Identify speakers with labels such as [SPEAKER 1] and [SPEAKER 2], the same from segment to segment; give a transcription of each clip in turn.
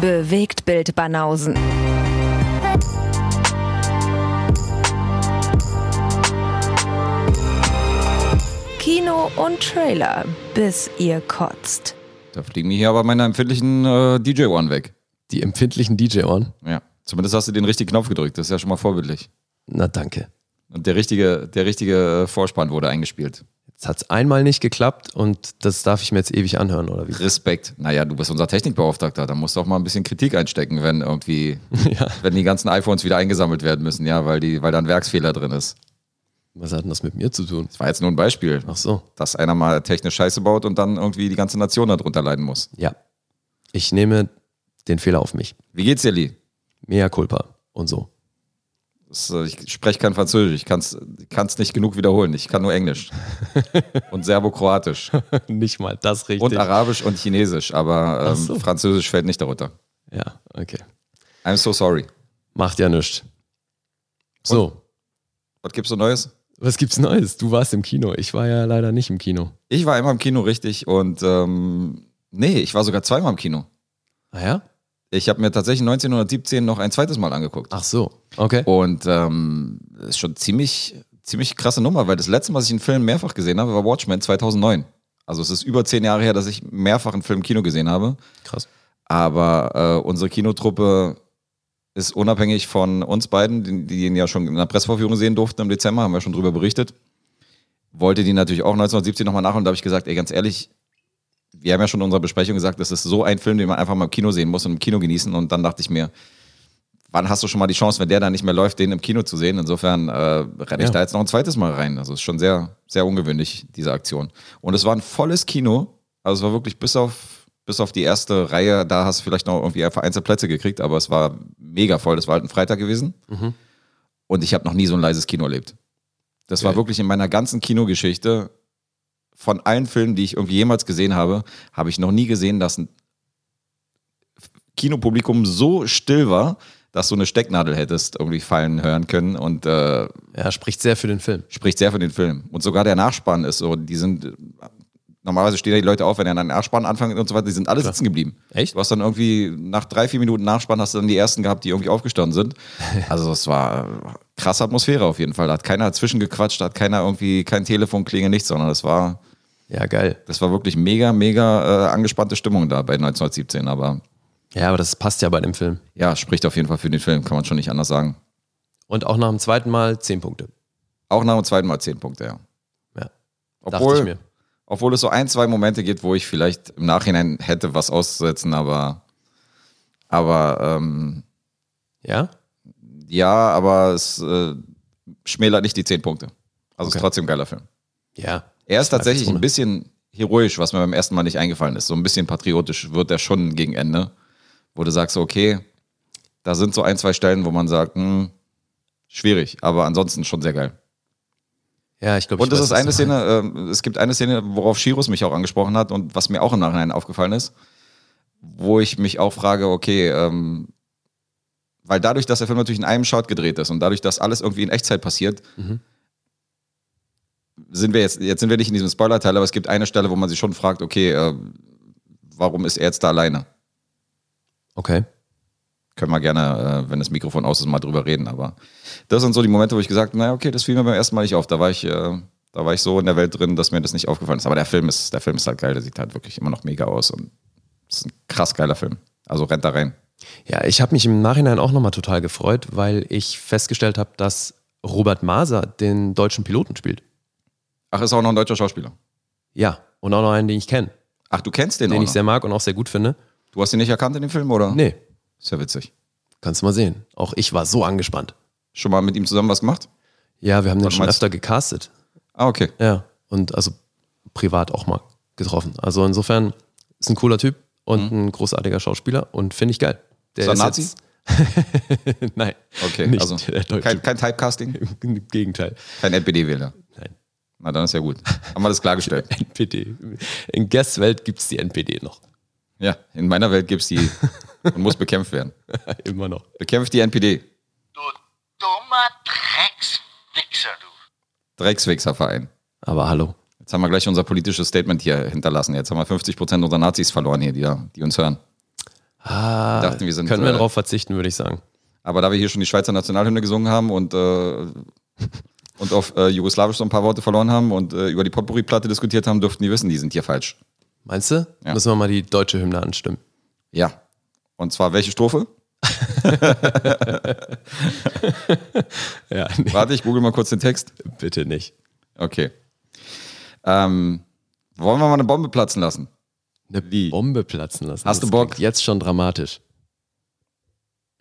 [SPEAKER 1] Bewegt Bild Banausen. Kino und Trailer, bis ihr kotzt.
[SPEAKER 2] Da fliegen mir hier aber meine empfindlichen äh, DJ-Ohren weg.
[SPEAKER 3] Die empfindlichen DJ-Ohren?
[SPEAKER 2] Ja. Zumindest hast du den richtigen Knopf gedrückt. Das ist ja schon mal vorbildlich.
[SPEAKER 3] Na danke.
[SPEAKER 2] Und der richtige, der richtige äh, Vorspann wurde eingespielt.
[SPEAKER 3] Jetzt hat es einmal nicht geklappt und das darf ich mir jetzt ewig anhören, oder wie?
[SPEAKER 2] Respekt. Naja, du bist unser Technikbeauftragter. Da musst du auch mal ein bisschen Kritik einstecken, wenn irgendwie,
[SPEAKER 3] Ja.
[SPEAKER 2] wenn die ganzen iPhones wieder eingesammelt werden müssen, ja, weil, die, weil da ein Werksfehler drin ist.
[SPEAKER 3] Was hat denn das mit mir zu tun?
[SPEAKER 2] War jetzt nur ein Beispiel,
[SPEAKER 3] Ach so.
[SPEAKER 2] dass einer mal technisch Scheiße baut und dann irgendwie die ganze Nation darunter leiden muss.
[SPEAKER 3] Ja. Ich nehme den Fehler auf mich.
[SPEAKER 2] Wie geht's dir, Lee?
[SPEAKER 3] Mea culpa und so.
[SPEAKER 2] Das, äh, Ich spreche kein Französisch, ich kann es nicht genug wiederholen. Ich kann nur Englisch und Serbokroatisch
[SPEAKER 3] nicht mal das richtig.
[SPEAKER 2] und Arabisch und Chinesisch, aber ähm,
[SPEAKER 3] Ach so.
[SPEAKER 2] Französisch fällt nicht darunter.
[SPEAKER 3] ja, okay.
[SPEAKER 2] I'm so sorry.
[SPEAKER 3] Macht ja nichts. So,
[SPEAKER 2] Was gibt's so Neues?
[SPEAKER 3] was gibt's Neues? Du warst im Kino. Ich war ja leider nicht im Kino.
[SPEAKER 2] Ich war einmal im Kino richtig und ähm, nee, ich war sogar zweimal im Kino.
[SPEAKER 3] Ah ja?
[SPEAKER 2] Ich habe mir tatsächlich 1917 noch ein zweites Mal angeguckt.
[SPEAKER 3] Ach so. Okay.
[SPEAKER 2] Und ähm, das ist schon ziemlich, ziemlich krasse Nummer, weil das letzte Mal, dass ich einen Film mehrfach gesehen habe, war Watchmen 2009. Also es ist über zehn Jahre her, dass ich mehrfach einen Film im Kino gesehen habe.
[SPEAKER 3] Krass.
[SPEAKER 2] Aber äh, unsere Kinotruppe ist unabhängig von uns beiden, die, die ihn ja schon in der Pressevorführung sehen durften im Dezember, haben wir schon drüber berichtet, wollte die natürlich auch 1917 nochmal nachholen. Da habe ich gesagt, ey, ganz ehrlich, wir haben ja schon in unserer Besprechung gesagt, das ist so ein Film, den man einfach mal im Kino sehen muss und im Kino genießen. Und dann dachte ich mir, wann hast du schon mal die Chance, wenn der dann nicht mehr läuft, den im Kino zu sehen? Insofern äh, renne ich
[SPEAKER 3] Ja.
[SPEAKER 2] da jetzt noch ein zweites Mal rein. Also ist schon sehr, sehr ungewöhnlich, diese Aktion. Und es war ein volles Kino. Also es war wirklich bis auf, bis auf die erste Reihe, da hast du vielleicht noch irgendwie vereinzelt Plätze gekriegt, aber es war mega voll. Das war halt ein Freitag gewesen. Und ich habe noch nie so ein leises Kino erlebt. Das war
[SPEAKER 3] Geil.
[SPEAKER 2] wirklich in meiner ganzen Kinogeschichte von allen Filmen, die ich irgendwie jemals gesehen habe, habe ich noch nie gesehen, dass ein Kinopublikum so still war, dass du eine Stecknadel hättest irgendwie fallen hören können und äh,
[SPEAKER 3] Ja, spricht sehr für den Film.
[SPEAKER 2] spricht sehr für den Film. Und sogar der Nachspann ist so, die sind, normalerweise stehen ja die Leute auf, wenn er einen Nachspann anfängt und so weiter, die sind alle sitzen geblieben.
[SPEAKER 3] Echt?
[SPEAKER 2] Du hast dann irgendwie, nach drei, vier Minuten Nachspann hast du dann die ersten gehabt, die irgendwie aufgestanden sind. Also es war krasse Atmosphäre auf jeden Fall. Da hat keiner dazwischen gequatscht, da hat keiner irgendwie kein Telefon klingelt, nichts, sondern es war,
[SPEAKER 3] Ja, geil.
[SPEAKER 2] das war wirklich mega, mega äh, angespannte Stimmung da bei 1917. Aber
[SPEAKER 3] Ja, aber das passt ja bei dem Film.
[SPEAKER 2] ja, spricht auf jeden Fall für den Film, kann man schon nicht anders sagen.
[SPEAKER 3] Und auch nach dem zweiten Mal zehn Punkte.
[SPEAKER 2] Auch nach dem zweiten Mal zehn Punkte, ja.
[SPEAKER 3] Ja,
[SPEAKER 2] Obwohl,
[SPEAKER 3] dachte ich mir.
[SPEAKER 2] obwohl es so ein, zwei Momente gibt, wo ich vielleicht im Nachhinein hätte was auszusetzen, aber, aber ähm,
[SPEAKER 3] Ja?
[SPEAKER 2] ja, aber es äh, schmälert nicht die zehn Punkte. Also es ist
[SPEAKER 3] Okay.
[SPEAKER 2] trotzdem ein geiler Film.
[SPEAKER 3] Ja.
[SPEAKER 2] Er ist tatsächlich
[SPEAKER 3] Zweifelsohne.
[SPEAKER 2] ein bisschen heroisch, was mir beim ersten Mal nicht eingefallen ist. So ein bisschen patriotisch wird er schon gegen Ende, wo du sagst, okay, da sind so ein, zwei Stellen, wo man sagt, hm, schwierig, aber ansonsten schon sehr geil.
[SPEAKER 3] Ja, ich glaube,
[SPEAKER 2] Und
[SPEAKER 3] ich
[SPEAKER 2] es
[SPEAKER 3] weiß,
[SPEAKER 2] ist
[SPEAKER 3] was
[SPEAKER 2] eine
[SPEAKER 3] du meinst.
[SPEAKER 2] Szene, ähm, es gibt eine Szene, worauf Shirus mich auch angesprochen hat und was mir auch im Nachhinein aufgefallen ist, wo ich mich auch frage, okay, ähm, weil dadurch, dass der Film natürlich in einem Shot gedreht ist und dadurch, dass alles irgendwie in Echtzeit passiert,
[SPEAKER 3] Mhm.
[SPEAKER 2] sind wir jetzt, jetzt sind wir nicht in diesem Spoiler-Teil, aber es gibt eine Stelle, wo man sich schon fragt, okay, äh, warum ist er jetzt da alleine?
[SPEAKER 3] Okay.
[SPEAKER 2] Können wir gerne, äh, wenn das Mikrofon aus ist, mal drüber reden. Aber das sind so die Momente, wo ich gesagt habe, naja, okay, das fiel mir beim ersten Mal nicht auf. Da war ich, äh, da war ich so in der Welt drin, dass mir das nicht aufgefallen ist. Aber der Film ist, der Film ist halt geil, der sieht halt wirklich immer noch mega aus und ist ein krass geiler Film. Also rennt da rein.
[SPEAKER 3] Ja, ich habe mich im Nachhinein auch nochmal total gefreut, weil ich festgestellt habe, dass Robert Maser den deutschen Piloten spielt.
[SPEAKER 2] Ach, ist auch noch ein deutscher Schauspieler.
[SPEAKER 3] Ja, und auch noch einen, den ich kenne,
[SPEAKER 2] Ach, du kennst den,
[SPEAKER 3] den
[SPEAKER 2] auch
[SPEAKER 3] ich
[SPEAKER 2] noch.
[SPEAKER 3] sehr mag und auch sehr gut finde.
[SPEAKER 2] Du hast ihn nicht erkannt in dem Film, oder?
[SPEAKER 3] Nee,
[SPEAKER 2] Ist ja witzig.
[SPEAKER 3] kannst du mal sehen. Auch ich war so angespannt.
[SPEAKER 2] Schon mal mit ihm zusammen was gemacht?
[SPEAKER 3] Ja, wir haben den
[SPEAKER 2] Was
[SPEAKER 3] schon
[SPEAKER 2] meinst
[SPEAKER 3] öfter gecastet.
[SPEAKER 2] Ah, okay.
[SPEAKER 3] Ja, und also privat auch mal getroffen. Also insofern ist ein cooler Typ und ein großartiger Schauspieler und finde ich geil. Der
[SPEAKER 2] Mhm. Ist er Nazi?
[SPEAKER 3] jetzt- Nein.
[SPEAKER 2] Okay,
[SPEAKER 3] nicht
[SPEAKER 2] also
[SPEAKER 3] der deutsche.
[SPEAKER 2] kein, kein Typecasting,
[SPEAKER 3] Im Gegenteil.
[SPEAKER 2] kein NPD-Wähler.
[SPEAKER 3] Nein.
[SPEAKER 2] Na, dann ist ja gut. Haben wir das klargestellt.
[SPEAKER 3] NPD. In Guess Welt gibt es die NPD noch.
[SPEAKER 2] Ja, in meiner Welt gibt's die und muss bekämpft werden.
[SPEAKER 3] Immer noch.
[SPEAKER 2] Bekämpft die NPD.
[SPEAKER 4] Du dummer Dreckswichser, du.
[SPEAKER 2] Dreckswichserverein.
[SPEAKER 3] Aber hallo.
[SPEAKER 2] Jetzt haben wir gleich unser politisches Statement hier hinterlassen. Jetzt haben wir 50 Prozent unserer Nazis verloren hier, die, da, die uns hören.
[SPEAKER 3] Ah,
[SPEAKER 2] Dachten wir sind,
[SPEAKER 3] können wir
[SPEAKER 2] äh,
[SPEAKER 3] darauf verzichten, würde ich sagen.
[SPEAKER 2] Aber da wir hier schon die Schweizer Nationalhymne gesungen haben und, äh, und auf äh, Jugoslawisch so ein paar Worte verloren haben und äh, über die Potpourri-Platte diskutiert haben, dürften die wissen, die sind hier falsch.
[SPEAKER 3] Meinst du?
[SPEAKER 2] Ja.
[SPEAKER 3] Müssen wir mal die deutsche Hymne anstimmen.
[SPEAKER 2] Ja. Und zwar welche Strophe?
[SPEAKER 3] Ja, nee,
[SPEAKER 2] Warte, ich google mal kurz den Text.
[SPEAKER 3] bitte nicht.
[SPEAKER 2] Okay. Ähm, wollen wir mal eine Bombe platzen lassen?
[SPEAKER 3] Eine
[SPEAKER 2] Wie?
[SPEAKER 3] Bombe platzen lassen.
[SPEAKER 2] Hast
[SPEAKER 3] Das
[SPEAKER 2] du Bock?
[SPEAKER 3] klingt Jetzt schon dramatisch.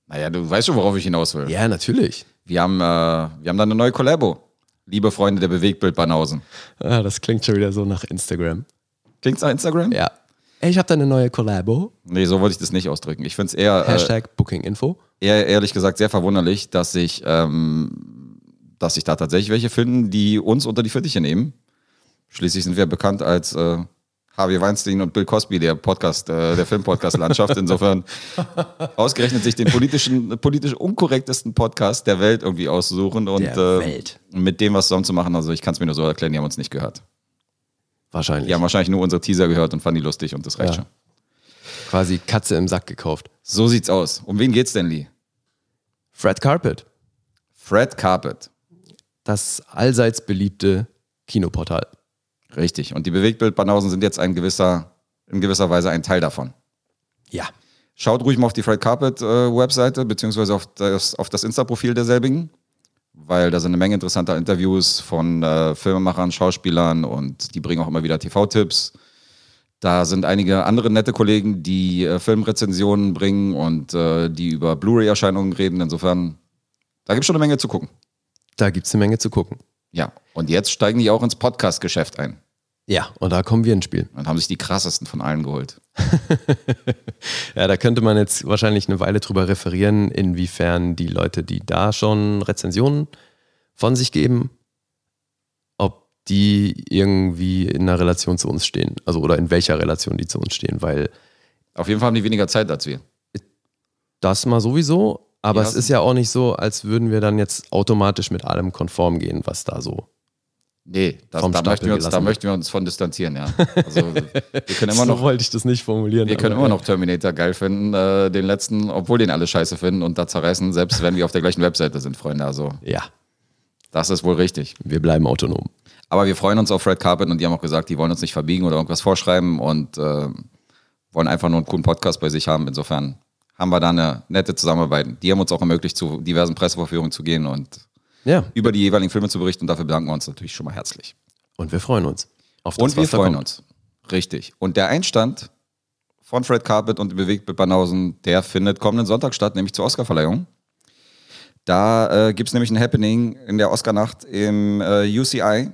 [SPEAKER 2] Naja, du weißt schon, worauf ich hinaus will.
[SPEAKER 3] Ja, natürlich.
[SPEAKER 2] Wir haben, äh, wir haben da eine neue Kollabo. Liebe Freunde der Bewegtbildbanausen.
[SPEAKER 3] Ah, das klingt schon wieder so nach Instagram.
[SPEAKER 2] Klingt's nach Instagram?
[SPEAKER 3] Ja. Ey, Ich habe da eine neue Collabo.
[SPEAKER 2] Nee, so wollte ich das nicht ausdrücken. Ich finde es eher,
[SPEAKER 3] Hashtag Bookinginfo.
[SPEAKER 2] äh, eher, ehrlich gesagt, sehr verwunderlich, dass sich, ähm, dass sich da tatsächlich welche finden, die uns unter die Fittiche nehmen. Schließlich sind wir bekannt als äh, Harvey Weinstein und Bill Cosby, der Podcast, äh, der Filmpodcast-Landschaft. Insofern ausgerechnet sich den politischen, politisch unkorrektesten Podcast der Welt irgendwie aussuchen und
[SPEAKER 3] Der
[SPEAKER 2] äh,
[SPEAKER 3] Welt.
[SPEAKER 2] mit dem was zusammenzumachen. Also ich kann es mir nur so erklären, die haben uns nicht gehört.
[SPEAKER 3] Wahrscheinlich.
[SPEAKER 2] Die haben wahrscheinlich nur unsere Teaser gehört und fanden die lustig und das reicht
[SPEAKER 3] Ja.
[SPEAKER 2] schon.
[SPEAKER 3] Quasi Katze im Sack gekauft.
[SPEAKER 2] So sieht's aus. Um wen geht's denn, Lee?
[SPEAKER 3] Fred Carpet.
[SPEAKER 2] Fred Carpet.
[SPEAKER 3] Das allseits beliebte Kinoportal.
[SPEAKER 2] Richtig. Und die Bewegtbildbanausen sind jetzt ein gewisser, in gewisser Weise ein Teil davon.
[SPEAKER 3] Ja.
[SPEAKER 2] Schaut ruhig mal auf die Fred Carpet äh, Webseite, beziehungsweise auf das, auf das Insta-Profil derselbigen, weil da sind eine Menge interessanter Interviews von äh, Filmemachern, Schauspielern und die bringen auch immer wieder TV-Tipps. Da sind einige andere nette Kollegen, die äh, Filmrezensionen bringen und äh, die über Blu-ray-Erscheinungen reden. Insofern, da gibt es schon eine Menge zu gucken.
[SPEAKER 3] Da gibt's eine Menge zu gucken.
[SPEAKER 2] Ja, und jetzt steigen die auch ins Podcast-Geschäft ein
[SPEAKER 3] Ja, und da kommen wir ins Spiel.
[SPEAKER 2] und haben sich die krassesten von allen geholt.
[SPEAKER 3] Ja, da könnte man jetzt wahrscheinlich eine Weile drüber referieren, inwiefern die Leute, die da schon Rezensionen von sich geben, ob die irgendwie in einer Relation zu uns stehen. Also oder in welcher Relation die zu uns stehen, weil
[SPEAKER 2] Auf jeden Fall haben die weniger Zeit als wir.
[SPEAKER 3] das mal sowieso, aber
[SPEAKER 2] Ja.
[SPEAKER 3] es ist ja auch nicht so, als würden wir dann jetzt automatisch mit allem konform gehen, was da so.
[SPEAKER 2] Nee, das,
[SPEAKER 3] Vom
[SPEAKER 2] da,
[SPEAKER 3] Stapel
[SPEAKER 2] möchten wir uns, da
[SPEAKER 3] gelassen.
[SPEAKER 2] möchten wir uns von distanzieren, ja. Also, wir können immer noch,
[SPEAKER 3] wollte ich das nicht formulieren.
[SPEAKER 2] wir können
[SPEAKER 3] aber-
[SPEAKER 2] immer noch Terminator geil finden, äh, den letzten, obwohl den alle scheiße finden und da zerreißen, selbst wenn wir auf der gleichen Webseite sind, Freunde. Also,
[SPEAKER 3] Ja,
[SPEAKER 2] das ist wohl richtig.
[SPEAKER 3] wir bleiben autonom.
[SPEAKER 2] Aber wir freuen uns auf Red Carpet und die haben auch gesagt, die wollen uns nicht verbiegen oder irgendwas vorschreiben und äh, wollen einfach nur einen coolen Podcast bei sich haben. Insofern haben wir da eine nette Zusammenarbeit. Die haben uns auch ermöglicht, zu diversen Pressevorführungen zu gehen und
[SPEAKER 3] Ja,
[SPEAKER 2] über die jeweiligen Filme zu berichten. Und dafür bedanken wir uns natürlich schon mal herzlich.
[SPEAKER 3] und wir freuen uns. Auf das,
[SPEAKER 2] Und wir
[SPEAKER 3] was da
[SPEAKER 2] freuen
[SPEAKER 3] kommt.
[SPEAKER 2] uns. Richtig. Und der Einstand von Fred Carpet und Bewegt mit Banausen, der findet kommenden Sonntag statt, nämlich zur Oscarverleihung. Da äh, gibt es nämlich ein Happening in der Oscarnacht im äh, UCI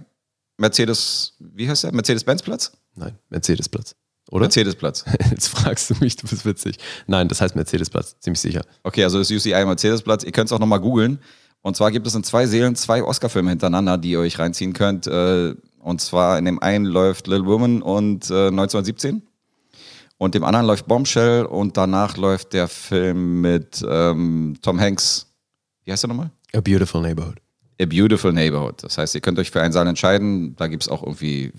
[SPEAKER 2] Mercedes, wie heißt der? Mercedes-Benz-Platz?
[SPEAKER 3] Nein, Mercedesplatz. Oder?
[SPEAKER 2] Mercedes-Platz.
[SPEAKER 3] Jetzt fragst du mich, du bist witzig. Nein, das heißt Mercedesplatz, ziemlich sicher.
[SPEAKER 2] Okay, also das UCI Mercedes-Platz. Ihr könnt es auch nochmal googeln. Und zwar gibt es in zwei Seelen zwei Oscar-Filme hintereinander, die ihr euch reinziehen könnt. Äh, Und zwar in dem einen läuft Little Woman und äh, 1917. Und dem anderen läuft Bombshell und danach läuft der Film mit ähm, Tom Hanks. Wie heißt der nochmal?
[SPEAKER 3] A Beautiful Neighborhood.
[SPEAKER 2] A Beautiful Neighborhood. Das heißt, ihr könnt euch für einen Saal entscheiden. Da gibt es auch irgendwie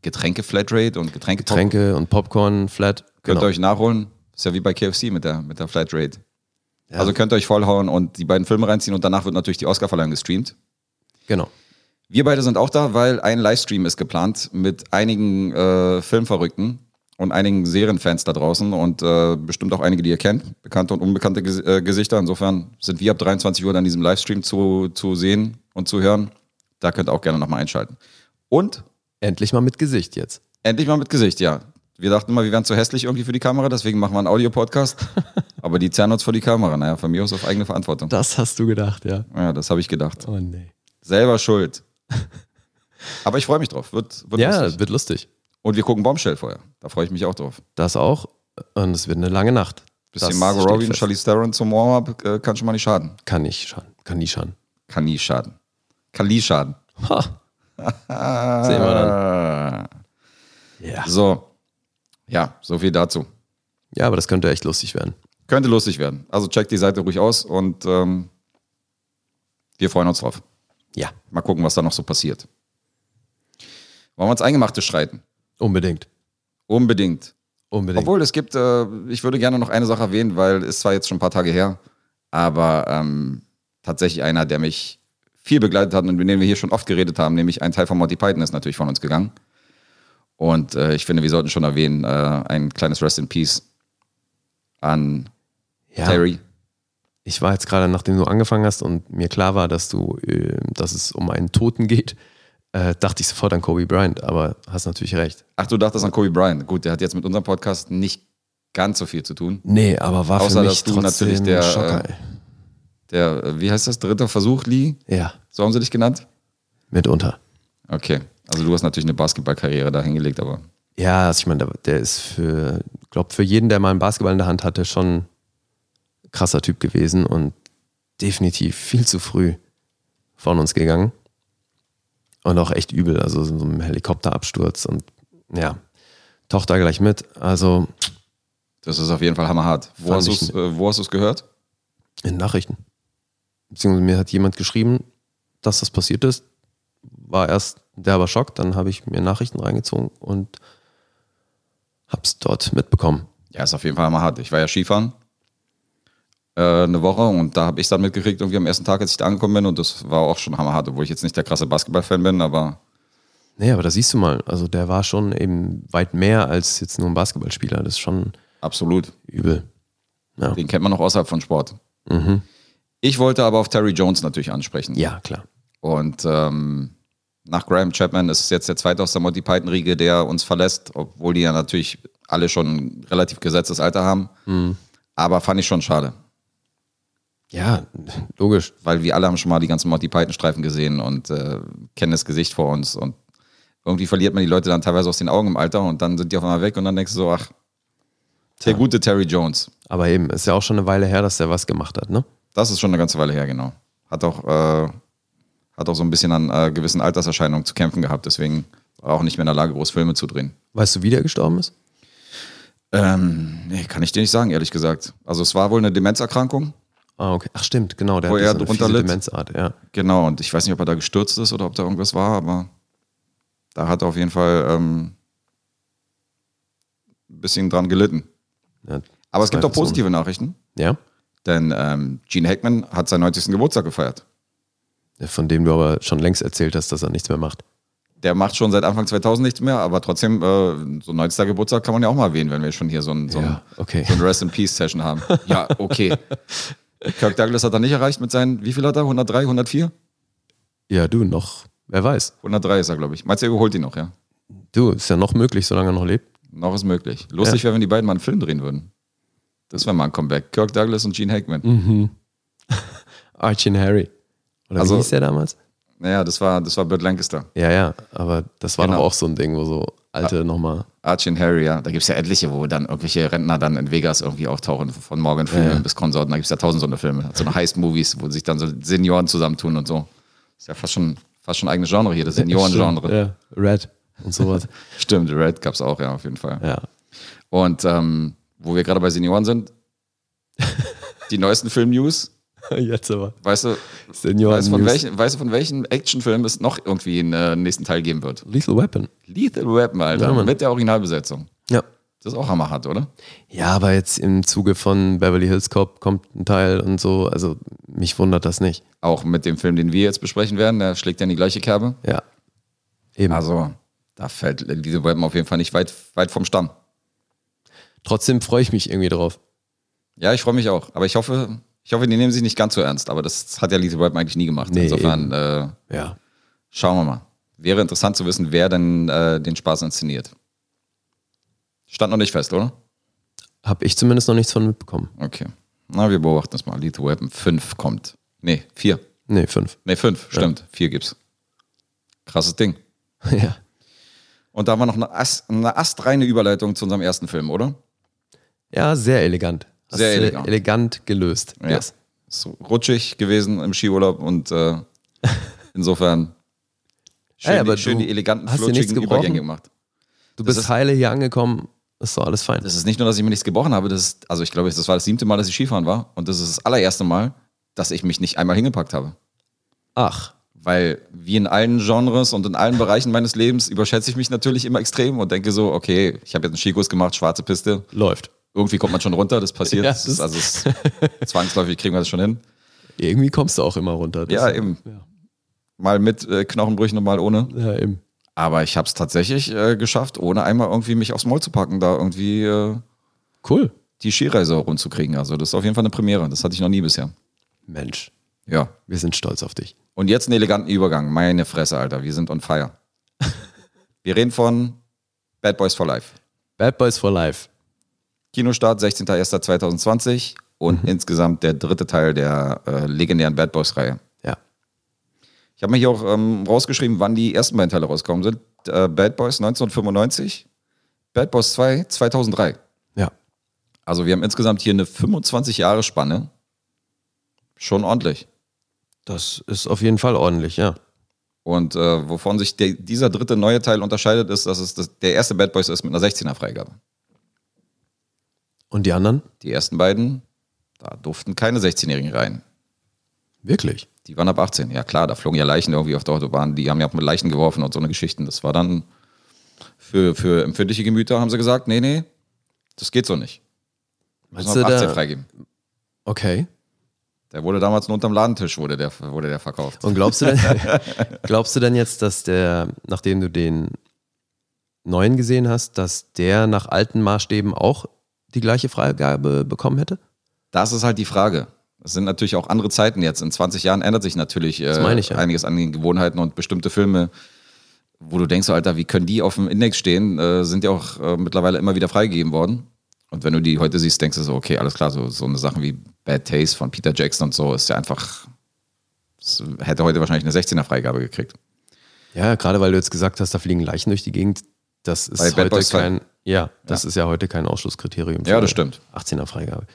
[SPEAKER 2] Getränke-Flatrate und Getränke.
[SPEAKER 3] Tränke und Popcorn, Flat.
[SPEAKER 2] Könnt
[SPEAKER 3] Genau.
[SPEAKER 2] ihr euch nachholen. Ist ja wie bei KFC mit der, mit der Flatrate.
[SPEAKER 3] Ja.
[SPEAKER 2] Also könnt ihr euch vollhauen und die beiden Filme reinziehen und danach wird natürlich die Oscarverleihung gestreamt.
[SPEAKER 3] genau.
[SPEAKER 2] Wir beide sind auch da, weil ein Livestream ist geplant mit einigen äh, Filmverrückten und einigen Serienfans da draußen und äh, bestimmt auch einige, die ihr kennt, bekannte und unbekannte Ges äh, Gesichter. Insofern sind wir ab 23 Uhr an diesem Livestream zu, zu sehen und zu hören. Da könnt ihr auch gerne nochmal einschalten. Und
[SPEAKER 3] Endlich mal mit Gesicht jetzt.
[SPEAKER 2] Endlich mal mit Gesicht, ja. Wir dachten immer, wir wären zu hässlich irgendwie für die Kamera, deswegen machen wir einen Audio-Podcast. Aber die zerren uns vor die Kamera. Naja, von mir aus auf eigene Verantwortung.
[SPEAKER 3] Das hast du gedacht, ja.
[SPEAKER 2] Ja, das habe ich gedacht.
[SPEAKER 3] Oh nee.
[SPEAKER 2] Selber schuld. Aber ich freue mich drauf. Wird, wird
[SPEAKER 3] Ja,
[SPEAKER 2] lustig.
[SPEAKER 3] wird lustig.
[SPEAKER 2] Und wir gucken Bombshell vorher. Da freue ich mich auch drauf.
[SPEAKER 3] Das auch. Und es wird eine lange Nacht.
[SPEAKER 2] Bisschen
[SPEAKER 3] Das
[SPEAKER 2] Margot
[SPEAKER 3] steht
[SPEAKER 2] Robbie und
[SPEAKER 3] fest.
[SPEAKER 2] Charlize Theron zum Warm-Up äh, kann schon mal nicht schaden.
[SPEAKER 3] Kann nicht schaden. Kann nie schaden.
[SPEAKER 2] Kann nie schaden. Kann nie schaden.
[SPEAKER 3] Ha. Sehen wir dann.
[SPEAKER 2] Ah.
[SPEAKER 3] Ja.
[SPEAKER 2] So. Ja, so viel dazu.
[SPEAKER 3] ja, aber das könnte echt lustig werden.
[SPEAKER 2] Könnte lustig werden. Also checkt die Seite ruhig aus und ähm, wir freuen uns drauf.
[SPEAKER 3] Ja,
[SPEAKER 2] Mal gucken, was da noch so passiert. Wollen wir uns Eingemachte streiten?
[SPEAKER 3] unbedingt.
[SPEAKER 2] Unbedingt.
[SPEAKER 3] Unbedingt.
[SPEAKER 2] Obwohl, es gibt, äh, ich würde gerne noch eine Sache erwähnen, weil ist zwar jetzt schon ein paar Tage her, aber ähm, tatsächlich einer, der mich viel begleitet hat und mit dem wir hier schon oft geredet haben, nämlich ein Teil von Monty Python ist natürlich von uns gegangen. Und äh, ich finde, wir sollten schon erwähnen, äh, ein kleines Rest in Peace an
[SPEAKER 3] ja,
[SPEAKER 2] Terry.
[SPEAKER 3] ich war jetzt gerade, nachdem du angefangen hast und mir klar war, dass du, äh, dass es um einen Toten geht, äh, dachte ich sofort an Kobe Bryant, aber hast natürlich recht.
[SPEAKER 2] Ach, du dachtest an Kobe Bryant. Gut, der hat jetzt mit unserem Podcast nicht ganz so viel zu tun.
[SPEAKER 3] Nee, aber war
[SPEAKER 2] Außer,
[SPEAKER 3] für mich
[SPEAKER 2] dass du
[SPEAKER 3] trotzdem
[SPEAKER 2] natürlich der, äh,
[SPEAKER 3] ein Schocker.
[SPEAKER 2] Der, äh, wie heißt das, dritter Versuch, Lee?
[SPEAKER 3] ey. ja,
[SPEAKER 2] So haben sie dich genannt?
[SPEAKER 3] mitunter.
[SPEAKER 2] Okay. Also du hast natürlich eine Basketballkarriere da hingelegt, aber
[SPEAKER 3] Ja, also ich meine, der, der ist für, glaube für jeden, der mal einen Basketball in der Hand hatte, schon ein krasser Typ gewesen und definitiv viel zu früh von uns gegangen. Und auch echt übel, also so ein Helikopterabsturz und ja, Tochter gleich mit. Also
[SPEAKER 2] das ist auf jeden Fall hammerhart. Wo hast,
[SPEAKER 3] Fand ich
[SPEAKER 2] du's, äh, wo hast du es gehört?
[SPEAKER 3] in Nachrichten. Beziehungsweise mir hat jemand geschrieben, dass das passiert ist. War erst ein derber Schock, dann habe ich mir Nachrichten reingezogen und hab's dort mitbekommen.
[SPEAKER 2] Ja, ist auf jeden Fall mal hart. Ich war ja Skifahren äh, eine Woche und da habe ich dann mitgekriegt, irgendwie am ersten Tag, als ich da angekommen bin und das war auch schon hammerhart, obwohl ich jetzt nicht der krasse Basketballfan bin, aber
[SPEAKER 3] Nee, aber da siehst du mal, also der war schon eben weit mehr als jetzt nur ein Basketballspieler. Das ist schon
[SPEAKER 2] absolut.
[SPEAKER 3] übel. Ja,
[SPEAKER 2] Den kennt man auch außerhalb von Sport.
[SPEAKER 3] Mhm.
[SPEAKER 2] Ich wollte aber auf Terry Jones natürlich ansprechen.
[SPEAKER 3] ja klar.
[SPEAKER 2] Und ähm, nach Graham Chapman ist es jetzt der zweite aus der Monty Python-Riege, der uns verlässt, obwohl die ja natürlich alle schon ein relativ gesetztes Alter haben. Aber fand ich schon schade,
[SPEAKER 3] Ja, logisch.
[SPEAKER 2] weil wir alle haben schon mal die ganzen Monty Python-Streifen gesehen und äh, kennen das Gesicht vor uns. Und irgendwie verliert man die Leute dann teilweise aus den Augen im Alter und dann sind die auf einmal weg und dann denkst du so, ach, der gute Terry Jones.
[SPEAKER 3] Aber eben, ist ja auch schon eine Weile her, dass der was gemacht hat, ne?
[SPEAKER 2] Das ist schon eine ganze Weile her, genau. Hat auch, äh, hat auch so ein bisschen an äh, gewissen Alterserscheinungen zu kämpfen gehabt, deswegen war er auch nicht mehr in der Lage, groß Filme zu drehen.
[SPEAKER 3] Weißt du, wie der gestorben ist?
[SPEAKER 2] Ähm, nee, kann ich dir nicht sagen, ehrlich gesagt. Also es war wohl eine Demenzerkrankung.
[SPEAKER 3] Ah, okay. Ach, stimmt, genau. Der
[SPEAKER 2] Wo
[SPEAKER 3] hatte
[SPEAKER 2] er
[SPEAKER 3] so eine
[SPEAKER 2] drunter
[SPEAKER 3] fiese
[SPEAKER 2] litt.
[SPEAKER 3] Demenzart, ja.
[SPEAKER 2] Genau, und ich weiß nicht, ob er da gestürzt ist oder ob da irgendwas war, aber da hat er auf jeden Fall ähm, ein bisschen dran gelitten.
[SPEAKER 3] Ja,
[SPEAKER 2] Aber es gibt auch
[SPEAKER 3] zweifelsohne.
[SPEAKER 2] positive Nachrichten,
[SPEAKER 3] Ja?
[SPEAKER 2] denn ähm, Gene Hackman hat seinen 90. Geburtstag gefeiert.
[SPEAKER 3] Von dem du aber schon längst erzählt hast, dass er nichts mehr macht.
[SPEAKER 2] Der macht schon seit Anfang 2000 nichts mehr, aber trotzdem, äh, so ein 90. Geburtstag kann man ja auch mal erwähnen, wenn wir schon hier so ein, so ein,
[SPEAKER 3] Ja, okay.
[SPEAKER 2] so ein Rest in Peace Session haben. Ja, okay. Kirk Douglas hat er nicht erreicht mit seinen, wie viel hat er? 103, 104?
[SPEAKER 3] Ja, du, noch, wer weiß.
[SPEAKER 2] 103 ist er, glaube ich. Meinst du, er holt ihn noch, ja?
[SPEAKER 3] Du, ist ja noch möglich, solange er noch lebt.
[SPEAKER 2] Noch ist möglich. Lustig wäre, wenn die beiden mal einen Film drehen würden. Das wäre mal ein Comeback. Kirk Douglas und Gene Hackman.
[SPEAKER 3] Archie and Harry. Oder
[SPEAKER 2] Also-
[SPEAKER 3] wie hieß der damals?
[SPEAKER 2] Naja, das war, das war Burt Lancaster.
[SPEAKER 3] Ja, ja, aber das war
[SPEAKER 2] Genau.
[SPEAKER 3] doch auch so ein Ding, wo so alte nochmal.
[SPEAKER 2] Archie und Harry, ja. Da gibt es ja etliche, wo dann irgendwelche Rentner dann in Vegas irgendwie auftauchen, von Morgan Freeman bis Konsorten. Da gibt es ja tausend so eine Filme. So eine Heist-Movies, wo sich dann so Senioren zusammentun und so. Ist ja fast schon, fast schon ein eigenes Genre hier, das Senioren-Genre.
[SPEAKER 3] Ja, Red und sowas.
[SPEAKER 2] Stimmt, Red gab es auch, ja, auf jeden Fall.
[SPEAKER 3] ja.
[SPEAKER 2] Und ähm, wo wir gerade bei Senioren sind, die neuesten Film-News,
[SPEAKER 3] Jetzt aber.
[SPEAKER 2] weißt du,
[SPEAKER 3] Senioren
[SPEAKER 2] Weißt du, von
[SPEAKER 3] News.
[SPEAKER 2] welchen, weißt du, von welchen Actionfilm es noch irgendwie einen äh, nächsten Teil geben wird?
[SPEAKER 3] Lethal Weapon.
[SPEAKER 2] Lethal Weapon, Alter.
[SPEAKER 3] Ja, Mann.
[SPEAKER 2] mit der Originalbesetzung.
[SPEAKER 3] Ja.
[SPEAKER 2] Das ist auch hammerhart, oder?
[SPEAKER 3] Ja, aber jetzt im Zuge von Beverly Hills Cop kommt ein Teil und so. Also mich wundert das nicht.
[SPEAKER 2] Auch mit dem Film, den wir jetzt besprechen werden, der schlägt ja in die gleiche Kerbe.
[SPEAKER 3] Ja. Eben.
[SPEAKER 2] Also, da fällt Lethal Weapon auf jeden Fall nicht weit, weit vom Stamm.
[SPEAKER 3] Trotzdem freue ich mich irgendwie drauf.
[SPEAKER 2] Ja, ich freue mich auch. Aber ich hoffe, ich hoffe, die nehmen sich nicht ganz so ernst. Aber das hat ja Lethal Weapon eigentlich nie gemacht.
[SPEAKER 3] Nee,
[SPEAKER 2] Insofern, äh,
[SPEAKER 3] Ja.
[SPEAKER 2] schauen wir mal. Wäre interessant zu wissen, wer denn äh, den Spaß inszeniert. Stand noch nicht fest, oder?
[SPEAKER 3] Hab ich zumindest noch nichts von mitbekommen.
[SPEAKER 2] Okay. Na, wir beobachten das mal. Lethal Weapon 5 kommt. Nee, 4.
[SPEAKER 3] Nee, fünf.
[SPEAKER 2] Nee, 5, stimmt. 4 gibt's. Krasses Ding.
[SPEAKER 3] ja.
[SPEAKER 2] Und da haben wir noch eine, Ast, eine astreine Überleitung zu unserem ersten Film, oder?
[SPEAKER 3] Ja, sehr elegant. Hast
[SPEAKER 2] Sehr
[SPEAKER 3] du
[SPEAKER 2] elegant.
[SPEAKER 3] elegant gelöst.
[SPEAKER 2] Ja. Ist rutschig gewesen im Skiurlaub und äh, insofern schön,
[SPEAKER 3] Ey, aber
[SPEAKER 2] die, schön
[SPEAKER 3] du
[SPEAKER 2] die eleganten,
[SPEAKER 3] hast dir nichts
[SPEAKER 2] flutschigen
[SPEAKER 3] gebrochen?
[SPEAKER 2] Übergänge gemacht.
[SPEAKER 3] Du
[SPEAKER 2] Das
[SPEAKER 3] bist
[SPEAKER 2] ist-
[SPEAKER 3] heile hier angekommen. Ist doch alles fein.
[SPEAKER 2] Das ist nicht nur, dass ich mir nichts gebrochen habe, das ist, also ich glaube, das war das siebte Mal, dass ich Skifahren war und das ist das allererste Mal, dass ich mich nicht einmal hingepackt habe.
[SPEAKER 3] Ach.
[SPEAKER 2] Weil wie in allen Genres und in allen Bereichen meines Lebens überschätze ich mich natürlich immer extrem und denke so, okay, ich habe jetzt einen Skikurs gemacht, schwarze Piste.
[SPEAKER 3] Läuft.
[SPEAKER 2] Irgendwie kommt man schon runter, das passiert.
[SPEAKER 3] Ja,
[SPEAKER 2] das ist,
[SPEAKER 3] das-
[SPEAKER 2] also es, zwangsläufig kriegen wir das schon hin.
[SPEAKER 3] Irgendwie kommst du auch immer runter. Das-
[SPEAKER 2] Ja, eben.
[SPEAKER 3] Ja.
[SPEAKER 2] Mal mit äh, Knochenbrüchen und mal ohne.
[SPEAKER 3] Ja, eben.
[SPEAKER 2] Aber ich habe es tatsächlich äh, geschafft, ohne einmal irgendwie mich aufs Maul zu packen, da irgendwie äh,
[SPEAKER 3] Cool.
[SPEAKER 2] die Skireise rund Also das ist auf jeden Fall eine Premiere. Das hatte ich noch nie bisher.
[SPEAKER 3] Mensch,
[SPEAKER 2] Ja.
[SPEAKER 3] wir sind stolz auf dich.
[SPEAKER 2] Und jetzt einen eleganten Übergang. Meine Fresse, Alter. Wir sind on fire. Wir reden von Bad Boys for Life.
[SPEAKER 3] Bad Boys for Life.
[SPEAKER 2] Kinostart 16.01.2020 und insgesamt der dritte Teil der äh, legendären Bad Boys-Reihe.
[SPEAKER 3] Ja.
[SPEAKER 2] Ich habe mir hier auch ähm, rausgeschrieben, wann die ersten beiden Teile rausgekommen sind. Äh, Bad Boys 1995, Bad Boys 2 2003.
[SPEAKER 3] Ja.
[SPEAKER 2] Also wir haben insgesamt hier eine 25 Jahre Spanne. Schon ordentlich.
[SPEAKER 3] Das ist auf jeden Fall ordentlich, ja.
[SPEAKER 2] Und äh, wovon sich der, dieser dritte neue Teil unterscheidet, ist, dass es das, der erste Bad Boys ist mit einer 16er-Freigabe.
[SPEAKER 3] Und die anderen?
[SPEAKER 2] Die ersten beiden, da durften keine 16-Jährigen rein.
[SPEAKER 3] Wirklich.
[SPEAKER 2] Die waren ab 18. Ja klar, da flogen ja Leichen irgendwie auf der Autobahn. Die haben ja auch mit Leichen geworfen und so eine Geschichten. Das war dann für, für empfindliche Gemüter, haben sie gesagt, nee, nee, das geht so nicht. Müssen
[SPEAKER 3] Meinst
[SPEAKER 2] wir
[SPEAKER 3] du
[SPEAKER 2] ab 18
[SPEAKER 3] da?
[SPEAKER 2] freigeben.
[SPEAKER 3] Okay.
[SPEAKER 2] Der wurde damals nur unterm Ladentisch wurde der, wurde der verkauft.
[SPEAKER 3] Und glaubst du denn, glaubst du denn jetzt, dass der, nachdem du den neuen gesehen hast, dass der nach alten Maßstäben auch die gleiche Freigabe bekommen hätte?
[SPEAKER 2] Das ist halt die Frage. Es sind natürlich auch andere Zeiten jetzt. In 20 Jahren ändert sich natürlich äh,
[SPEAKER 3] meine ich ja.
[SPEAKER 2] einiges an den Gewohnheiten und bestimmte Filme, wo du denkst, so, Alter, wie können die auf dem Index stehen, äh, sind ja auch äh, mittlerweile immer wieder freigegeben worden. Und wenn du die heute siehst, denkst du so, okay, alles klar, so, so eine Sachen wie Bad Taste von Peter Jackson und so ist ja einfach, das hätte heute wahrscheinlich eine 16er-Freigabe gekriegt.
[SPEAKER 3] Ja, gerade weil du jetzt gesagt hast, da fliegen Leichen durch die Gegend. Das ist
[SPEAKER 2] Bei Bad
[SPEAKER 3] heute
[SPEAKER 2] Boys zwei.
[SPEAKER 3] kein, ja, das ist ja heute kein Ausschlusskriterium.
[SPEAKER 2] Ja, das stimmt.
[SPEAKER 3] 18er Freigabe.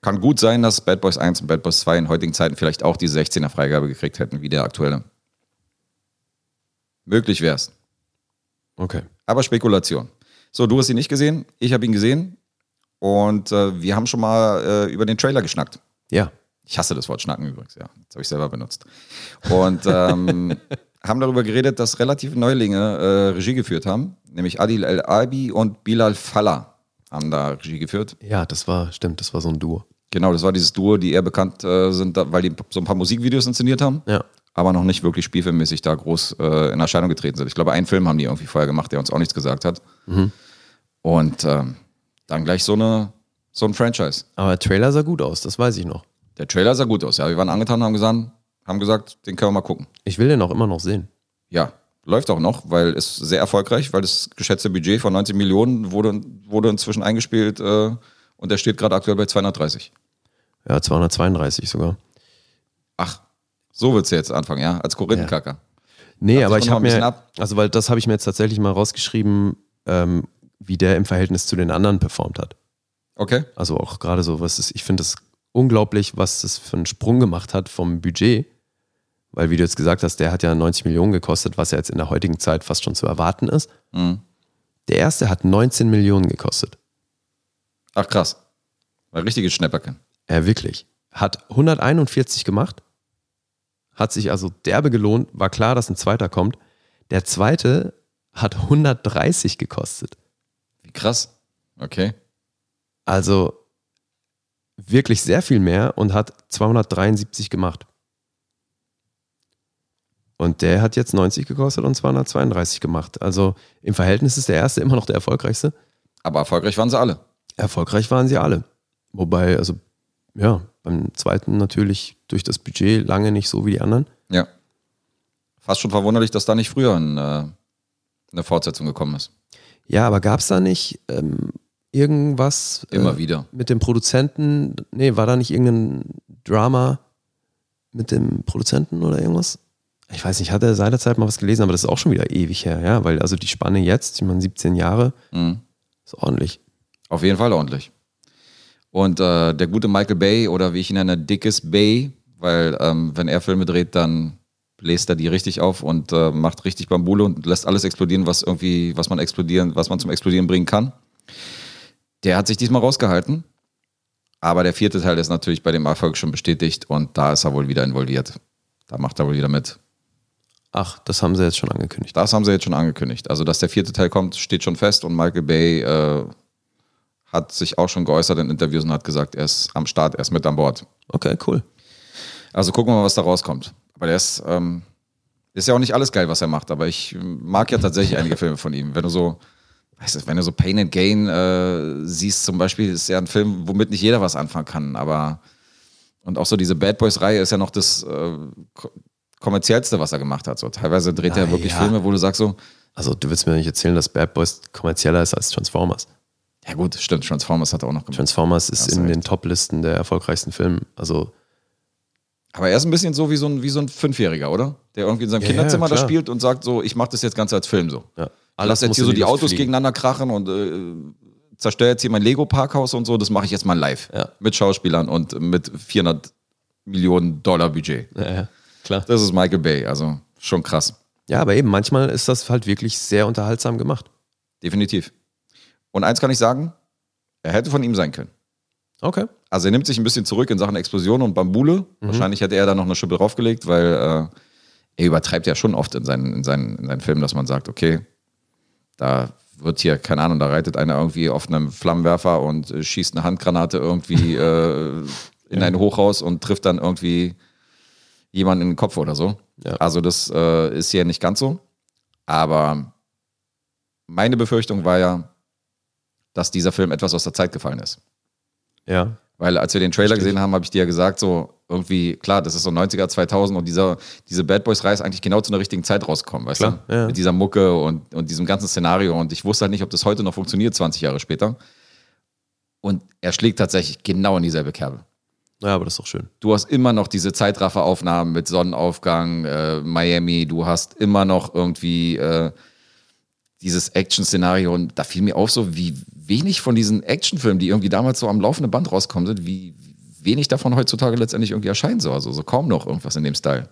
[SPEAKER 2] Kann gut sein, dass Bad Boys 1 und Bad Boys 2 in heutigen Zeiten vielleicht auch diese 16er-Freigabe gekriegt hätten, wie der aktuelle. Möglich wär's.
[SPEAKER 3] Okay.
[SPEAKER 2] Aber Spekulation. So, du hast ihn nicht gesehen, ich habe ihn gesehen und äh, wir haben schon mal äh, über den Trailer geschnackt.
[SPEAKER 3] Ja.
[SPEAKER 2] Ich hasse das Wort schnacken übrigens, ja. Das habe ich selber benutzt. Und ähm, haben darüber geredet, dass relative Neulinge äh, Regie geführt haben, nämlich Adil El Albi und Bilal Fallah haben da Regie geführt.
[SPEAKER 3] Ja, das war, stimmt, das war so ein Duo.
[SPEAKER 2] Genau, das war dieses Duo, die eher bekannt äh, sind, da- weil die so ein paar Musikvideos inszeniert haben,
[SPEAKER 3] Ja.
[SPEAKER 2] aber noch nicht wirklich spielfilmmäßig da groß äh, in Erscheinung getreten sind. Ich glaube, einen Film haben die irgendwie vorher gemacht, der uns auch nichts gesagt hat. Und ähm, dann gleich so, eine, so ein Franchise.
[SPEAKER 3] Aber der Trailer sah gut aus, das weiß ich noch.
[SPEAKER 2] Der Trailer sah gut aus, ja. Wir waren angetan und haben gesagt, haben gesagt, den können wir mal gucken.
[SPEAKER 3] Ich will den auch immer noch sehen.
[SPEAKER 2] Ja, läuft auch noch, weil ist sehr erfolgreich, weil das geschätzte Budget von 19 Millionen wurde, wurde inzwischen eingespielt äh, und der steht gerade aktuell bei 230.
[SPEAKER 3] Ja, 232 sogar.
[SPEAKER 2] Ach, so willst du jetzt anfangen, ja? Als Korinthenkacker.
[SPEAKER 3] Nee,
[SPEAKER 2] Dachte
[SPEAKER 3] aber
[SPEAKER 2] ich
[SPEAKER 3] ich
[SPEAKER 2] noch
[SPEAKER 3] habe
[SPEAKER 2] mal ein bisschen
[SPEAKER 3] mir,
[SPEAKER 2] ab.
[SPEAKER 3] also weil das habe ich mir jetzt tatsächlich mal rausgeschrieben, ähm, wie der im Verhältnis zu den anderen performt hat.
[SPEAKER 2] Okay.
[SPEAKER 3] Also auch gerade so, was ist, ich finde es unglaublich, was das für einen Sprung gemacht hat vom Budget. Weil, wie du jetzt gesagt hast, der hat ja 90 Millionen gekostet, was ja jetzt in der heutigen Zeit fast schon zu erwarten ist.
[SPEAKER 2] Mhm.
[SPEAKER 3] Der erste hat 19 Millionen gekostet.
[SPEAKER 2] Ach krass. War richtige Schnäpperken.
[SPEAKER 3] Ja, Äh, wirklich. Hat 141 gemacht, hat sich also derbe gelohnt, war klar, dass ein zweiter kommt. Der zweite hat 130 gekostet.
[SPEAKER 2] Wie krass. Okay.
[SPEAKER 3] Also wirklich sehr viel mehr und hat 273 gemacht. Und der hat jetzt 90 gekostet und 232 gemacht. Also im Verhältnis ist der erste immer noch der erfolgreichste.
[SPEAKER 2] Aber erfolgreich waren sie alle.
[SPEAKER 3] Erfolgreich waren sie alle. Wobei, also ja, beim zweiten natürlich durch das Budget lange nicht so wie die anderen.
[SPEAKER 2] Ja. Fast schon verwunderlich, dass da nicht früher ein, äh, eine Fortsetzung gekommen ist.
[SPEAKER 3] Ja, aber gab es da nicht ähm, irgendwas äh,
[SPEAKER 2] Immer wieder.
[SPEAKER 3] mit dem Produzenten? Nee, war da nicht irgendein Drama mit dem Produzenten oder irgendwas? Ich weiß nicht, hat er seinerzeit mal was gelesen, aber das ist auch schon wieder ewig her, ja, weil also die Spanne jetzt, ich meine 17 Jahre,
[SPEAKER 2] Mhm.
[SPEAKER 3] ist ordentlich.
[SPEAKER 2] Auf jeden Fall ordentlich. Und äh, der gute Michael Bay oder wie ich ihn nenne, Dickes Bay, weil ähm, wenn er Filme dreht, dann bläst er die richtig auf und äh, macht richtig Bambule und lässt alles explodieren, was irgendwie, was man explodieren, was man zum Explodieren bringen kann. Der hat sich diesmal rausgehalten. Aber der vierte Teil ist natürlich bei dem Erfolg schon bestätigt und da ist er wohl wieder involviert. Da macht er wohl wieder mit.
[SPEAKER 3] Ach, das haben sie jetzt schon angekündigt.
[SPEAKER 2] Das haben sie jetzt schon angekündigt. Also, dass der vierte Teil kommt, steht schon fest und Michael Bay äh, hat sich auch schon geäußert in Interviews und hat gesagt, er ist am Start, er ist mit an Bord.
[SPEAKER 3] Okay, cool.
[SPEAKER 2] Also gucken wir mal, was da rauskommt. Aber der ist, ähm, ist ja auch nicht alles geil, was er macht, aber ich mag ja tatsächlich einige Filme von ihm. Wenn du so, weißt du, wenn du so Pain and Gain äh, siehst, zum Beispiel, ist ja ein Film, womit nicht jeder was anfangen kann, aber und auch so diese Bad Boys-Reihe ist ja noch das äh, ko- kommerziellste, was er gemacht hat. So, teilweise dreht er
[SPEAKER 3] Na
[SPEAKER 2] wirklich
[SPEAKER 3] ja.
[SPEAKER 2] Filme, wo du sagst so,
[SPEAKER 3] Also, du willst mir nicht erzählen, dass Bad Boys kommerzieller ist als Transformers.
[SPEAKER 2] ja gut, stimmt, Transformers hat er auch noch gemacht.
[SPEAKER 3] Transformers ist
[SPEAKER 2] hast
[SPEAKER 3] in
[SPEAKER 2] recht.
[SPEAKER 3] den Top-Listen der erfolgreichsten Filme. Also,
[SPEAKER 2] Aber er ist ein bisschen so wie so ein, wie so ein Fünfjähriger, oder? Der irgendwie in seinem
[SPEAKER 3] Ja,
[SPEAKER 2] Kinderzimmer
[SPEAKER 3] ja,
[SPEAKER 2] das
[SPEAKER 3] klar.
[SPEAKER 2] spielt und sagt so, ich mache das jetzt ganz als Film so.
[SPEAKER 3] ja.
[SPEAKER 2] Ich lass jetzt
[SPEAKER 3] muss
[SPEAKER 2] hier
[SPEAKER 3] in
[SPEAKER 2] so die
[SPEAKER 3] Luft
[SPEAKER 2] Autos
[SPEAKER 3] fliegen.
[SPEAKER 2] gegeneinander krachen und äh, zerstöre jetzt hier mein Lego-Parkhaus und so. Das mache ich jetzt mal live.
[SPEAKER 3] Ja.
[SPEAKER 2] Mit Schauspielern und mit 400 Millionen Dollar Budget.
[SPEAKER 3] Ja, ja, klar.
[SPEAKER 2] Das ist Michael Bay, also schon krass.
[SPEAKER 3] Ja, aber eben, manchmal ist das halt wirklich sehr unterhaltsam gemacht.
[SPEAKER 2] Definitiv. Und eins kann ich sagen, er hätte von ihm sein können.
[SPEAKER 3] Okay.
[SPEAKER 2] Also er nimmt sich ein bisschen zurück in Sachen Explosion und Bambule. Wahrscheinlich hätte er da noch eine Schippe draufgelegt, weil äh, er übertreibt ja schon oft in seinen, in, seinen, in seinen Filmen, dass man sagt, okay, da wird hier, keine Ahnung, da reitet einer irgendwie auf einem Flammenwerfer und äh, schießt eine Handgranate irgendwie äh, in ein Hochhaus und trifft dann irgendwie jemanden in den Kopf oder so.
[SPEAKER 3] Ja.
[SPEAKER 2] Also das äh, ist hier nicht ganz so. Aber meine Befürchtung war ja, dass dieser Film etwas aus der Zeit gefallen ist.
[SPEAKER 3] Ja.
[SPEAKER 2] Weil als wir den Trailer
[SPEAKER 3] Verstehe ich.
[SPEAKER 2] gesehen haben, habe ich dir ja gesagt, so irgendwie, klar, das ist so 90er, 2000 und dieser, diese Bad Boys-Reihe ist eigentlich genau zu einer richtigen Zeit rausgekommen, weißt
[SPEAKER 3] Klar,
[SPEAKER 2] du?
[SPEAKER 3] ja.
[SPEAKER 2] Mit dieser Mucke und, und diesem ganzen Szenario und ich wusste halt nicht, ob das heute noch funktioniert, 20 Jahre später. Und er schlägt tatsächlich genau in dieselbe Kerbe.
[SPEAKER 3] Ja, aber das ist doch schön.
[SPEAKER 2] Du hast immer noch diese Zeitrafferaufnahmen mit Sonnenaufgang, äh, Miami, du hast immer noch irgendwie äh, dieses Action-Szenario und da fiel mir auf, so wie wenig von diesen Actionfilmen, die irgendwie damals so am laufenden Band rauskommen sind, wie wenig davon heutzutage letztendlich irgendwie erscheinen soll. Also so kaum noch irgendwas in dem Style.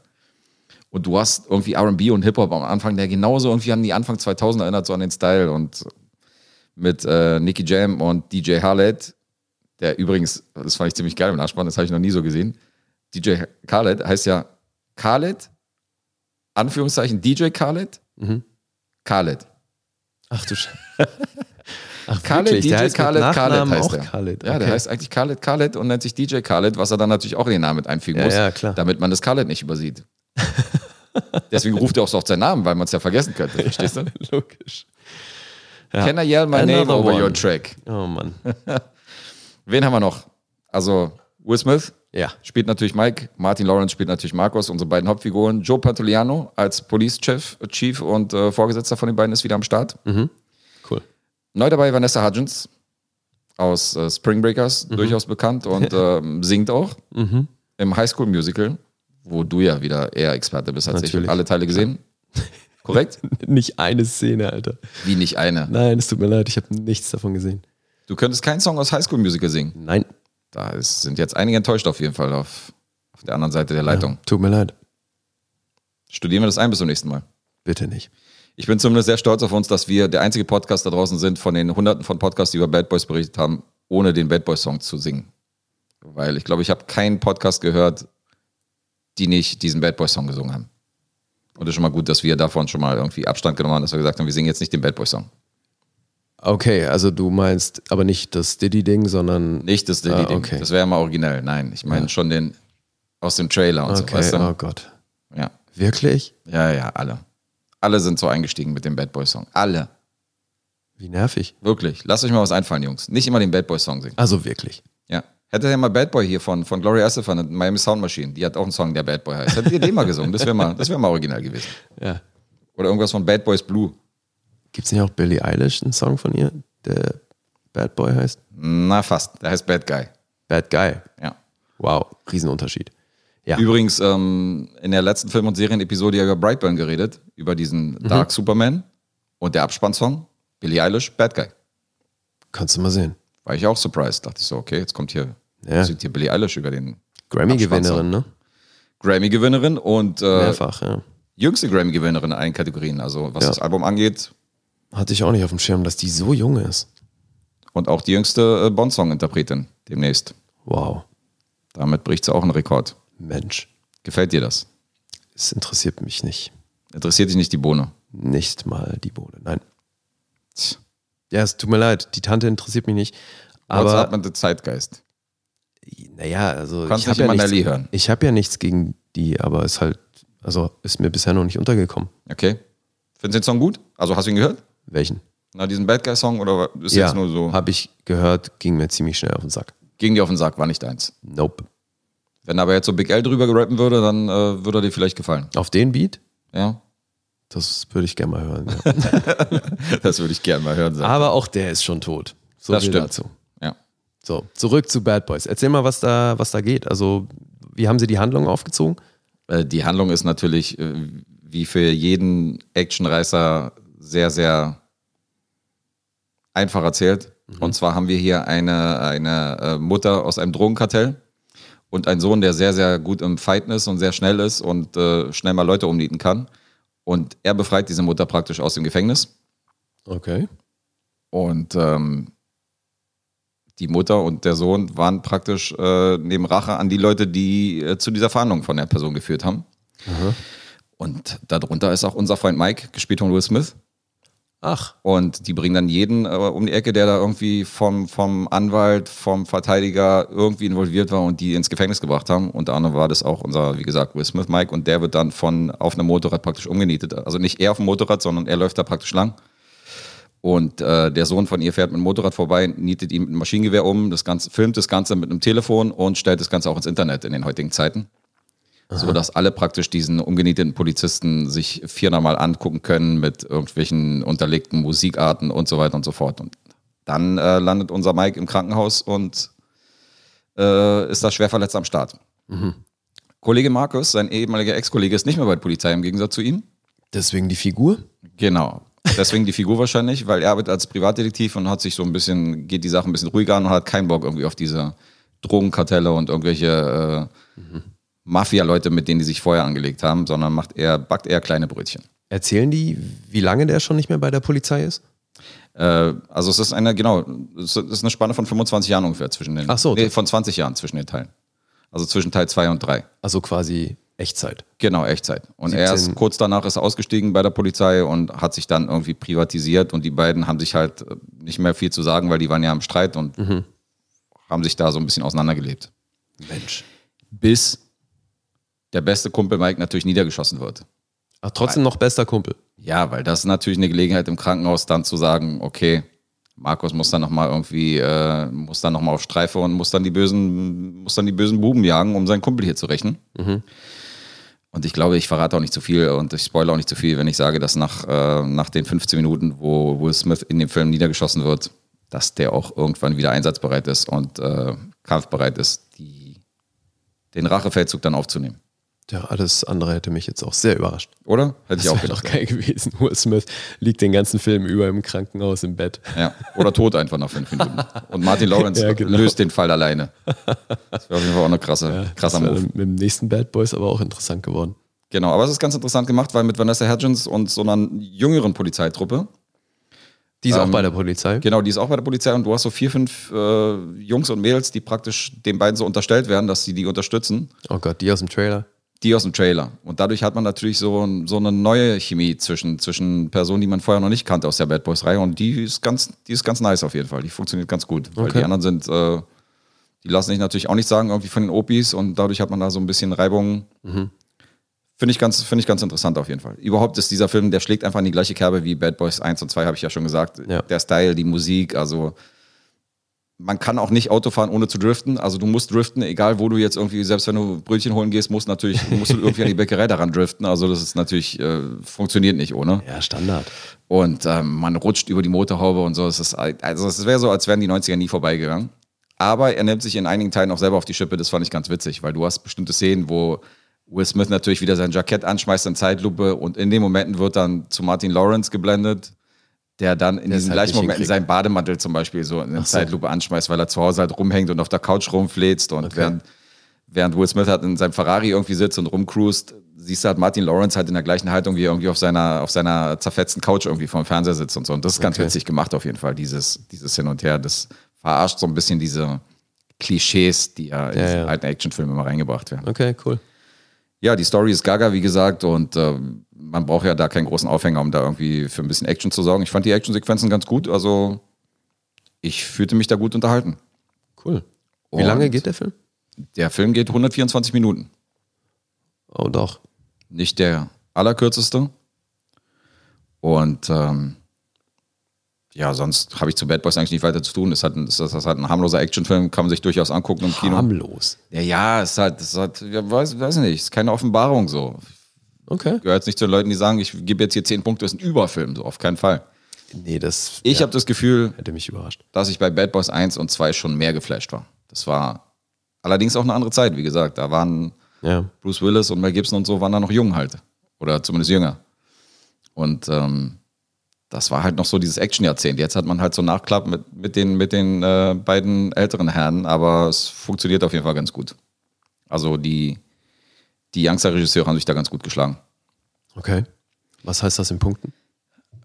[SPEAKER 2] Und du hast irgendwie RB und Hip-Hop am Anfang, der genauso irgendwie an die Anfang 2000 erinnert, so an den Style und mit äh, Nicky Jam und DJ Khaled, der übrigens, das fand ich ziemlich geil im Nachspann, das habe ich noch nie so gesehen. DJ Khaled heißt ja Khaled, Anführungszeichen DJ Khaled,
[SPEAKER 3] Mhm.
[SPEAKER 2] Khaled.
[SPEAKER 3] Ach du Scheiße. Ach,
[SPEAKER 2] Khaled,
[SPEAKER 3] wirklich?
[SPEAKER 2] DJ
[SPEAKER 3] der heißt mit
[SPEAKER 2] Khaled, Khaled
[SPEAKER 3] Nachnamen
[SPEAKER 2] heißt
[SPEAKER 3] auch
[SPEAKER 2] er.
[SPEAKER 3] Khaled.
[SPEAKER 2] Ja, der
[SPEAKER 3] Okay.
[SPEAKER 2] heißt eigentlich Khaled Khaled und nennt sich DJ Khaled, was er dann natürlich auch in den Namen mit einfügen
[SPEAKER 3] Ja,
[SPEAKER 2] muss,
[SPEAKER 3] ja, klar.
[SPEAKER 2] damit man das Khaled nicht übersieht. Deswegen ruft er auch so oft seinen Namen, weil man es ja vergessen könnte, verstehst du?
[SPEAKER 3] Logisch.
[SPEAKER 2] Can I yell my name
[SPEAKER 3] Another
[SPEAKER 2] over
[SPEAKER 3] one.
[SPEAKER 2] your track?
[SPEAKER 3] Oh Mann.
[SPEAKER 2] Wen haben wir noch? Also Will Smith,
[SPEAKER 3] Ja.
[SPEAKER 2] spielt natürlich Mike, Martin Lawrence spielt natürlich Markus, unsere beiden Hauptfiguren. Joe Pantoliano als Police-Chef Chief und äh, Vorgesetzter von den beiden ist wieder am Start.
[SPEAKER 3] Cool.
[SPEAKER 2] Neu dabei Vanessa Hudgens aus äh, Spring Breakers, durchaus bekannt und ähm, singt auch im High School Musical, wo du ja wieder eher Experte bist als ich.
[SPEAKER 3] Natürlich.
[SPEAKER 2] Alle Teile gesehen. Korrekt?
[SPEAKER 3] Nicht eine Szene, Alter.
[SPEAKER 2] Wie nicht eine.
[SPEAKER 3] Nein, es tut mir leid, ich habe nichts davon gesehen.
[SPEAKER 2] Du könntest keinen Song aus High School Musical singen.
[SPEAKER 3] Nein.
[SPEAKER 2] Da ist, sind jetzt einige enttäuscht auf jeden Fall auf, auf der anderen Seite der Leitung.
[SPEAKER 3] Tut mir leid.
[SPEAKER 2] Studieren wir das ein bis zum nächsten Mal.
[SPEAKER 3] Bitte nicht.
[SPEAKER 2] Ich bin zumindest sehr stolz auf uns, dass wir der einzige Podcast da draußen sind von den hunderten von Podcasts, die über Bad Boys berichtet haben, ohne den Bad Boys Song zu singen. Weil ich glaube, ich habe keinen Podcast gehört, die nicht diesen Bad Boys Song gesungen haben. Und es ist schon mal gut, dass wir davon schon mal irgendwie Abstand genommen haben, dass wir gesagt haben, wir singen jetzt nicht den Bad Boys Song.
[SPEAKER 3] Okay, also du meinst aber nicht das Diddy-Ding, sondern.
[SPEAKER 2] Nicht das Diddy
[SPEAKER 3] Ah,
[SPEAKER 2] Ding.
[SPEAKER 3] okay.
[SPEAKER 2] Das wäre ja mal originell. Nein, ich meine schon den aus dem Trailer und so.
[SPEAKER 3] Okay,
[SPEAKER 2] Weißt du?
[SPEAKER 3] oh Gott.
[SPEAKER 2] Ja.
[SPEAKER 3] Wirklich?
[SPEAKER 2] ja, ja, alle. Alle sind so eingestiegen mit dem Bad Boys Song. Alle.
[SPEAKER 3] Wie nervig.
[SPEAKER 2] Wirklich. Lasst euch mal was einfallen, Jungs. Nicht immer den Bad Boys Song singen.
[SPEAKER 3] Also wirklich.
[SPEAKER 2] Ja. Hätte ja mal Bad Boy hier von, von Gloria Estefan und Miami Sound Machine. Die hat auch einen Song, der Bad Boy heißt. Hättet ihr den mal gesungen? Das wäre mal, das wär mal original gewesen.
[SPEAKER 3] Ja.
[SPEAKER 2] Oder irgendwas von Bad Boys Blue.
[SPEAKER 3] Gibt es nicht auch Billie Eilish einen Song von ihr, der Bad Boy heißt?
[SPEAKER 2] Na, fast. Der heißt Bad Guy.
[SPEAKER 3] Bad Guy.
[SPEAKER 2] Ja.
[SPEAKER 3] Wow, Riesenunterschied. Ja.
[SPEAKER 2] Übrigens, ähm, in der letzten Film- und Serien-Episode ja über Brightburn geredet, über diesen
[SPEAKER 3] Mhm.
[SPEAKER 2] Dark Superman und der Abspannsong, Billie Eilish, Bad Guy.
[SPEAKER 3] Kannst du mal sehen.
[SPEAKER 2] War ich auch surprised. Dachte ich so, okay, jetzt kommt hier,
[SPEAKER 3] Ja.
[SPEAKER 2] singt hier Billie Eilish über den
[SPEAKER 3] Grammy-Gewinnerin, ne?
[SPEAKER 2] Grammy-Gewinnerin und äh,
[SPEAKER 3] Mehrfach, ja.
[SPEAKER 2] jüngste Grammy-Gewinnerin in allen Kategorien. Also was
[SPEAKER 3] Ja.
[SPEAKER 2] das Album angeht,
[SPEAKER 3] Hatte ich auch nicht auf dem Schirm, dass die so jung ist.
[SPEAKER 2] Und auch die jüngste äh, Bond-Song-Interpretin demnächst.
[SPEAKER 3] Wow,
[SPEAKER 2] Damit bricht sie auch einen Rekord.
[SPEAKER 3] Mensch.
[SPEAKER 2] Gefällt dir das?
[SPEAKER 3] Es interessiert mich nicht.
[SPEAKER 2] Interessiert dich nicht die Bohne.
[SPEAKER 3] Nicht mal die Bohne, nein.
[SPEAKER 2] Tch.
[SPEAKER 3] Ja, es tut mir leid, die Tante interessiert mich nicht.
[SPEAKER 2] Aber hat
[SPEAKER 3] Aber,
[SPEAKER 2] man den Zeitgeist.
[SPEAKER 3] naja, also
[SPEAKER 2] Kannst
[SPEAKER 3] ich habe
[SPEAKER 2] nicht
[SPEAKER 3] ja,
[SPEAKER 2] Mandali
[SPEAKER 3] nichts-
[SPEAKER 2] hören.
[SPEAKER 3] ich hab ja nichts gegen die, aber ist halt, also ist mir bisher noch nicht untergekommen.
[SPEAKER 2] Okay. Findest du den Song gut? Also hast du ihn gehört?
[SPEAKER 3] Welchen?
[SPEAKER 2] Na, diesen Bad Guy Song oder ist jetzt nur so?
[SPEAKER 3] habe ich gehört, ging mir ziemlich schnell auf den Sack.
[SPEAKER 2] Ging dir auf den Sack, war nicht deins.
[SPEAKER 3] Nope.
[SPEAKER 2] Wenn aber jetzt so Big L drüber gerappen würde, dann äh, würde er dir vielleicht gefallen.
[SPEAKER 3] Auf den Beat?
[SPEAKER 2] Ja.
[SPEAKER 3] Das würde ich gerne mal hören. Ja.
[SPEAKER 2] Das würde ich gerne mal hören. Sagen.
[SPEAKER 3] aber auch der ist schon tot. So
[SPEAKER 2] Das
[SPEAKER 3] viel
[SPEAKER 2] stimmt.
[SPEAKER 3] dazu.
[SPEAKER 2] Ja.
[SPEAKER 3] So, zurück zu Bad Boys. Erzähl mal, was da, was da geht. Also, wie haben sie die Handlung aufgezogen?
[SPEAKER 2] Äh, die Handlung ist natürlich, äh, wie für jeden Actionreißer, sehr, sehr einfach erzählt. Und zwar haben wir hier eine, eine äh, Mutter aus einem Drogenkartell und einen Sohn, der sehr, sehr gut im Fighten ist und sehr schnell ist und äh, schnell mal Leute umnieten kann. Und er befreit diese Mutter praktisch aus dem Gefängnis.
[SPEAKER 3] Okay.
[SPEAKER 2] Und ähm, die Mutter und der Sohn waren praktisch äh, neben Rache an die Leute, die äh, zu dieser Fahndung von der Person geführt haben. Und darunter ist auch unser Freund Mike, gespielt von Will Smith.
[SPEAKER 3] Ach,
[SPEAKER 2] Und die bringen dann jeden äh, um die Ecke, der da irgendwie vom, vom Anwalt, vom Verteidiger irgendwie involviert war und die ins Gefängnis gebracht haben. Unter anderem war das auch unser, wie gesagt, Will Smith Mike und der wird dann von auf einem Motorrad praktisch umgenietet. Also nicht er auf dem Motorrad, sondern er läuft da praktisch lang. Und äh, der Sohn von ihr fährt mit dem Motorrad vorbei, nietet ihn mit einem Maschinengewehr um, das Ganze, filmt das Ganze mit einem Telefon und stellt das Ganze auch ins Internet in den heutigen Zeiten. So dass alle praktisch diesen umgenieteten Polizisten sich viermal angucken können mit irgendwelchen unterlegten Musikarten und so weiter und so fort. Und dann äh, landet unser Mike im Krankenhaus und äh, ist da schwer verletzt am Start. Kollege Markus, sein ehemaliger Ex-Kollege, ist nicht mehr bei der Polizei im Gegensatz zu ihm.
[SPEAKER 3] deswegen die Figur?
[SPEAKER 2] Genau. Deswegen die Figur wahrscheinlich, weil er arbeitet als Privatdetektiv und hat sich so ein bisschen, geht die Sache ein bisschen ruhiger an und hat keinen Bock irgendwie auf diese Drogenkartelle und irgendwelche äh, Mafia-Leute, mit denen die sich vorher angelegt haben, sondern macht eher, backt eher kleine Brötchen.
[SPEAKER 3] Erzählen die, wie lange der schon nicht mehr bei der Polizei ist?
[SPEAKER 2] Äh, also es ist eine, genau, es ist eine Spanne von 25 Jahren ungefähr zwischen den,
[SPEAKER 3] Ach so.
[SPEAKER 2] nee, von 20 Jahren zwischen den Teilen. Also zwischen Teil 2 und 3.
[SPEAKER 3] Also quasi Echtzeit.
[SPEAKER 2] Genau, Echtzeit. Und er ist
[SPEAKER 3] 17.
[SPEAKER 2] kurz danach ist er ausgestiegen bei der Polizei und hat sich dann irgendwie privatisiert und die beiden haben sich halt äh, nicht mehr viel zu sagen, weil die waren ja im Streit und haben sich da so ein bisschen auseinandergelebt.
[SPEAKER 3] Mensch.
[SPEAKER 2] Bis der beste Kumpel Mike natürlich niedergeschossen wird.
[SPEAKER 3] Ach, trotzdem noch bester Kumpel.
[SPEAKER 2] Ja, weil das ist natürlich eine Gelegenheit im Krankenhaus dann zu sagen, okay, Markus muss dann nochmal irgendwie, äh, muss dann nochmal auf Streife und muss dann die bösen, muss dann die bösen Buben jagen, um seinen Kumpel hier zu rächen.
[SPEAKER 3] Mhm.
[SPEAKER 2] Und ich glaube, ich verrate auch nicht zu viel und ich spoilere auch nicht zu viel, wenn ich sage, dass nach, äh, nach den 15 Minuten, wo Will Smith in dem Film niedergeschossen wird, dass der auch irgendwann wieder einsatzbereit ist und äh, kampfbereit ist, die, den Rachefeldzug dann aufzunehmen.
[SPEAKER 3] Ja, alles andere hätte mich jetzt auch sehr überrascht.
[SPEAKER 2] Oder? Hätte ich
[SPEAKER 3] Das
[SPEAKER 2] auch
[SPEAKER 3] wäre doch
[SPEAKER 2] gedacht.
[SPEAKER 3] geil gewesen. Will Smith liegt den ganzen Film über im Krankenhaus im Bett.
[SPEAKER 2] Ja, oder tot einfach nach fünf Minuten. Und Martin Lawrence
[SPEAKER 3] Ja, genau.
[SPEAKER 2] löst den Fall alleine. Das wäre auf jeden Fall auch eine krasse, krasser
[SPEAKER 3] das wäre
[SPEAKER 2] Move.
[SPEAKER 3] mit dem nächsten Bad Boys aber auch interessant geworden.
[SPEAKER 2] Genau, aber es ist ganz interessant gemacht, weil mit Vanessa Hudgens und so einer jüngeren Polizeitruppe,
[SPEAKER 3] Die ist
[SPEAKER 2] Ähm,
[SPEAKER 3] auch bei der Polizei.
[SPEAKER 2] genau, die ist auch bei der Polizei und du hast so vier, fünf äh, Jungs und Mädels, die praktisch den beiden so unterstellt werden, dass sie die unterstützen,
[SPEAKER 3] Oh Gott, die aus dem Trailer.
[SPEAKER 2] die aus dem Trailer. Und dadurch hat man natürlich so, ein- so eine neue Chemie zwischen, zwischen Personen, die man vorher noch nicht kannte aus der Bad Boys-Reihe und die ist, ganz, die ist ganz nice auf jeden Fall. Die funktioniert ganz gut, weil
[SPEAKER 3] Okay.
[SPEAKER 2] die anderen sind... Äh, Die lassen sich natürlich auch nicht sagen, irgendwie von den Opis und dadurch hat man da so ein bisschen Reibung. Finde ich, ganz, finde ich ganz interessant auf jeden Fall. Überhaupt ist dieser Film, der schlägt einfach in die gleiche Kerbe wie Bad Boys 1 und 2, habe ich ja schon gesagt.
[SPEAKER 3] Ja.
[SPEAKER 2] Der Style, die Musik, also man kann auch nicht Auto fahren, ohne zu driften. Also du musst driften, egal wo du jetzt irgendwie, selbst wenn du Brötchen holen gehst, musst, natürlich, musst du irgendwie an die Bäckerei daran driften. Also das ist natürlich, äh, funktioniert nicht ohne.
[SPEAKER 3] Ja, Standard.
[SPEAKER 2] Und ähm, man rutscht über die Motorhaube und so. Es ist, halt- also es wäre so, als wären die 90er nie vorbeigegangen. Aber er nimmt sich in einigen Teilen auch selber auf die Schippe. Das fand ich ganz witzig, weil du hast bestimmte Szenen, wo Will Smith natürlich wieder sein Jackett anschmeißt in Zeitlupe und in den Momenten wird dann zu Martin Lawrence geblendet, der dann in
[SPEAKER 3] es
[SPEAKER 2] diesen
[SPEAKER 3] halt
[SPEAKER 2] gleichen
[SPEAKER 3] nicht
[SPEAKER 2] Momenten
[SPEAKER 3] hinkriegt.
[SPEAKER 2] seinen Bademantel zum Beispiel so in
[SPEAKER 3] so.
[SPEAKER 2] Zeitlupe anschmeißt, weil er zu Hause halt rumhängt und auf der Couch rumfläzt und während während Will Smith halt in seinem Ferrari irgendwie sitzt und rumcruist, siehst du halt Martin Lawrence halt in der gleichen Haltung, wie er irgendwie auf seiner, auf seiner zerfetzten Couch irgendwie vor dem Fernseher sitzt und so. Und das ist ganz witzig gemacht auf jeden Fall, dieses, dieses Hin und Her. Das verarscht so ein bisschen diese Klischees, die ja in
[SPEAKER 3] Ja,
[SPEAKER 2] diesen
[SPEAKER 3] ja.
[SPEAKER 2] alten Actionfilmen immer reingebracht werden.
[SPEAKER 3] Okay, cool.
[SPEAKER 2] Ja, die Story ist gaga, wie gesagt, und ähm, man braucht ja da keinen großen Aufhänger, um da irgendwie für ein bisschen Action zu sorgen. Ich fand die Actionsequenzen ganz gut, also ich fühlte mich da gut unterhalten.
[SPEAKER 3] Cool. Wie
[SPEAKER 2] Und-
[SPEAKER 3] lange geht der Film?
[SPEAKER 2] Der Film geht 124 Minuten.
[SPEAKER 3] Oh, doch.
[SPEAKER 2] Nicht der allerkürzeste. Und ähm, ja, sonst habe ich zu Bad Boys eigentlich nicht weiter zu tun. Ist halt ein, ist, das ist halt ein harmloser Actionfilm, kann man sich durchaus angucken im Kino.
[SPEAKER 3] Harmlos.
[SPEAKER 2] ja, ja, ist halt, ist halt ja, weiß, weiß nicht, ist keine Offenbarung so.
[SPEAKER 3] Okay.
[SPEAKER 2] Gehört nicht zu den Leuten, die sagen, ich gebe jetzt hier 10 Punkte, ist ein Überfilm, so auf keinen Fall.
[SPEAKER 3] Nee, das
[SPEAKER 2] Ich habe das Gefühl,
[SPEAKER 3] hätte mich überrascht.
[SPEAKER 2] dass ich bei Bad Boys 1 und 2 schon mehr geflasht war. Das war allerdings auch eine andere Zeit, wie gesagt. Da waren
[SPEAKER 3] Ja.
[SPEAKER 2] Bruce Willis und Mel Gibson und so waren da noch jung halt. Oder zumindest jünger. Und ähm, das war halt noch so dieses Action-Jahrzehnt. Jetzt hat man halt so Nachklapp mit, mit den, mit den äh, beiden älteren Herren, aber es funktioniert auf jeden Fall ganz gut. Also die, die Youngster-Regisseure haben sich da ganz gut geschlagen.
[SPEAKER 3] Okay. Was heißt das in Punkten?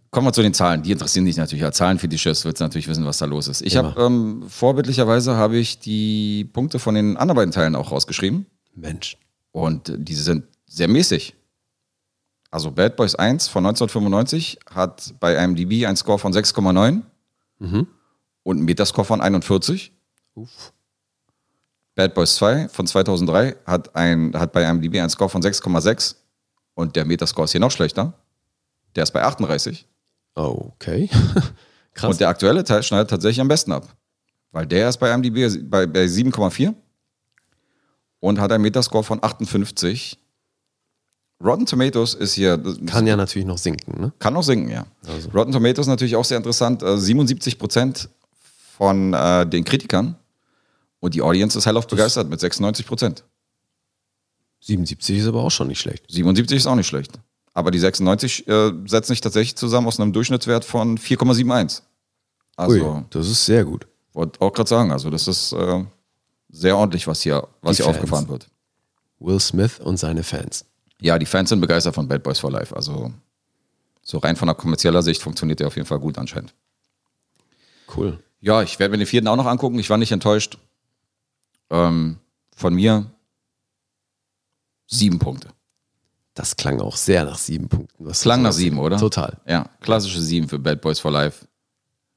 [SPEAKER 2] Kommen wir zu den Zahlen. Die interessieren dich natürlich. Als Zahlenfetisches willst du natürlich wissen, was da los ist. Ich
[SPEAKER 3] Immer.
[SPEAKER 2] habe ähm, vorbildlicherweise habe ich die Punkte von den anderen beiden Teilen auch rausgeschrieben.
[SPEAKER 3] Mensch.
[SPEAKER 2] Und die sind sehr mäßig. Also Bad Boys 1 von 1995 hat bei IMDb einen Score von 6,9 und einen Metascore von 41.
[SPEAKER 3] Uff.
[SPEAKER 2] Bad Boys 2 von 2003 hat, ein, hat bei IMDb einen Score von 6,6 und der Metascore ist hier noch schlechter. Der ist bei 38.
[SPEAKER 3] Okay. Krass.
[SPEAKER 2] Und der aktuelle Teil schneidet tatsächlich am besten ab. Weil der ist bei IMDb bei, bei 7,4 und hat einen Metascore von 58. Rotten Tomatoes ist hier, das
[SPEAKER 3] kann Also. ja natürlich noch sinken, ne?
[SPEAKER 2] kann auch sinken, ja. Rotten Tomatoes ist natürlich auch sehr interessant. Äh, 77 Prozent von äh, den Kritikern und die Audience ist hell auf begeistert mit 96 Prozent.
[SPEAKER 3] 77 ist aber auch schon nicht schlecht.
[SPEAKER 2] 77 ist auch nicht schlecht. Aber die 96 äh, setzen sich tatsächlich zusammen aus einem Durchschnittswert von 4,71. Also.
[SPEAKER 3] Ui, das ist sehr gut.
[SPEAKER 2] Wollte auch gerade sagen, also das ist äh, sehr ordentlich, was hier, was
[SPEAKER 3] Die
[SPEAKER 2] hier
[SPEAKER 3] Fans.
[SPEAKER 2] aufgefahren wird.
[SPEAKER 3] Will Smith und seine Fans.
[SPEAKER 2] Ja, die Fans sind begeistert von Bad Boys for Life. Also so rein von der kommerzieller Sicht funktioniert der auf jeden Fall gut anscheinend.
[SPEAKER 3] Cool.
[SPEAKER 2] Ja, ich werde mir den vierten auch noch angucken. Ich war nicht enttäuscht. Ähm, von mir sieben Punkte.
[SPEAKER 3] Das klang auch sehr nach sieben Punkten. Was du
[SPEAKER 2] Klang nach
[SPEAKER 3] sagst.
[SPEAKER 2] sieben, oder?
[SPEAKER 3] Total.
[SPEAKER 2] Ja, klassische sieben für Bad Boys for Life.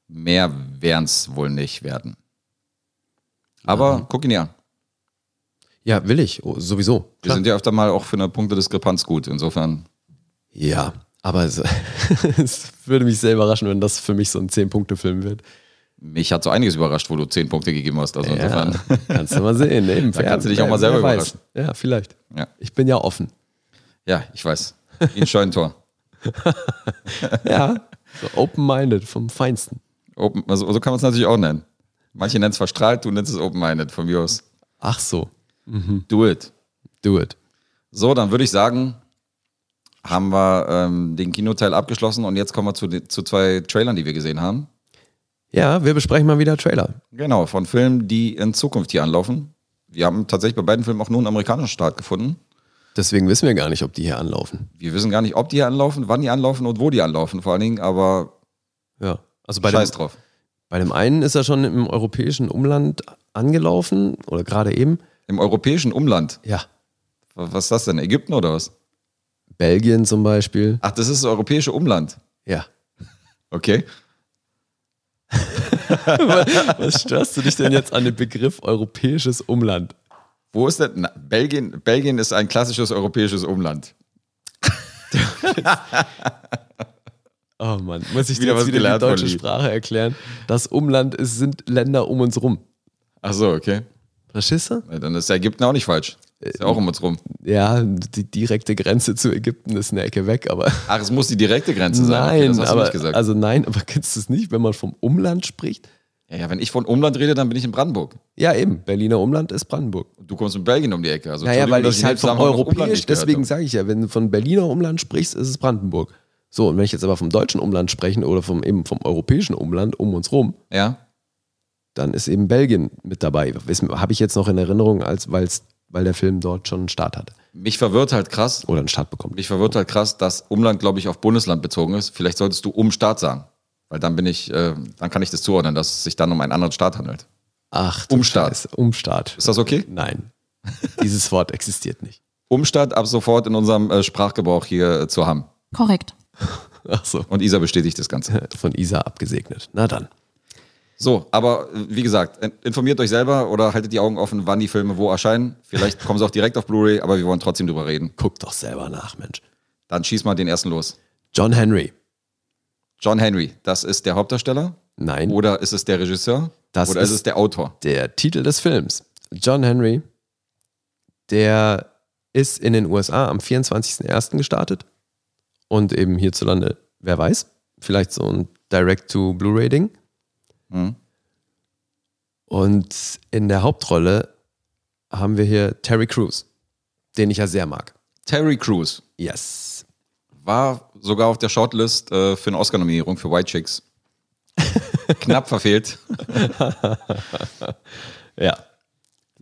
[SPEAKER 2] Mehr wären es wohl nicht werden. Aber
[SPEAKER 3] Mhm.
[SPEAKER 2] guck ihn dir an.
[SPEAKER 3] Ja, will ich. Oh, sowieso.
[SPEAKER 2] Wir sind ja öfter mal auch für eine Punktediskrepanz gut. Insofern
[SPEAKER 3] Ja, aber es, es würde mich sehr überraschen, wenn das für mich so ein Zehn-Punkte-Film wird.
[SPEAKER 2] Mich hat so einiges überrascht, wo du 10 Punkte gegeben hast. Also
[SPEAKER 3] Ja,
[SPEAKER 2] insofern.
[SPEAKER 3] kannst du mal sehen. ne? Eben,
[SPEAKER 2] Da kannst du dich auch mal
[SPEAKER 3] wer-
[SPEAKER 2] selber
[SPEAKER 3] wer weiß.
[SPEAKER 2] überraschen.
[SPEAKER 3] Ja, vielleicht.
[SPEAKER 2] Ja.
[SPEAKER 3] Ich bin ja offen.
[SPEAKER 2] Ja, ich weiß. Wie ein Scheunentor.
[SPEAKER 3] Ja, so open-minded vom Feinsten.
[SPEAKER 2] Open, also, so kann man es natürlich auch nennen. Manche nennen es verstrahlt, du nennst es open-minded von mir aus.
[SPEAKER 3] Ach so,
[SPEAKER 2] Do it.
[SPEAKER 3] do it.
[SPEAKER 2] So, dann würde ich sagen, haben wir ähm, den Kinoteil abgeschlossen und jetzt kommen wir zu, den- zu zwei Trailern, die wir gesehen haben.
[SPEAKER 3] Ja, wir besprechen mal wieder Trailer.
[SPEAKER 2] Genau, von Filmen, die in Zukunft hier anlaufen. Wir haben tatsächlich bei beiden Filmen auch nur einen amerikanischen Start gefunden.
[SPEAKER 3] Deswegen wissen wir gar nicht, ob die hier anlaufen.
[SPEAKER 2] Wir wissen gar nicht, ob die hier anlaufen, wann die anlaufen und wo die anlaufen, vor allen Dingen, aber
[SPEAKER 3] Ja, also bei dem,
[SPEAKER 2] scheiß drauf.
[SPEAKER 3] bei dem einen ist er schon im europäischen Umland angelaufen oder gerade eben.
[SPEAKER 2] Im europäischen Umland.
[SPEAKER 3] Ja,
[SPEAKER 2] Wa- Was ist das denn? Ägypten oder was?
[SPEAKER 3] Belgien zum Beispiel.
[SPEAKER 2] Ach, das ist das europäische Umland.
[SPEAKER 3] Ja.
[SPEAKER 2] Okay.
[SPEAKER 3] Was störst du dich denn jetzt an dem Begriff europäisches Umland?
[SPEAKER 2] Wo ist denn? Na, Belgien, Belgien ist ein klassisches europäisches Umland.
[SPEAKER 3] Oh Mann, muss ich
[SPEAKER 2] Wieder
[SPEAKER 3] dir
[SPEAKER 2] was
[SPEAKER 3] jetzt wieder die
[SPEAKER 2] gelernt von
[SPEAKER 3] deutsche
[SPEAKER 2] Lee.
[SPEAKER 3] Sprache erklären? Das Umland ist, sind Länder um uns rum.
[SPEAKER 2] Ach so, okay.
[SPEAKER 3] Verstehst du?
[SPEAKER 2] Na, Dann ist Ägypten auch nicht falsch. Ist ja auch um uns rum.
[SPEAKER 3] Ja, die direkte Grenze zu Ägypten ist eine Ecke weg, aber
[SPEAKER 2] Ach, es muss die direkte Grenze sein. Okay,
[SPEAKER 3] nein,
[SPEAKER 2] das hast du
[SPEAKER 3] aber,
[SPEAKER 2] nicht gesagt.
[SPEAKER 3] also nein, aber kennst du es nicht, wenn man vom Umland spricht?
[SPEAKER 2] ja, ja, wenn ich von Umland rede, dann bin ich in Brandenburg.
[SPEAKER 3] Ja, eben, Berliner Umland ist Brandenburg.
[SPEAKER 2] Und du kommst mit Belgien um die Ecke. Also,
[SPEAKER 3] Naja,
[SPEAKER 2] Entschuldigung,
[SPEAKER 3] weil
[SPEAKER 2] dass
[SPEAKER 3] ich
[SPEAKER 2] den
[SPEAKER 3] halt vom
[SPEAKER 2] Zusammenhang mit Umland
[SPEAKER 3] europäisch,
[SPEAKER 2] nicht gehört
[SPEAKER 3] deswegen
[SPEAKER 2] habe.
[SPEAKER 3] sage ich ja, wenn du von Berliner Umland sprichst, ist es Brandenburg. So, und wenn ich jetzt aber vom deutschen Umland sprechen oder vom, eben vom europäischen Umland um uns rum,
[SPEAKER 2] Ja,
[SPEAKER 3] dann ist eben Belgien mit dabei. Habe ich jetzt noch in Erinnerung, als, weil's, weil der Film dort schon einen Start hatte
[SPEAKER 2] mich verwirrt halt krass.
[SPEAKER 3] oder einen Start bekommen.
[SPEAKER 2] Mich verwirrt halt krass, dass Umland, glaube ich, auf Bundesland bezogen ist. Vielleicht solltest du um Staat sagen. Weil dann bin ich, äh, dann kann ich das zuordnen, dass es sich dann um einen anderen Staat handelt.
[SPEAKER 3] Ach,
[SPEAKER 2] Umstaat.
[SPEAKER 3] Umstart. Umstart.
[SPEAKER 2] Ist das okay?
[SPEAKER 3] Nein, dieses Wort existiert nicht.
[SPEAKER 2] Umstaat ab sofort in unserem äh, Sprachgebrauch hier äh, zu haben.
[SPEAKER 5] Korrekt.
[SPEAKER 3] Ach so,
[SPEAKER 2] Und Isa bestätigt das Ganze.
[SPEAKER 3] von Isa abgesegnet. Na dann.
[SPEAKER 2] So, aber äh, wie gesagt, in- informiert euch selber oder haltet die Augen offen, wann die Filme wo erscheinen. Vielleicht kommen sie auch direkt auf Blu-ray, aber wir wollen trotzdem drüber reden.
[SPEAKER 3] Guck doch selber nach, Mensch.
[SPEAKER 2] Dann schieß mal den ersten los.
[SPEAKER 3] John Henry.
[SPEAKER 2] John Henry, das ist der Hauptdarsteller
[SPEAKER 3] Nein,
[SPEAKER 2] oder ist es der Regisseur
[SPEAKER 3] Das
[SPEAKER 2] oder ist,
[SPEAKER 3] ist-
[SPEAKER 2] es der Autor?
[SPEAKER 3] der Titel des Films. John Henry, der ist in den USA am 24.01. gestartet und eben hierzulande, wer weiß, vielleicht so ein Direct-to-Blu-ray-Ding.
[SPEAKER 2] Hm?
[SPEAKER 3] Und in der Hauptrolle haben wir hier Terry Crews, den ich ja sehr mag.
[SPEAKER 2] Terry Crews
[SPEAKER 3] Yes.
[SPEAKER 2] war sogar auf der Shortlist äh, für eine Oscar-Nominierung für White Chicks. Knapp verfehlt.
[SPEAKER 3] Ja.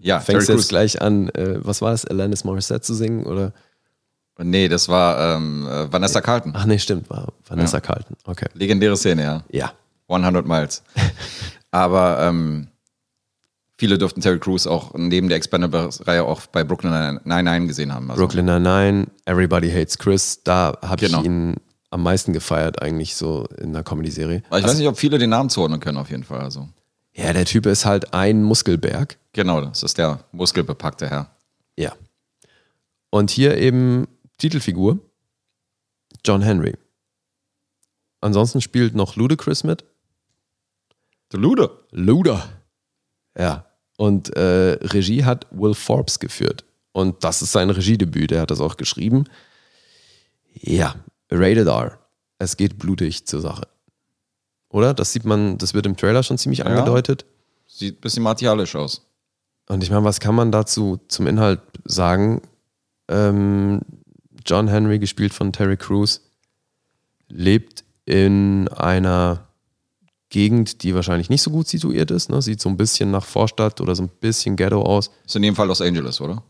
[SPEAKER 2] Ja,
[SPEAKER 3] Fängst
[SPEAKER 2] Terry
[SPEAKER 3] jetzt gleich an, äh, was war das, Alanis Morissette zu singen oder?
[SPEAKER 2] Nee, das war ähm, äh, Vanessa Carlton.
[SPEAKER 3] Ach nee, stimmt, war Vanessa Carlton. Okay.
[SPEAKER 2] Legendäre Szene, ja.
[SPEAKER 3] Ja.
[SPEAKER 2] 100 Miles. Aber ähm, viele dürften Terry Crews auch neben der Expendables-Reihe auch bei Brooklyn Nine-Nine gesehen haben. Also,
[SPEAKER 3] Brooklyn Nine-Nine, Everybody Hates Chris, da habe
[SPEAKER 2] Genau.
[SPEAKER 3] ich ihn am meisten gefeiert eigentlich so in der Comedy-Serie. Also,
[SPEAKER 2] Aber ich weiß nicht, ob viele den Namen zuordnen können, auf jeden Fall. Also,
[SPEAKER 3] Ja, der Typ ist halt ein Muskelberg.
[SPEAKER 2] genau, das ist der muskelbepackte Herr.
[SPEAKER 3] Ja. Und hier eben Titelfigur John Henry. Ansonsten spielt noch Ludacris mit.
[SPEAKER 2] Der Lude.
[SPEAKER 3] Luda. Ja. Und äh, Regie hat Will Forbes geführt. Und das ist sein Regiedebüt. Der hat das auch geschrieben. Ja. Rated R. Es geht blutig zur Sache. Oder? Das sieht man, das wird im Trailer schon ziemlich angedeutet.
[SPEAKER 2] Sieht ein bisschen martialisch aus.
[SPEAKER 3] Und ich meine, was kann man dazu zum Inhalt sagen? Ähm, John Henry, gespielt von Terry Crews, lebt in einer Gegend, die wahrscheinlich nicht so gut situiert ist. Ne? Sieht so ein bisschen nach Vorstadt oder so ein bisschen Ghetto aus.
[SPEAKER 2] Ist in dem Fall Los Angeles, oder?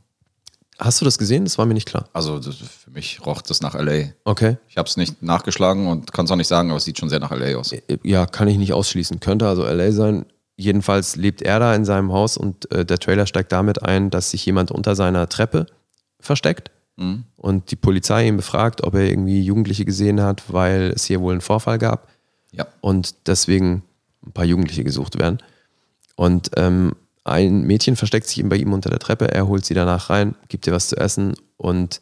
[SPEAKER 3] Hast du das gesehen? Das war mir nicht klar.
[SPEAKER 2] Also das, für mich roch das nach L.A.
[SPEAKER 3] Okay.
[SPEAKER 2] Ich habe es nicht nachgeschlagen und kann es auch nicht sagen, aber es sieht schon sehr nach L.A. aus.
[SPEAKER 3] Ja, kann ich nicht ausschließen. Könnte also LA sein. Jedenfalls lebt er da in seinem Haus und äh, der Trailer steigt damit ein, dass sich jemand unter seiner Treppe versteckt.
[SPEAKER 2] Mhm.
[SPEAKER 3] und die Polizei ihn befragt, ob er irgendwie Jugendliche gesehen hat, weil es hier wohl einen Vorfall gab
[SPEAKER 2] Ja.
[SPEAKER 3] und deswegen ein paar Jugendliche gesucht werden. Und ähm, ein Mädchen versteckt sich eben bei ihm unter der Treppe, er holt sie danach rein, gibt ihr was zu essen und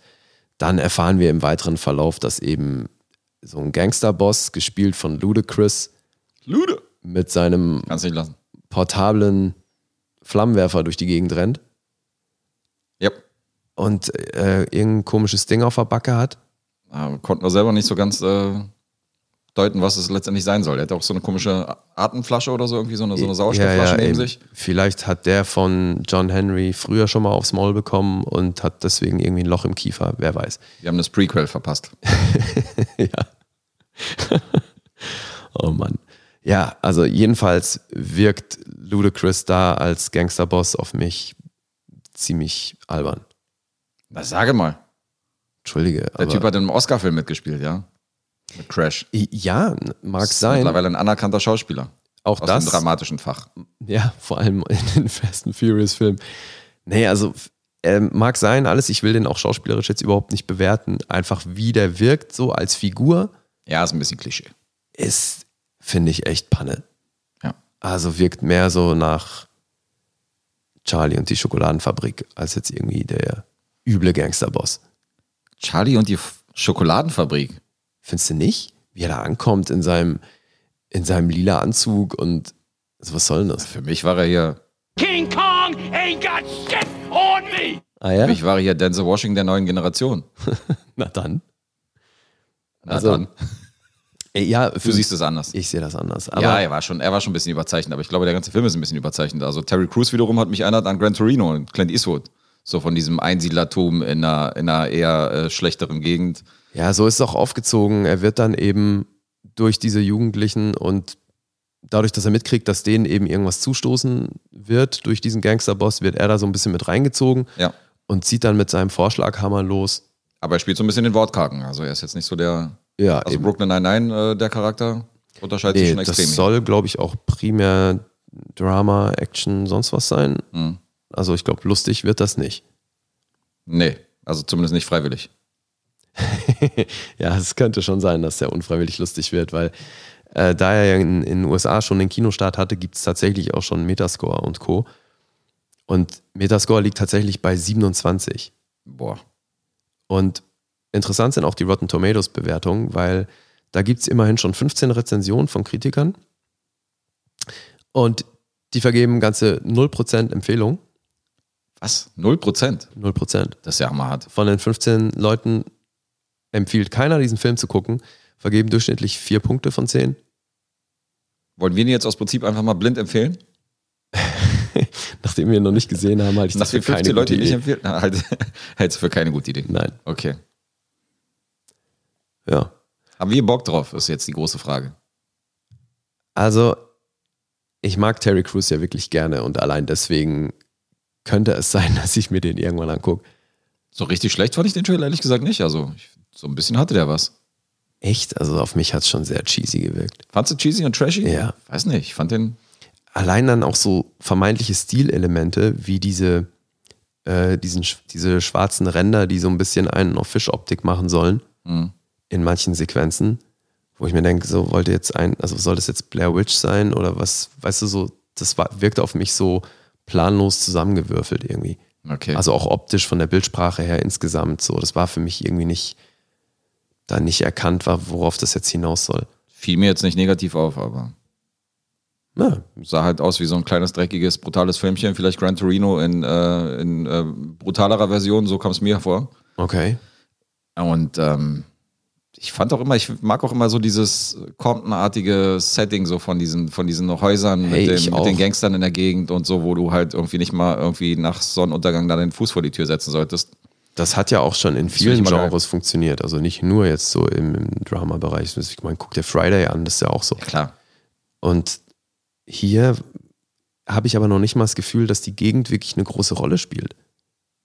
[SPEAKER 3] dann erfahren wir im weiteren Verlauf, dass eben so ein Gangsterboss, gespielt von Ludacris,
[SPEAKER 2] Lude.
[SPEAKER 3] mit seinem
[SPEAKER 2] Kannst nicht lassen.
[SPEAKER 3] portablen Flammenwerfer durch die Gegend rennt
[SPEAKER 2] Ja.
[SPEAKER 3] und äh, irgendein komisches Ding auf der Backe hat.
[SPEAKER 2] Äh, Konnten wir selber nicht so ganz äh, deuten, was es letztendlich sein soll. Er hat auch so eine komische Atemflasche oder so, irgendwie so eine, so eine Sauerstoffflasche neben
[SPEAKER 3] eben.
[SPEAKER 2] sich.
[SPEAKER 3] Vielleicht hat der von John Henry früher schon mal aufs Maul bekommen und hat deswegen irgendwie ein Loch im Kiefer, wer weiß.
[SPEAKER 2] Wir haben das Prequel verpasst.
[SPEAKER 3] ja. oh Mann. Ja, also jedenfalls wirkt Ludacris da als Gangsterboss auf mich ziemlich albern.
[SPEAKER 2] Na, sage mal.
[SPEAKER 3] Entschuldige.
[SPEAKER 2] Der Typ hat in einem Oscar-Film mitgespielt, ja? Mit Crash.
[SPEAKER 3] ja, mag
[SPEAKER 2] Ist
[SPEAKER 3] sein.
[SPEAKER 2] Mittlerweile ein anerkannter Schauspieler.
[SPEAKER 3] Auch
[SPEAKER 2] aus
[SPEAKER 3] das.
[SPEAKER 2] dem dramatischen Fach.
[SPEAKER 3] Ja, vor allem in den Fast and Furious Filmen. Nee, also f- ähm, mag sein, alles. Ich will den auch schauspielerisch jetzt überhaupt nicht bewerten. Einfach wie der wirkt, so als Figur,
[SPEAKER 2] Ja, ist ein bisschen Klischee.
[SPEAKER 3] ist, finde ich, echt Panne.
[SPEAKER 2] Ja.
[SPEAKER 3] Also wirkt mehr so nach Charlie und die Schokoladenfabrik als jetzt irgendwie der üble Gangsterboss.
[SPEAKER 2] Charlie und die F Schokoladenfabrik.
[SPEAKER 3] Findest du nicht? Wie er da ankommt in seinem, in seinem lila Anzug und also was soll denn das?
[SPEAKER 2] Für mich war er hier,
[SPEAKER 6] King Kong ain't got shit on me!
[SPEAKER 3] Ah
[SPEAKER 2] für
[SPEAKER 3] ja?
[SPEAKER 2] mich war er hier Denzel Washington der neuen Generation.
[SPEAKER 3] Na dann.
[SPEAKER 2] Na
[SPEAKER 3] Also,
[SPEAKER 2] dann.
[SPEAKER 3] Äh, Ja,
[SPEAKER 2] Du siehst es anders.
[SPEAKER 3] Ich sehe das anders. Aber
[SPEAKER 2] ja, er war, schon, er war schon ein bisschen überzeichnet, aber ich glaube, der ganze Film ist ein bisschen überzeichnet. Also Terry Crews wiederum hat mich erinnert an Gran Torino und Clint Eastwood. So von diesem Einsiedlertum in einer, in einer eher äh, schlechteren Gegend.
[SPEAKER 3] Ja, so ist es auch aufgezogen. Er wird dann eben durch diese Jugendlichen und dadurch, dass er mitkriegt, dass denen eben irgendwas zustoßen wird durch diesen Gangsterboss, wird er da so ein bisschen mit reingezogen
[SPEAKER 2] Ja.
[SPEAKER 3] und zieht dann mit seinem Vorschlaghammer los.
[SPEAKER 2] Aber er spielt so ein bisschen den Wortkargen. Also er ist jetzt nicht so der.
[SPEAKER 3] Ja,
[SPEAKER 2] Also
[SPEAKER 3] eben.
[SPEAKER 2] Brooklyn Nine-Nine, äh, der Charakter, unterscheidet sich
[SPEAKER 3] nee,
[SPEAKER 2] schon
[SPEAKER 3] das
[SPEAKER 2] extrem.
[SPEAKER 3] soll, glaube ich, auch primär Drama, Action, sonst was sein.
[SPEAKER 2] Mhm.
[SPEAKER 3] Also ich glaube, lustig wird das nicht.
[SPEAKER 2] nee, also zumindest nicht freiwillig.
[SPEAKER 3] ja, es könnte schon sein, dass der unfreiwillig lustig wird, weil äh, da er ja in, in den USA schon den Kinostart hatte, gibt es tatsächlich auch schon Metascore und Co. Und Metascore liegt tatsächlich bei 27.
[SPEAKER 2] Boah.
[SPEAKER 3] Und interessant sind auch die Rotten Tomatoes Bewertungen, weil da gibt es immerhin schon 15 Rezensionen von Kritikern. Und die vergeben ganze 0% Empfehlung.
[SPEAKER 2] Was? 0%?
[SPEAKER 3] 0%.
[SPEAKER 2] Das ist ja hammerhart.
[SPEAKER 3] Von den 15 Leuten empfiehlt keiner, diesen Film zu gucken. Vergeben durchschnittlich 4 Punkte von 10.
[SPEAKER 2] Wollen wir ihn jetzt aus Prinzip einfach mal blind empfehlen?
[SPEAKER 3] Nachdem wir ihn noch nicht gesehen haben, halte ich das für
[SPEAKER 2] Nachdem
[SPEAKER 3] keine
[SPEAKER 2] 50
[SPEAKER 3] gute
[SPEAKER 2] Leute ihn nicht
[SPEAKER 3] Idee.
[SPEAKER 2] empfehlen? Na, halt, hältst du für keine gute Idee.
[SPEAKER 3] Nein,
[SPEAKER 2] Okay.
[SPEAKER 3] ja.
[SPEAKER 2] Haben wir Bock drauf, ist jetzt die große Frage.
[SPEAKER 3] Also, ich mag Terry Crews ja wirklich gerne und allein deswegen könnte es sein, dass ich mir den irgendwann angucke.
[SPEAKER 2] So richtig schlecht fand ich den Trailer ehrlich gesagt nicht. Also, ich, so ein bisschen hatte der was.
[SPEAKER 3] Echt? Also auf mich hat es schon sehr cheesy gewirkt.
[SPEAKER 2] Fandst du cheesy und trashy?
[SPEAKER 3] Ja.
[SPEAKER 2] Weiß nicht, ich fand den.
[SPEAKER 3] Allein dann auch so vermeintliche Stilelemente wie diese, äh, diesen, sch- diese schwarzen Ränder, die so ein bisschen einen auf Fischoptik machen sollen
[SPEAKER 2] Hm.
[SPEAKER 3] in manchen Sequenzen, wo ich mir denke, so wollte jetzt ein, also soll das jetzt Blair Witch sein oder was, weißt du, so, das war, wirkte auf mich so planlos zusammengewürfelt irgendwie.
[SPEAKER 2] Okay.
[SPEAKER 3] Also auch optisch von der Bildsprache her insgesamt so. Das war für mich irgendwie nicht, da nicht erkannt war, worauf das jetzt hinaus soll.
[SPEAKER 2] Fiel mir jetzt nicht negativ auf, aber
[SPEAKER 3] Na,
[SPEAKER 2] sah halt aus wie so ein kleines, dreckiges, brutales Filmchen. Vielleicht Gran Torino in, äh, in äh, brutalerer Version, so kam es mir vor.
[SPEAKER 3] okay.
[SPEAKER 2] Und ähm, ich fand auch immer, ich mag auch immer so dieses Compton-artige Setting so von diesen, von diesen Häusern
[SPEAKER 3] Hey,
[SPEAKER 2] mit,
[SPEAKER 3] ich
[SPEAKER 2] den, mit den
[SPEAKER 3] auch.
[SPEAKER 2] Gangstern in der Gegend und so, wo du halt irgendwie nicht mal irgendwie nach Sonnenuntergang da den Fuß vor die Tür setzen solltest.
[SPEAKER 3] Das hat ja auch schon in
[SPEAKER 2] finde ich
[SPEAKER 3] vielen
[SPEAKER 2] mal geil.
[SPEAKER 3] Genres funktioniert. Also nicht nur jetzt so im, im Drama-Bereich. Ich meine, guck dir Friday an, das ist ja auch so.
[SPEAKER 2] Ja, klar.
[SPEAKER 3] Und hier habe ich aber noch nicht mal das Gefühl, dass die Gegend wirklich eine große Rolle spielt.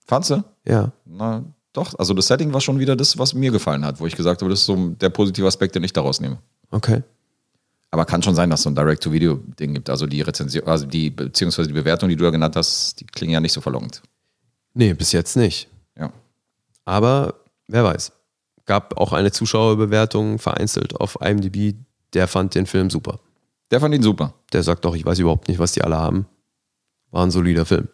[SPEAKER 2] Fandst du?
[SPEAKER 3] Ja.
[SPEAKER 2] Na, doch. Also das Setting war schon wieder das, was mir gefallen hat, wo ich gesagt habe, das ist so der positive Aspekt, den ich daraus nehme.
[SPEAKER 3] Okay.
[SPEAKER 2] Aber kann schon sein, dass es so ein Direct-to-Video-Ding gibt. Also die Rezension, also die, beziehungsweise die Bewertung, die du ja genannt hast, die klingen ja nicht so verlockend.
[SPEAKER 3] Nee, bis jetzt nicht.
[SPEAKER 2] Ja.
[SPEAKER 3] Aber wer weiß. Gab auch eine Zuschauerbewertung vereinzelt auf IMDb, der fand den Film super.
[SPEAKER 2] Der fand ihn super.
[SPEAKER 3] Der sagt doch, ich weiß überhaupt nicht, was die alle haben. War ein solider Film.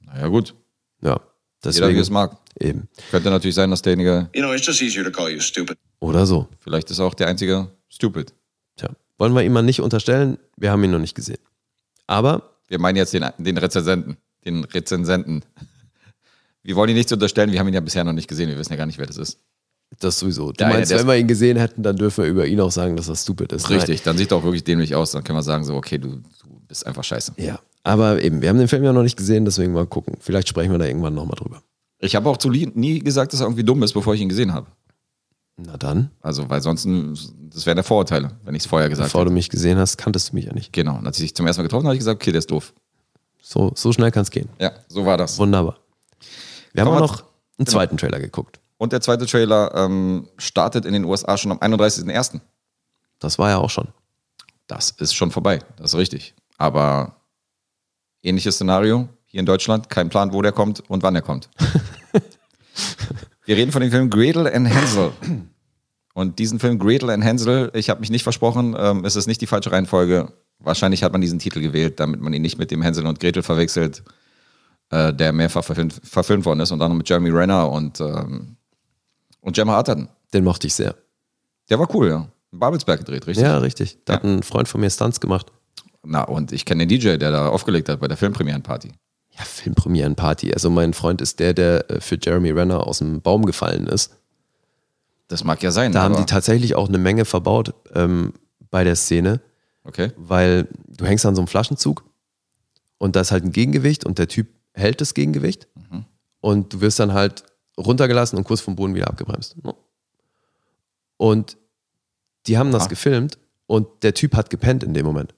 [SPEAKER 2] Naja, gut.
[SPEAKER 3] Ja.
[SPEAKER 2] Jeder, wie es
[SPEAKER 3] Deswegen
[SPEAKER 2] mag.
[SPEAKER 3] eben.
[SPEAKER 2] Könnte natürlich sein, dass derjenige,
[SPEAKER 5] You know, it's just easier to call you stupid.
[SPEAKER 3] Oder so.
[SPEAKER 2] vielleicht ist er auch der einzige Stupid.
[SPEAKER 3] Tja. Wollen wir ihm mal nicht unterstellen? Wir haben ihn noch nicht gesehen. Aber
[SPEAKER 2] Wir meinen jetzt den, den Rezensenten. Den Rezensenten. Wir wollen ihn nichts unterstellen, wir haben ihn ja bisher noch nicht gesehen, wir wissen ja gar nicht, wer das ist.
[SPEAKER 3] das sowieso. Du
[SPEAKER 2] Der eine,
[SPEAKER 3] meinst,
[SPEAKER 2] der
[SPEAKER 3] wenn wir ihn gesehen hätten, dann dürfen wir über ihn auch sagen, dass er stupid ist. Nein.
[SPEAKER 2] Richtig, dann sieht er auch wirklich dämlich aus, dann können wir sagen, so, okay, du, du bist einfach scheiße.
[SPEAKER 3] Ja, aber eben, wir haben den Film ja noch nicht gesehen, deswegen mal gucken. Vielleicht sprechen wir da irgendwann nochmal drüber.
[SPEAKER 2] Ich habe auch zu Lee nie gesagt, dass er irgendwie dumm ist, bevor ich ihn gesehen habe.
[SPEAKER 3] Na dann,
[SPEAKER 2] Also, weil sonst, das wären ja Vorurteile, wenn ich es vorher gesagt
[SPEAKER 3] bevor
[SPEAKER 2] hätte.
[SPEAKER 3] du mich gesehen hast, kanntest du mich ja nicht.
[SPEAKER 2] Genau, und als ich dich zum ersten Mal getroffen habe, habe ich gesagt, okay, der ist doof.
[SPEAKER 3] So, so schnell kann es gehen.
[SPEAKER 2] Ja, so war das.
[SPEAKER 3] Wunderbar. Wir haben
[SPEAKER 2] Komm
[SPEAKER 3] auch
[SPEAKER 2] mal-
[SPEAKER 3] noch einen zweiten Trailer geguckt.
[SPEAKER 2] Und der zweite Trailer ähm, startet in den USA schon am 31.01.
[SPEAKER 3] Das war ja auch schon.
[SPEAKER 2] Das ist schon vorbei, das ist richtig. Aber ähnliches Szenario hier in Deutschland, kein Plan, wo der kommt und wann er kommt. Wir reden von dem Film Gretel and Hansel. Und diesen Film Gretel and Hansel, ich habe mich nicht versprochen, ähm, es ist nicht die falsche Reihenfolge. Wahrscheinlich hat man diesen Titel gewählt, damit man ihn nicht mit dem Hansel und Gretel verwechselt, äh, der mehrfach verfilmt, verfilmt worden ist, und dann mit Jeremy Renner und, ähm, und Gemma Arterton.
[SPEAKER 3] Den mochte ich sehr.
[SPEAKER 2] Der war cool, ja. In Babelsberg gedreht, richtig?
[SPEAKER 3] Ja, richtig. Da hat ein Freund von mir Stunts gemacht.
[SPEAKER 2] Na, und ich kenne den DJ, der da aufgelegt hat bei der Filmpremierenparty.
[SPEAKER 3] Ja, Filmpremierenparty. Also mein Freund ist der, der äh, für Jeremy Renner aus dem Baum gefallen ist.
[SPEAKER 2] Das mag ja sein.
[SPEAKER 3] Da haben
[SPEAKER 2] aber-
[SPEAKER 3] die tatsächlich auch eine Menge verbaut ähm, bei der Szene.
[SPEAKER 2] Okay.
[SPEAKER 3] weil du hängst an so einem Flaschenzug und da ist halt ein Gegengewicht und der Typ hält das Gegengewicht und du wirst dann halt runtergelassen und kurz vom Boden wieder abgebremst. ne? Und die haben das
[SPEAKER 2] Ah.
[SPEAKER 3] gefilmt und der Typ hat gepennt in dem Moment.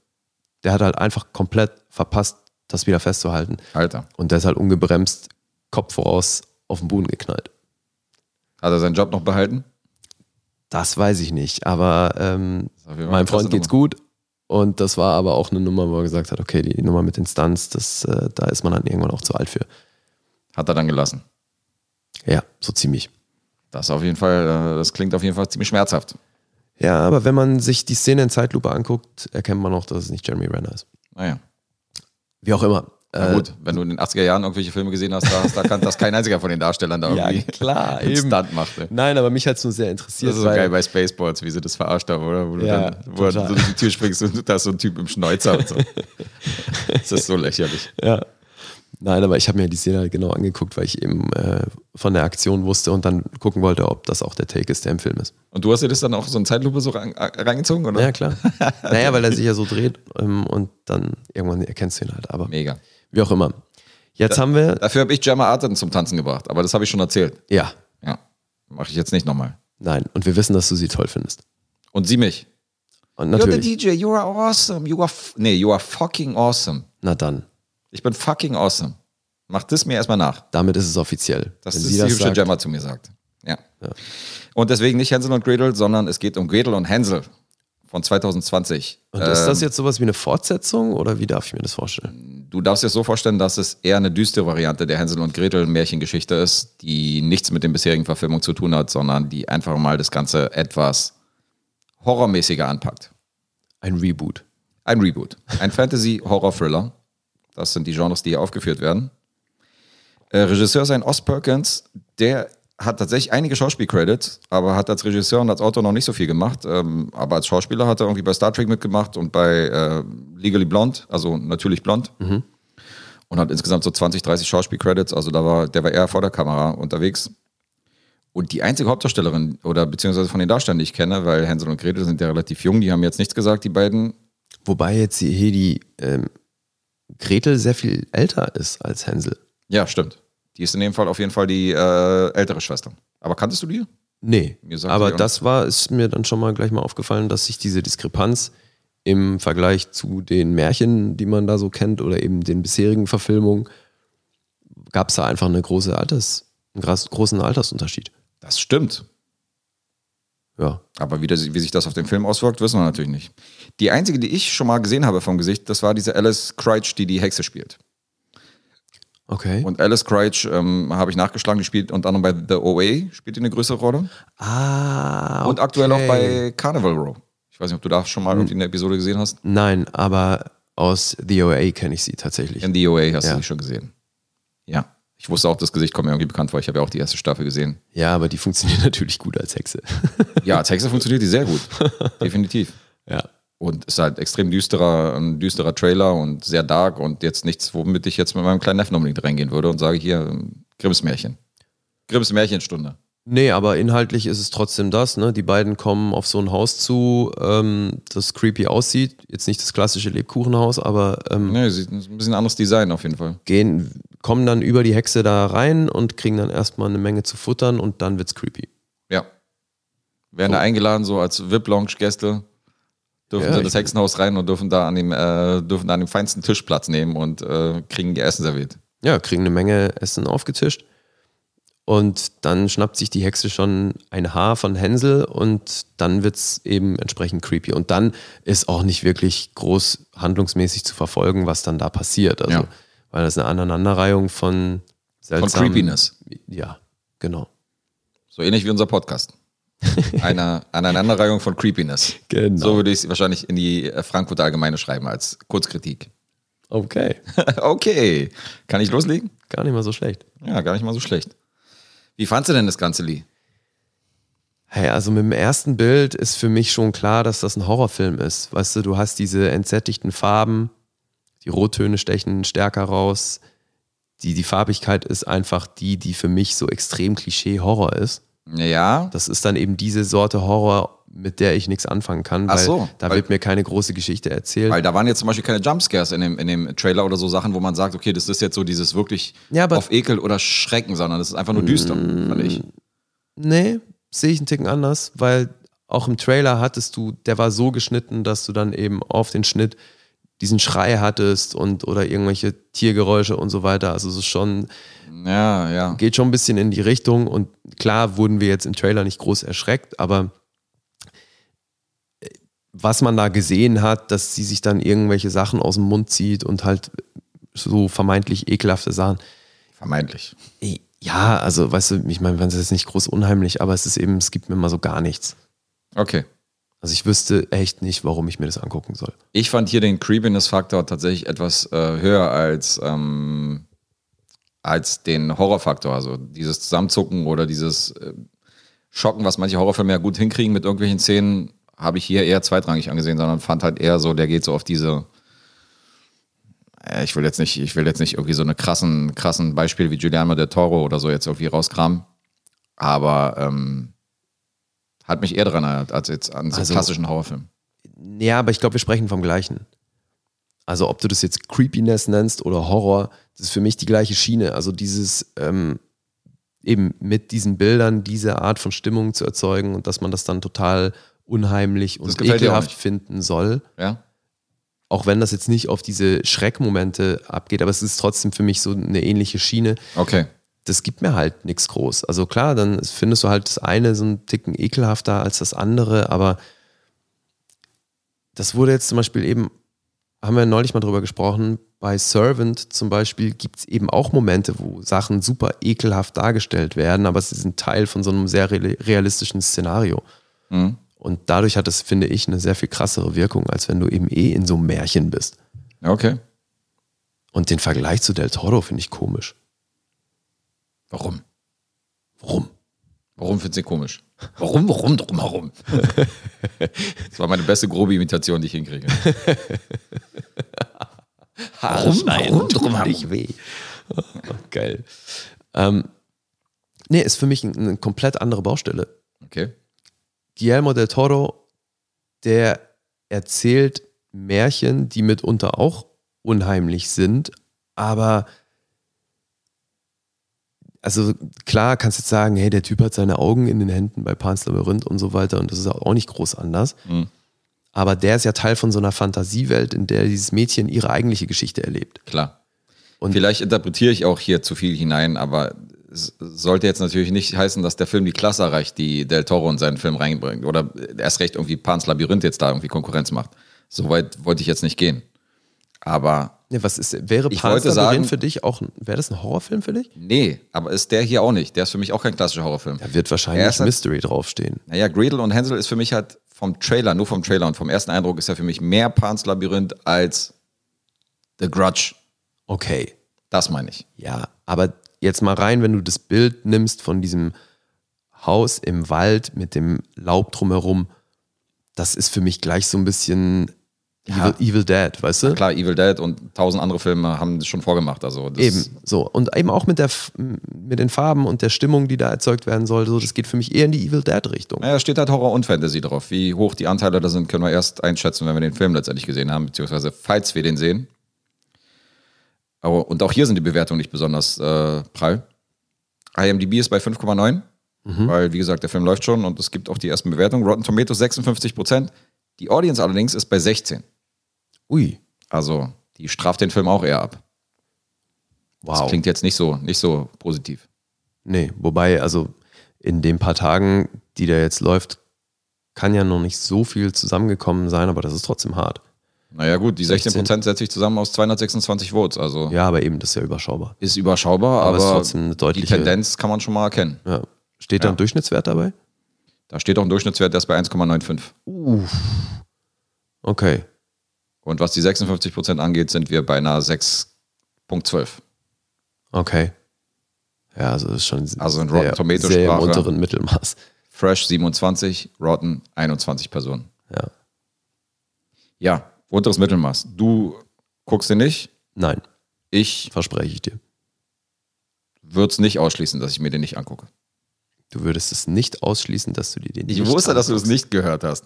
[SPEAKER 3] Der hat halt einfach komplett verpasst, das wieder festzuhalten
[SPEAKER 2] Alter.
[SPEAKER 3] und der ist halt ungebremst, Kopf voraus, auf den Boden geknallt.
[SPEAKER 2] Hat er seinen Job noch behalten?
[SPEAKER 3] Das weiß ich nicht, aber ähm,
[SPEAKER 2] auf jeden Fall eine
[SPEAKER 3] meinem
[SPEAKER 2] krasse
[SPEAKER 3] Freund geht's gut. Und das war aber auch eine Nummer, wo er gesagt hat, okay, die Nummer mit den Stunts, das, äh, da ist man dann irgendwann auch zu alt für.
[SPEAKER 2] Hat er dann gelassen.
[SPEAKER 3] Ja, so ziemlich.
[SPEAKER 2] Das ist auf jeden Fall, äh, das klingt auf jeden Fall ziemlich schmerzhaft.
[SPEAKER 3] Ja, aber wenn man sich die Szene in Zeitlupe anguckt, erkennt man auch, dass es nicht Jeremy Renner ist.
[SPEAKER 2] Naja.
[SPEAKER 3] Wie auch immer.
[SPEAKER 2] Na
[SPEAKER 3] Äh,
[SPEAKER 2] gut, wenn du in den 80er Jahren irgendwelche Filme gesehen hast, da, hast- da kann das kein einziger von den Darstellern da
[SPEAKER 3] Ja,
[SPEAKER 2] irgendwie
[SPEAKER 3] klar,
[SPEAKER 2] einen
[SPEAKER 3] eben.
[SPEAKER 2] Stunt macht. Ey.
[SPEAKER 3] Nein, aber mich hat es nur sehr interessiert.
[SPEAKER 2] Das ist so
[SPEAKER 3] weil-
[SPEAKER 2] geil bei Spaceballs, wie sie das verarscht haben, oder? Wo du
[SPEAKER 3] Ja,
[SPEAKER 2] dann wo du
[SPEAKER 3] total.
[SPEAKER 2] so durch die Tür springst und da ist so ein Typ im Schnäuzer und so. das ist so lächerlich.
[SPEAKER 3] Ja. Nein, aber ich habe mir die Szene halt genau angeguckt, weil ich eben äh, von der Aktion wusste und dann gucken wollte, ob das auch der Take ist, der im Film ist.
[SPEAKER 2] Und du hast dir das dann auch so in Zeitlupe so rein- reingezogen, oder?
[SPEAKER 3] Ja, klar. naja, weil er sich ja so dreht ähm, und dann irgendwann erkennst du ihn halt. Aber
[SPEAKER 2] Mega.
[SPEAKER 3] wie auch immer. Jetzt haben wir.
[SPEAKER 2] Dafür habe ich Gemma Arten zum Tanzen gebracht, aber das habe ich schon erzählt.
[SPEAKER 3] Ja,
[SPEAKER 2] Ja. Mache ich jetzt nicht nochmal.
[SPEAKER 3] nein. Und wir wissen, dass du sie toll findest.
[SPEAKER 2] Und sie mich.
[SPEAKER 3] Und natürlich.
[SPEAKER 2] You're the DJ, you are awesome. You are f nee, you are fucking awesome.
[SPEAKER 3] Na dann.
[SPEAKER 2] Ich bin fucking awesome. Mach das mir erstmal nach.
[SPEAKER 3] Damit ist es offiziell.
[SPEAKER 2] Das
[SPEAKER 3] Wenn
[SPEAKER 2] ist
[SPEAKER 3] sie
[SPEAKER 2] die
[SPEAKER 3] das
[SPEAKER 2] hübsche
[SPEAKER 3] sagt-
[SPEAKER 2] Gemma zu mir sagt. Ja. Und deswegen nicht Hänsel und Gretel, sondern es geht um Gretel und Hänsel von 2020.
[SPEAKER 3] Und ist das
[SPEAKER 2] Ähm, Mm.
[SPEAKER 3] jetzt sowas wie eine Fortsetzung oder wie darf ich mir das vorstellen?
[SPEAKER 2] du darfst dir das so vorstellen, dass es eher eine düstere Variante der Hänsel und Gretel Märchengeschichte ist, die nichts mit den bisherigen Verfilmungen zu tun hat, sondern die einfach mal das Ganze etwas horrormäßiger anpackt.
[SPEAKER 3] Ein Reboot.
[SPEAKER 2] Ein Reboot. Ein Fantasy-Horror-Thriller. Das sind die Genres, die hier aufgeführt werden. Äh, Regisseur ist ein Oz Perkins, der hat tatsächlich einige Schauspiel-Credits, aber hat als Regisseur und als Autor noch nicht so viel gemacht. Ähm, aber als Schauspieler hat er irgendwie bei Star Trek mitgemacht und bei äh, Legally Blonde, also natürlich blond. Und hat insgesamt so 20, 30 Schauspiel-Credits, also da war, der war eher vor der Kamera unterwegs. Und die einzige Hauptdarstellerin oder beziehungsweise von den Darstellern, die ich kenne, weil Hänsel und Gretel sind ja relativ jung, die haben jetzt nichts gesagt, die beiden,
[SPEAKER 3] Wobei jetzt die Hedi ähm, Gretel sehr viel älter ist als Hänsel.
[SPEAKER 2] Ja, stimmt. Die ist in dem Fall auf jeden Fall die äh, ältere Schwester. Aber kanntest du die?
[SPEAKER 3] Nee,
[SPEAKER 2] Mir sagt
[SPEAKER 3] aber
[SPEAKER 2] sie auch
[SPEAKER 3] das war, ist mir dann schon mal gleich mal aufgefallen, dass sich diese Diskrepanz im Vergleich zu den Märchen, die man da so kennt oder eben den bisherigen Verfilmungen, gab es da einfach eine große Alters, einen gras- großen Altersunterschied.
[SPEAKER 2] Das stimmt.
[SPEAKER 3] Ja,
[SPEAKER 2] Aber wie, das, wie sich das auf den Film auswirkt, wissen wir natürlich nicht. Die einzige, die ich schon mal gesehen habe vom Gesicht, das war diese Alice Crouch, die die Hexe spielt.
[SPEAKER 3] okay.
[SPEAKER 2] Und Alice Crouch ähm, habe ich nachgeschlagen, die spielt unter anderem bei The OA, spielt die eine größere Rolle.
[SPEAKER 3] ah,
[SPEAKER 2] Und aktuell auch bei
[SPEAKER 3] okay.
[SPEAKER 2] Carnival Row. Ich weiß nicht, ob du da schon mal irgendwie eine Episode gesehen hast.
[SPEAKER 3] Nein, aber aus The OA kenne ich sie tatsächlich.
[SPEAKER 2] In The OA hast
[SPEAKER 3] Ja.
[SPEAKER 2] du die schon gesehen. Ja. Ich wusste auch, das Gesicht kommt mir irgendwie bekannt vor. Ich habe ja auch die erste Staffel gesehen.
[SPEAKER 3] Ja, aber die funktioniert natürlich gut als Hexe.
[SPEAKER 2] Ja, als Hexe funktioniert die sehr gut. Definitiv.
[SPEAKER 3] ja.
[SPEAKER 2] Und ist halt extrem düsterer, ein düsterer Trailer und sehr dark und jetzt nichts, womit ich jetzt mit meinem kleinen Neffen unbedingt reingehen würde und sage hier ähm, Grimms Märchen. Grimms Märchenstunde.
[SPEAKER 3] Nee, aber inhaltlich ist es trotzdem das, ne? Die beiden kommen auf so ein Haus zu, ähm, das creepy aussieht. Jetzt nicht das klassische Lebkuchenhaus, aber ähm,
[SPEAKER 2] Ne, sieht ein bisschen anderes Design auf jeden Fall.
[SPEAKER 3] gehen, kommen dann über die Hexe da rein und kriegen dann erstmal eine Menge zu futtern und dann wird's creepy.
[SPEAKER 2] Ja. Werden da eingeladen, so als VIP-Lounge-Gäste, dürfen
[SPEAKER 3] Oh. Ja,
[SPEAKER 2] sie in
[SPEAKER 3] ich-
[SPEAKER 2] das Hexenhaus rein und dürfen da an dem, äh, dürfen da an dem feinsten Tisch Platz nehmen und äh, kriegen ihr Essen serviert.
[SPEAKER 3] Ja, kriegen eine Menge Essen aufgetischt. Und dann schnappt sich die Hexe schon ein Haar von Hänsel und dann wird's eben entsprechend creepy. Und dann ist auch nicht wirklich groß handlungsmäßig zu verfolgen, was dann da passiert. Also,
[SPEAKER 2] Ja.
[SPEAKER 3] weil das eine Aneinanderreihung von seltsamen,
[SPEAKER 2] Creepiness.
[SPEAKER 3] Ja, genau.
[SPEAKER 2] So ähnlich wie unser Podcast. Eine Aneinanderreihung von Creepiness.
[SPEAKER 3] Genau.
[SPEAKER 2] So würde ich es wahrscheinlich in die äh, Frankfurter Allgemeine schreiben als Kurzkritik.
[SPEAKER 3] Okay.
[SPEAKER 2] Okay. Kann ich loslegen?
[SPEAKER 3] Gar nicht mal so schlecht.
[SPEAKER 2] Ja, gar nicht mal so schlecht. Wie fandst du denn das Ganze, Lee?
[SPEAKER 3] Hey, also mit dem ersten Bild ist für mich schon klar, dass das ein Horrorfilm ist. Weißt du, du hast diese entsättigten Farben, die Rottöne stechen stärker raus. Die, die Farbigkeit ist einfach die, die für mich so extrem Klischee-Horror ist.
[SPEAKER 2] Ja,
[SPEAKER 3] Das ist dann eben diese Sorte Horror, mit der ich nichts anfangen kann,
[SPEAKER 2] Ach
[SPEAKER 3] weil
[SPEAKER 2] so,
[SPEAKER 3] da
[SPEAKER 2] weil-
[SPEAKER 3] wird mir keine große Geschichte erzählt.
[SPEAKER 2] weil da waren jetzt zum Beispiel keine Jumpscares in dem, in dem Trailer oder so Sachen, wo man sagt, okay, das ist jetzt so dieses wirklich
[SPEAKER 3] Ja, aber-
[SPEAKER 2] auf Ekel oder Schrecken, sondern das ist einfach nur düster, fand ich.
[SPEAKER 3] Nee, sehe ich einen Ticken anders, weil auch im Trailer hattest du, der war so geschnitten, dass du dann eben auf den Schnitt diesen Schrei hattest und oder irgendwelche Tiergeräusche und so weiter. Also es ist schon,
[SPEAKER 2] Ja, ja.
[SPEAKER 3] geht schon ein bisschen in die Richtung und klar wurden wir jetzt im Trailer nicht groß erschreckt, aber äh, was man da gesehen hat, dass sie sich dann irgendwelche Sachen aus dem Mund zieht und halt so vermeintlich ekelhafte Sachen.
[SPEAKER 2] Vermeintlich.
[SPEAKER 3] Ey, Ja, also, weißt du, ich meine, es ist nicht groß unheimlich, aber es ist eben, es gibt mir mal so gar nichts.
[SPEAKER 2] Okay.
[SPEAKER 3] Also ich wüsste echt nicht, warum ich mir das angucken soll.
[SPEAKER 2] Ich fand hier den Creepiness-Faktor tatsächlich etwas äh, höher als, ähm, als den Horrorfaktor. Also dieses Zusammenzucken oder dieses äh, Schocken, was manche Horrorfilme ja gut hinkriegen mit irgendwelchen Szenen, habe ich hier eher zweitrangig angesehen, sondern fand halt eher so, der geht so auf diese. Äh, Ich will jetzt nicht, ich will jetzt nicht irgendwie so eine krassen, krassen Beispiel wie Giuliano del Toro oder so jetzt irgendwie rauskramen. Aber ähm, hat mich eher daran erinnert, als jetzt an so
[SPEAKER 3] Also-
[SPEAKER 2] klassischen Horrorfilm.
[SPEAKER 3] Ja, aber ich glaube, wir sprechen vom gleichen. Also ob du das jetzt Creepiness nennst oder Horror, das ist für mich die gleiche Schiene. Also dieses ähm, eben mit diesen Bildern diese Art von Stimmung zu erzeugen und dass man das dann total unheimlich
[SPEAKER 2] Das
[SPEAKER 3] und
[SPEAKER 2] gefällt dir auch
[SPEAKER 3] ekelhaft
[SPEAKER 2] nicht.
[SPEAKER 3] finden soll.
[SPEAKER 2] Ja?
[SPEAKER 3] Auch wenn das jetzt nicht auf diese Schreckmomente abgeht, aber es ist trotzdem für mich so eine ähnliche Schiene.
[SPEAKER 2] Okay.
[SPEAKER 3] das gibt mir halt nichts groß. Also klar, dann findest du halt das eine so einen Ticken ekelhafter als das andere, aber das wurde jetzt zum Beispiel eben, haben wir neulich mal drüber gesprochen, bei Servant zum Beispiel gibt es eben auch Momente, wo Sachen super ekelhaft dargestellt werden, aber sie sind Teil von so einem sehr reali- realistischen Szenario.
[SPEAKER 2] Mhm.
[SPEAKER 3] Und dadurch hat das, finde ich, eine sehr viel krassere Wirkung, als wenn du eben eh in so einem Märchen bist.
[SPEAKER 2] Okay.
[SPEAKER 3] Und den Vergleich zu Del Toro finde ich komisch.
[SPEAKER 2] Warum?
[SPEAKER 3] Warum?
[SPEAKER 2] Warum findest du komisch? Warum, warum, drum, warum? das war meine beste grobe Imitation, die ich hinkriege.
[SPEAKER 3] Warum?
[SPEAKER 2] Warum? Drum haben-
[SPEAKER 3] also, nicht weh. Oh, Geil. Ähm, nee, ist für mich ein- eine komplett andere Baustelle.
[SPEAKER 2] Okay.
[SPEAKER 3] Guillermo del Toro, der erzählt Märchen, die mitunter auch unheimlich sind, aber also klar kannst du jetzt sagen, hey, der Typ hat seine Augen in den Händen bei Pan's Labyrinth und so weiter und das ist auch nicht groß anders.
[SPEAKER 2] Mhm.
[SPEAKER 3] Aber der ist ja Teil von so einer Fantasiewelt, in der dieses Mädchen ihre eigentliche Geschichte erlebt.
[SPEAKER 2] Klar.
[SPEAKER 3] Und-
[SPEAKER 2] Vielleicht interpretiere ich auch hier zu viel hinein, aber es sollte jetzt natürlich nicht heißen, dass der Film die Klasse erreicht, die Del Toro in seinen Film reinbringt. Oder erst recht irgendwie Pans Labyrinth jetzt da irgendwie Konkurrenz macht. Soweit wollte ich jetzt nicht gehen. Aber
[SPEAKER 3] Ja, was ist, wäre
[SPEAKER 2] Ich
[SPEAKER 3] Pan's
[SPEAKER 2] wollte
[SPEAKER 3] Labyrinth
[SPEAKER 2] sagen-
[SPEAKER 3] für dich auch, ein- wäre das ein Horrorfilm für dich?
[SPEAKER 2] nee, aber ist der hier auch nicht. Der ist für mich auch kein klassischer Horrorfilm.
[SPEAKER 3] Da wird
[SPEAKER 2] Er
[SPEAKER 3] wahrscheinlich
[SPEAKER 2] ist halt-
[SPEAKER 3] Mystery draufstehen.
[SPEAKER 2] Naja, Gretel und Hansel ist für mich halt vom Trailer, nur vom Trailer und vom ersten Eindruck ist er für mich mehr Pans Labyrinth als The Grudge.
[SPEAKER 3] Okay,
[SPEAKER 2] Das meine ich.
[SPEAKER 3] ja, aber jetzt mal rein, wenn du das Bild nimmst von diesem Haus im Wald mit dem Laub drumherum, das ist für mich gleich so ein bisschen
[SPEAKER 2] Ja.
[SPEAKER 3] Evil, Evil Dead, weißt du?
[SPEAKER 2] Klar, Evil Dead und tausend andere Filme haben das schon vorgemacht. Also das
[SPEAKER 3] Eben, so. Und eben auch mit, der, F- mit den Farben und der Stimmung, die da erzeugt werden soll, so, das geht für mich eher in die Evil Dead-Richtung.
[SPEAKER 2] Naja, steht halt Horror und Fantasy drauf. Wie hoch die Anteile da sind, können wir erst einschätzen, wenn wir den Film letztendlich gesehen haben, beziehungsweise falls wir den sehen. Aber, und auch hier sind die Bewertungen nicht besonders äh, prall. IMDb ist bei 5,9, weil, wie gesagt, der Film läuft schon und es gibt auch die ersten Bewertungen. Rotten Tomatoes 56 Prozent. Die Audience allerdings ist bei 16.
[SPEAKER 3] Ui,
[SPEAKER 2] Also, die straft den Film auch eher ab. Das
[SPEAKER 3] wow.
[SPEAKER 2] klingt jetzt nicht so, nicht so positiv.
[SPEAKER 3] Nee, wobei, also in den paar Tagen, die da jetzt läuft, kann ja noch nicht so viel zusammengekommen sein, aber das ist trotzdem hart.
[SPEAKER 2] Naja, gut, die 16
[SPEAKER 3] 16.
[SPEAKER 2] Prozent setzt sich zusammen aus 226 Votes. Also,
[SPEAKER 3] Ja, aber eben, das ist ja überschaubar.
[SPEAKER 2] ist überschaubar,
[SPEAKER 3] Aber
[SPEAKER 2] aber,
[SPEAKER 3] es ist trotzdem eine deutliche-
[SPEAKER 2] die Tendenz kann man schon mal erkennen.
[SPEAKER 3] Ja. Steht da ein Durchschnittswert dabei?
[SPEAKER 2] Da steht auch ein Durchschnittswert, der ist bei 1,95.
[SPEAKER 3] Okay.
[SPEAKER 2] Und was die 56% angeht, sind wir bei einer 6,12.
[SPEAKER 3] Okay. Ja, also das ist schon
[SPEAKER 2] Also in
[SPEAKER 3] sehr,
[SPEAKER 2] Rotten Tomatoes
[SPEAKER 3] sehr im
[SPEAKER 2] Sprache.
[SPEAKER 3] unteren Mittelmaß.
[SPEAKER 2] Fresh 27, Rotten 21 Personen.
[SPEAKER 3] Ja.
[SPEAKER 2] Ja, unteres Mittelmaß. Du guckst den nicht.
[SPEAKER 3] Nein,
[SPEAKER 2] Ich
[SPEAKER 3] verspreche ich dir.
[SPEAKER 2] würde es nicht ausschließen, dass ich mir den nicht angucke.
[SPEAKER 3] Du würdest es nicht ausschließen, dass du dir den
[SPEAKER 2] Ich wusste, dass du es nicht gehört hast.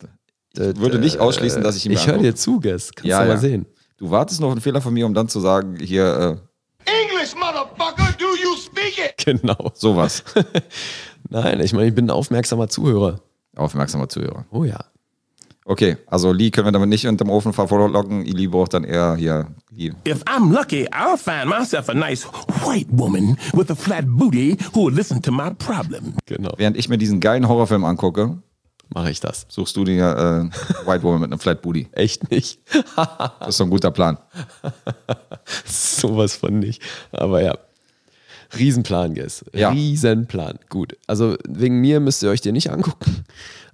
[SPEAKER 2] Ich würde nicht ausschließen, dass ich ihn mir
[SPEAKER 3] Ich höre
[SPEAKER 2] angucke.
[SPEAKER 3] dir zu, Guess. Kannst
[SPEAKER 2] Ja,
[SPEAKER 3] du mal
[SPEAKER 2] ja.
[SPEAKER 3] sehen.
[SPEAKER 2] Du wartest noch einen Fehler von mir, um dann zu sagen, hier äh,
[SPEAKER 6] English, motherfucker, do you speak it?
[SPEAKER 3] Genau.
[SPEAKER 2] sowas.
[SPEAKER 3] Nein, ich meine, ich bin ein aufmerksamer Zuhörer.
[SPEAKER 2] Aufmerksamer Zuhörer.
[SPEAKER 3] Oh ja.
[SPEAKER 2] Okay, also Lee können wir damit nicht unterm Ofen verlocken. Lee braucht dann eher hier Lee.
[SPEAKER 7] If I'm lucky, I'll find myself a nice white woman with a flat booty who will listen to my problem.
[SPEAKER 3] Genau.
[SPEAKER 2] Während ich mir diesen geilen Horrorfilm angucke,
[SPEAKER 3] Mache ich das.
[SPEAKER 2] suchst du dir äh, White Woman mit einem Flat Booty.
[SPEAKER 3] Echt nicht.
[SPEAKER 2] Das ist so ein guter Plan.
[SPEAKER 3] Sowas von nicht. Aber ja. Riesenplan, Guess.
[SPEAKER 2] Ja.
[SPEAKER 3] Riesenplan. Gut. Also wegen mir müsst ihr euch den nicht angucken.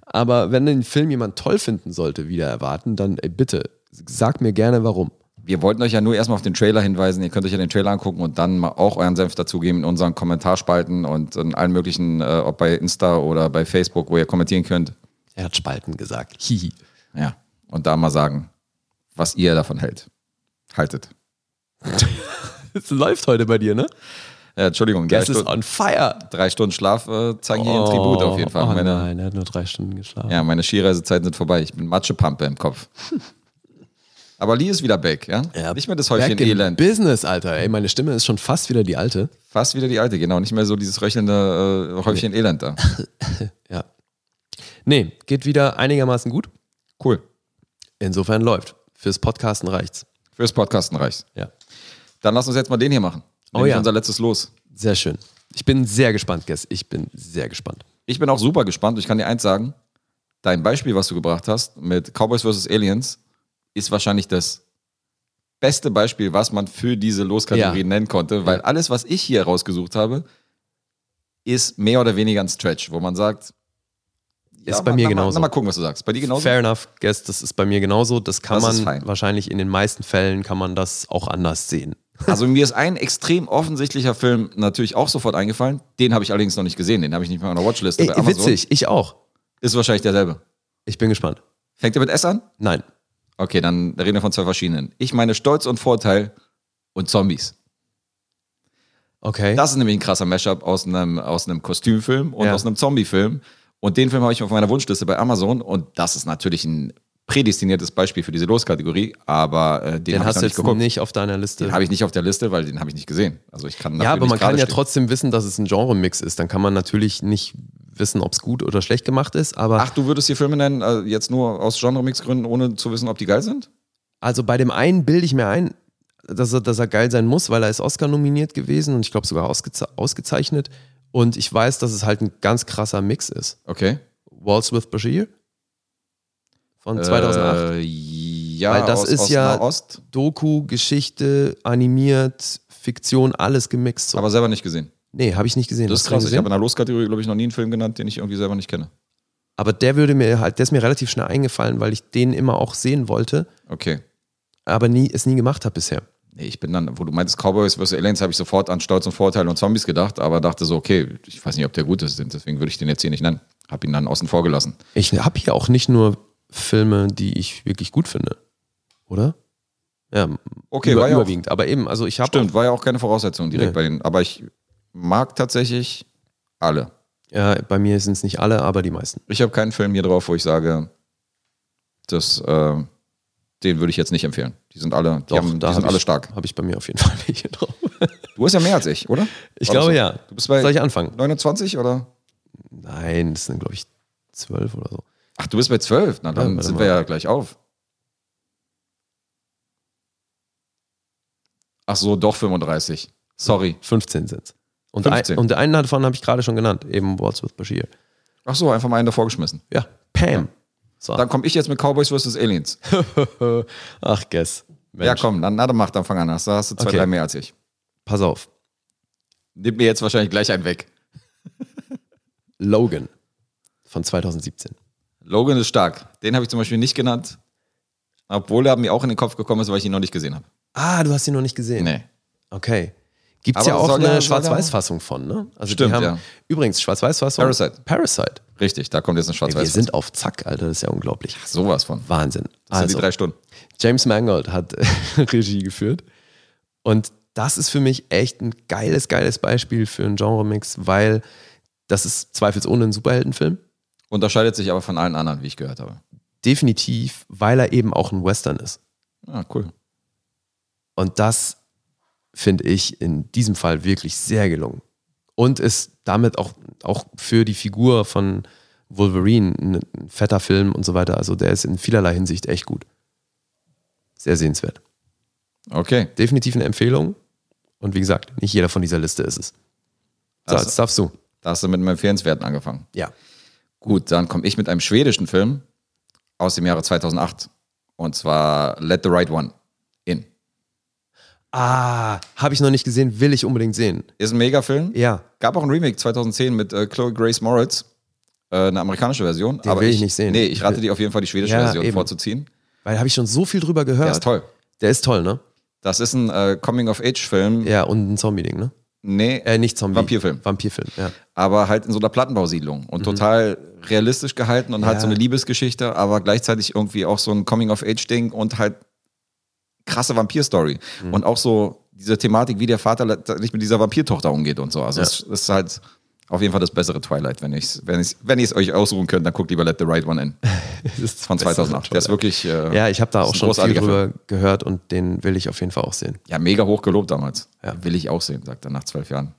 [SPEAKER 3] Aber wenn den Film jemand toll finden sollte, wieder erwarten, dann ey, bitte, sag mir gerne warum.
[SPEAKER 2] Wir wollten euch ja nur erstmal auf den Trailer hinweisen. Ihr könnt euch ja den Trailer angucken und dann mal auch euren Senf dazugeben in unseren Kommentarspalten und in allen möglichen, äh, ob bei Insta oder bei Facebook, wo ihr kommentieren könnt.
[SPEAKER 3] Er hat Spalten gesagt. Hihi.
[SPEAKER 2] Ja. Und da mal sagen, was ihr davon hält. Haltet.
[SPEAKER 3] Es läuft heute bei dir, ne?
[SPEAKER 2] Ja, Äh, Entschuldigung, drei,
[SPEAKER 3] Guess ist
[SPEAKER 2] Stunden,
[SPEAKER 3] on fire.
[SPEAKER 2] drei Stunden Schlaf äh, zeigen hier ihren Tribut auf jeden Fall.
[SPEAKER 3] Oh
[SPEAKER 2] meine,
[SPEAKER 3] nein, er hat nur drei Stunden geschlafen.
[SPEAKER 2] Ja, meine Skireisezeiten sind vorbei. Ich bin Matschepampe im Kopf. Aber Lee ist wieder back, ja? Nicht mehr das Häufchen
[SPEAKER 3] Back in
[SPEAKER 2] Elend.
[SPEAKER 3] Business, Alter. Ey, meine Stimme ist schon fast wieder die alte.
[SPEAKER 2] Fast wieder die alte, genau. Nicht mehr so dieses röchelnde äh, Häufchen Elend da.
[SPEAKER 3] Ja. Nee, geht wieder einigermaßen gut.
[SPEAKER 2] Cool.
[SPEAKER 3] Insofern läuft. Fürs Podcasten reicht's.
[SPEAKER 2] Fürs Podcasten reicht's.
[SPEAKER 3] Ja.
[SPEAKER 2] Dann lass uns jetzt mal den hier machen.
[SPEAKER 3] Oh
[SPEAKER 2] Nämlich
[SPEAKER 3] ja.
[SPEAKER 2] unser letztes Los.
[SPEAKER 3] Sehr schön. Ich bin sehr gespannt, Guess. Ich bin sehr gespannt.
[SPEAKER 2] Ich bin auch super gespannt. und Ich kann dir eins sagen. Dein Beispiel, was du gebracht hast mit Cowboys vs. Aliens, ist wahrscheinlich das beste Beispiel, was man für diese Loskategorie
[SPEAKER 3] Ja.
[SPEAKER 2] nennen konnte, weil alles, was ich hier rausgesucht habe, ist mehr oder weniger ein Stretch, wo man sagt,
[SPEAKER 3] Ist bei mir
[SPEAKER 2] na,
[SPEAKER 3] genauso.
[SPEAKER 2] Na, mal gucken, was du sagst. Bei dir genauso?
[SPEAKER 3] Fair enough, Guess. Das ist bei mir genauso. Das kann
[SPEAKER 2] Das ist
[SPEAKER 3] man
[SPEAKER 2] fein.
[SPEAKER 3] wahrscheinlich in den meisten Fällen kann man das auch anders sehen.
[SPEAKER 2] Also mir ist ein extrem offensichtlicher Film natürlich auch sofort eingefallen. Den habe ich allerdings noch nicht gesehen. Den habe ich nicht mal auf der Watchliste.
[SPEAKER 3] Ey,
[SPEAKER 2] bei Amazon.
[SPEAKER 3] witzig, ich auch.
[SPEAKER 2] Ist wahrscheinlich derselbe.
[SPEAKER 3] Ich bin gespannt.
[SPEAKER 2] Fängt er mit S an?
[SPEAKER 3] Nein.
[SPEAKER 2] Okay, dann reden wir von zwei verschiedenen. Ich meine Stolz und Vorteil und Zombies.
[SPEAKER 3] Okay.
[SPEAKER 2] Das ist nämlich ein krasser Mashup aus einem, aus einem Kostümfilm und
[SPEAKER 3] Ja.
[SPEAKER 2] aus einem Zombie-Film. Und den Film habe ich auf meiner Wunschliste bei Amazon. Und das ist natürlich ein prädestiniertes Beispiel für diese Loskategorie. Aber äh, den,
[SPEAKER 3] den
[SPEAKER 2] habe ich noch
[SPEAKER 3] hast du
[SPEAKER 2] nicht
[SPEAKER 3] jetzt
[SPEAKER 2] geguckt.
[SPEAKER 3] nicht auf deiner Liste.
[SPEAKER 2] Den habe ich nicht auf der Liste, weil den habe ich nicht gesehen. Also ich kann
[SPEAKER 3] Ja,
[SPEAKER 2] dafür
[SPEAKER 3] aber
[SPEAKER 2] nicht
[SPEAKER 3] man kann
[SPEAKER 2] gerade
[SPEAKER 3] ja
[SPEAKER 2] stehen.
[SPEAKER 3] trotzdem wissen, dass es ein Genre-Mix ist. Dann kann man natürlich nicht wissen, ob es gut oder schlecht gemacht ist. Aber
[SPEAKER 2] Ach, du würdest hier Filme nennen, äh, jetzt nur aus Genre-Mix-Gründen, ohne zu wissen, ob die geil sind?
[SPEAKER 3] also bei dem einen bilde ich mir ein, dass er, dass er geil sein muss, weil er ist Oscar nominiert gewesen und ich glaube sogar ausgeze ausgezeichnet. Und ich weiß, dass es halt ein ganz krasser Mix ist.
[SPEAKER 2] Okay.
[SPEAKER 3] Waltz with Bashir von 2008.
[SPEAKER 2] Äh, ja,
[SPEAKER 3] Weil das
[SPEAKER 2] aus,
[SPEAKER 3] ist
[SPEAKER 2] aus
[SPEAKER 3] ja-
[SPEAKER 2] Nahost,
[SPEAKER 3] Doku, Geschichte, animiert, Fiktion, alles gemixt. So.
[SPEAKER 2] aber selber nicht gesehen.
[SPEAKER 3] nee, habe ich nicht gesehen.
[SPEAKER 2] Das ist
[SPEAKER 3] Hast du den
[SPEAKER 2] krass. Ich
[SPEAKER 3] gesehen?
[SPEAKER 2] habe in der Loskategorie, glaube ich, noch nie einen Film genannt, den ich irgendwie selber nicht kenne.
[SPEAKER 3] Aber der würde mir halt, der ist mir relativ schnell eingefallen, weil ich den immer auch sehen wollte,
[SPEAKER 2] Okay.
[SPEAKER 3] aber nie, es nie gemacht habe bisher.
[SPEAKER 2] Nee, ich bin dann, wo du meintest Cowboys vs. Aliens, habe ich sofort an Stolz und Vorteile und Zombies gedacht, aber dachte so, okay, ich weiß nicht, ob der gut ist, deswegen würde ich den jetzt hier nicht nennen. Hab ihn dann außen vor gelassen.
[SPEAKER 3] Ich habe hier auch nicht nur Filme, die ich wirklich gut finde, oder? Ja,
[SPEAKER 2] Okay,
[SPEAKER 3] über,
[SPEAKER 2] war ja auch,
[SPEAKER 3] überwiegend. Aber eben, also ich habe
[SPEAKER 2] stimmt, war ja auch keine Voraussetzung direkt
[SPEAKER 3] Nee.
[SPEAKER 2] bei den, aber ich mag tatsächlich alle.
[SPEAKER 3] ja, bei mir sind es nicht alle, aber die meisten.
[SPEAKER 2] Ich habe keinen Film hier drauf, wo ich sage, das, äh, den würde ich jetzt nicht empfehlen. Die sind alle, die, haben, die sind
[SPEAKER 3] hab
[SPEAKER 2] alle
[SPEAKER 3] ich,
[SPEAKER 2] stark.
[SPEAKER 3] Habe ich bei mir auf jeden Fall welche drauf.
[SPEAKER 2] Du hast ja mehr als ich, oder?
[SPEAKER 3] Ich
[SPEAKER 2] War das
[SPEAKER 3] glaube
[SPEAKER 2] so?
[SPEAKER 3] ja.
[SPEAKER 2] Du bist bei
[SPEAKER 3] Soll ich anfangen?
[SPEAKER 2] 29 oder?
[SPEAKER 3] Nein, das sind glaube ich zwölf oder so.
[SPEAKER 2] Ach, du bist bei 12. Na, dann
[SPEAKER 3] warte
[SPEAKER 2] sind
[SPEAKER 3] mal.
[SPEAKER 2] wir ja gleich auf. Ach so, doch 35. Sorry.
[SPEAKER 3] 15 sind's. Und,
[SPEAKER 2] 15.
[SPEAKER 3] Ein, und einen davon habe ich gerade schon genannt, eben Words with Bashir.
[SPEAKER 2] Ach so, einfach mal einen davor geschmissen.
[SPEAKER 3] Ja, Pam. So.
[SPEAKER 2] Dann komme ich jetzt mit Cowboys vs. Aliens.
[SPEAKER 3] Ach, Guess. Mensch.
[SPEAKER 2] Ja, komm, dann, na, dann mach, dann fang an. Hast, da hast du zwei,
[SPEAKER 3] Okay.
[SPEAKER 2] drei mehr als ich.
[SPEAKER 3] Pass auf.
[SPEAKER 2] Nimm mir jetzt wahrscheinlich gleich einen weg.
[SPEAKER 3] Logan von 2017.
[SPEAKER 2] Logan ist stark. Den habe ich zum Beispiel nicht genannt. Obwohl er mir auch in den Kopf gekommen ist, weil ich ihn noch nicht gesehen habe.
[SPEAKER 3] Ah, du hast ihn noch nicht gesehen.
[SPEAKER 2] Nee.
[SPEAKER 3] Okay. Gibt's
[SPEAKER 2] Aber
[SPEAKER 3] ja auch
[SPEAKER 2] soll er-
[SPEAKER 3] eine
[SPEAKER 2] soll
[SPEAKER 3] Schwarz-Weiß-Fassung von, ne? Also
[SPEAKER 2] Stimmt,
[SPEAKER 3] die haben,
[SPEAKER 2] ja.
[SPEAKER 3] Übrigens, Schwarz-Weiß-Fassung.
[SPEAKER 2] Parasite.
[SPEAKER 3] Parasite.
[SPEAKER 2] Richtig, da kommt jetzt ein
[SPEAKER 3] Ey, wir
[SPEAKER 2] Schwarz-Weiß.
[SPEAKER 3] sind auf Zack, Alter. Das ist ja unglaublich.
[SPEAKER 2] sowas von. Das
[SPEAKER 3] Wahnsinn.
[SPEAKER 2] sind
[SPEAKER 3] Also.
[SPEAKER 2] die drei Stunden.
[SPEAKER 3] James Mangold hat Regie geführt. Und das ist für mich echt ein geiles, geiles Beispiel für einen Genre-Mix, weil das ist zweifelsohne ein Superheldenfilm.
[SPEAKER 2] Unterscheidet sich aber von allen anderen, wie ich gehört habe.
[SPEAKER 3] Definitiv, weil er eben auch ein Western ist.
[SPEAKER 2] Ah, cool.
[SPEAKER 3] Und das finde ich in diesem Fall wirklich sehr gelungen. Und ist damit auch, auch für die Figur von Wolverine ein ein fetter Film und so weiter. Also der ist in vielerlei Hinsicht echt gut. Sehr sehenswert.
[SPEAKER 2] Okay.
[SPEAKER 3] Definitiv eine Empfehlung. Und wie gesagt, nicht jeder von dieser Liste ist es. So,
[SPEAKER 2] Das-
[SPEAKER 3] jetzt darfst du.
[SPEAKER 2] Da hast du mit einem Empfehlenswerten angefangen.
[SPEAKER 3] Ja.
[SPEAKER 2] Gut, dann komme ich mit einem schwedischen Film aus dem Jahre 2008. Und zwar Let the Right One In.
[SPEAKER 3] Ah, habe ich noch nicht gesehen, will ich unbedingt sehen.
[SPEAKER 2] Ist ein Megafilm.
[SPEAKER 3] Ja,
[SPEAKER 2] Gab auch ein Remake 2010 mit äh, Chloe Grace Moritz. Äh, eine amerikanische Version.
[SPEAKER 3] Den will ich nicht sehen.
[SPEAKER 2] Nee, ich rate dir auf jeden Fall die schwedische
[SPEAKER 3] Ja,
[SPEAKER 2] Version
[SPEAKER 3] eben.
[SPEAKER 2] vorzuziehen.
[SPEAKER 3] weil habe ich schon so viel drüber gehört.
[SPEAKER 2] Der ist toll.
[SPEAKER 3] Der ist toll, ne?
[SPEAKER 2] Das ist ein äh, Coming-of-Age-Film.
[SPEAKER 3] Ja, und ein Zombie-Ding, ne?
[SPEAKER 2] Nee,
[SPEAKER 3] Äh, nicht Zombie.
[SPEAKER 2] Vampirfilm.
[SPEAKER 3] Vampirfilm, ja.
[SPEAKER 2] aber halt in so einer Plattenbausiedlung und total realistisch gehalten und halt
[SPEAKER 3] Mhm. Ja.
[SPEAKER 2] so eine Liebesgeschichte, aber gleichzeitig irgendwie auch so ein Coming-of-Age-Ding und halt krasse Vampir-Story.
[SPEAKER 3] Mhm.
[SPEAKER 2] Und auch so diese Thematik, wie der Vater nicht mit dieser Vampirtochter umgeht und so. Also
[SPEAKER 3] Ja.
[SPEAKER 2] es ist halt auf jeden Fall das bessere Twilight, wenn ich es wenn ich's, wenn ich's euch aussuchen könnt, dann guckt lieber Let the Right One in.
[SPEAKER 3] ist
[SPEAKER 2] Von 2008. Der ist wirklich äh,
[SPEAKER 3] Ja, ich habe da
[SPEAKER 2] ist
[SPEAKER 3] auch
[SPEAKER 2] ein
[SPEAKER 3] schon viel
[SPEAKER 2] großartiger
[SPEAKER 3] drüber gehört und den will ich auf jeden Fall auch sehen.
[SPEAKER 2] ja, mega hoch gelobt damals.
[SPEAKER 3] Ja.
[SPEAKER 2] Will ich auch sehen, sagt er nach zwölf Jahren.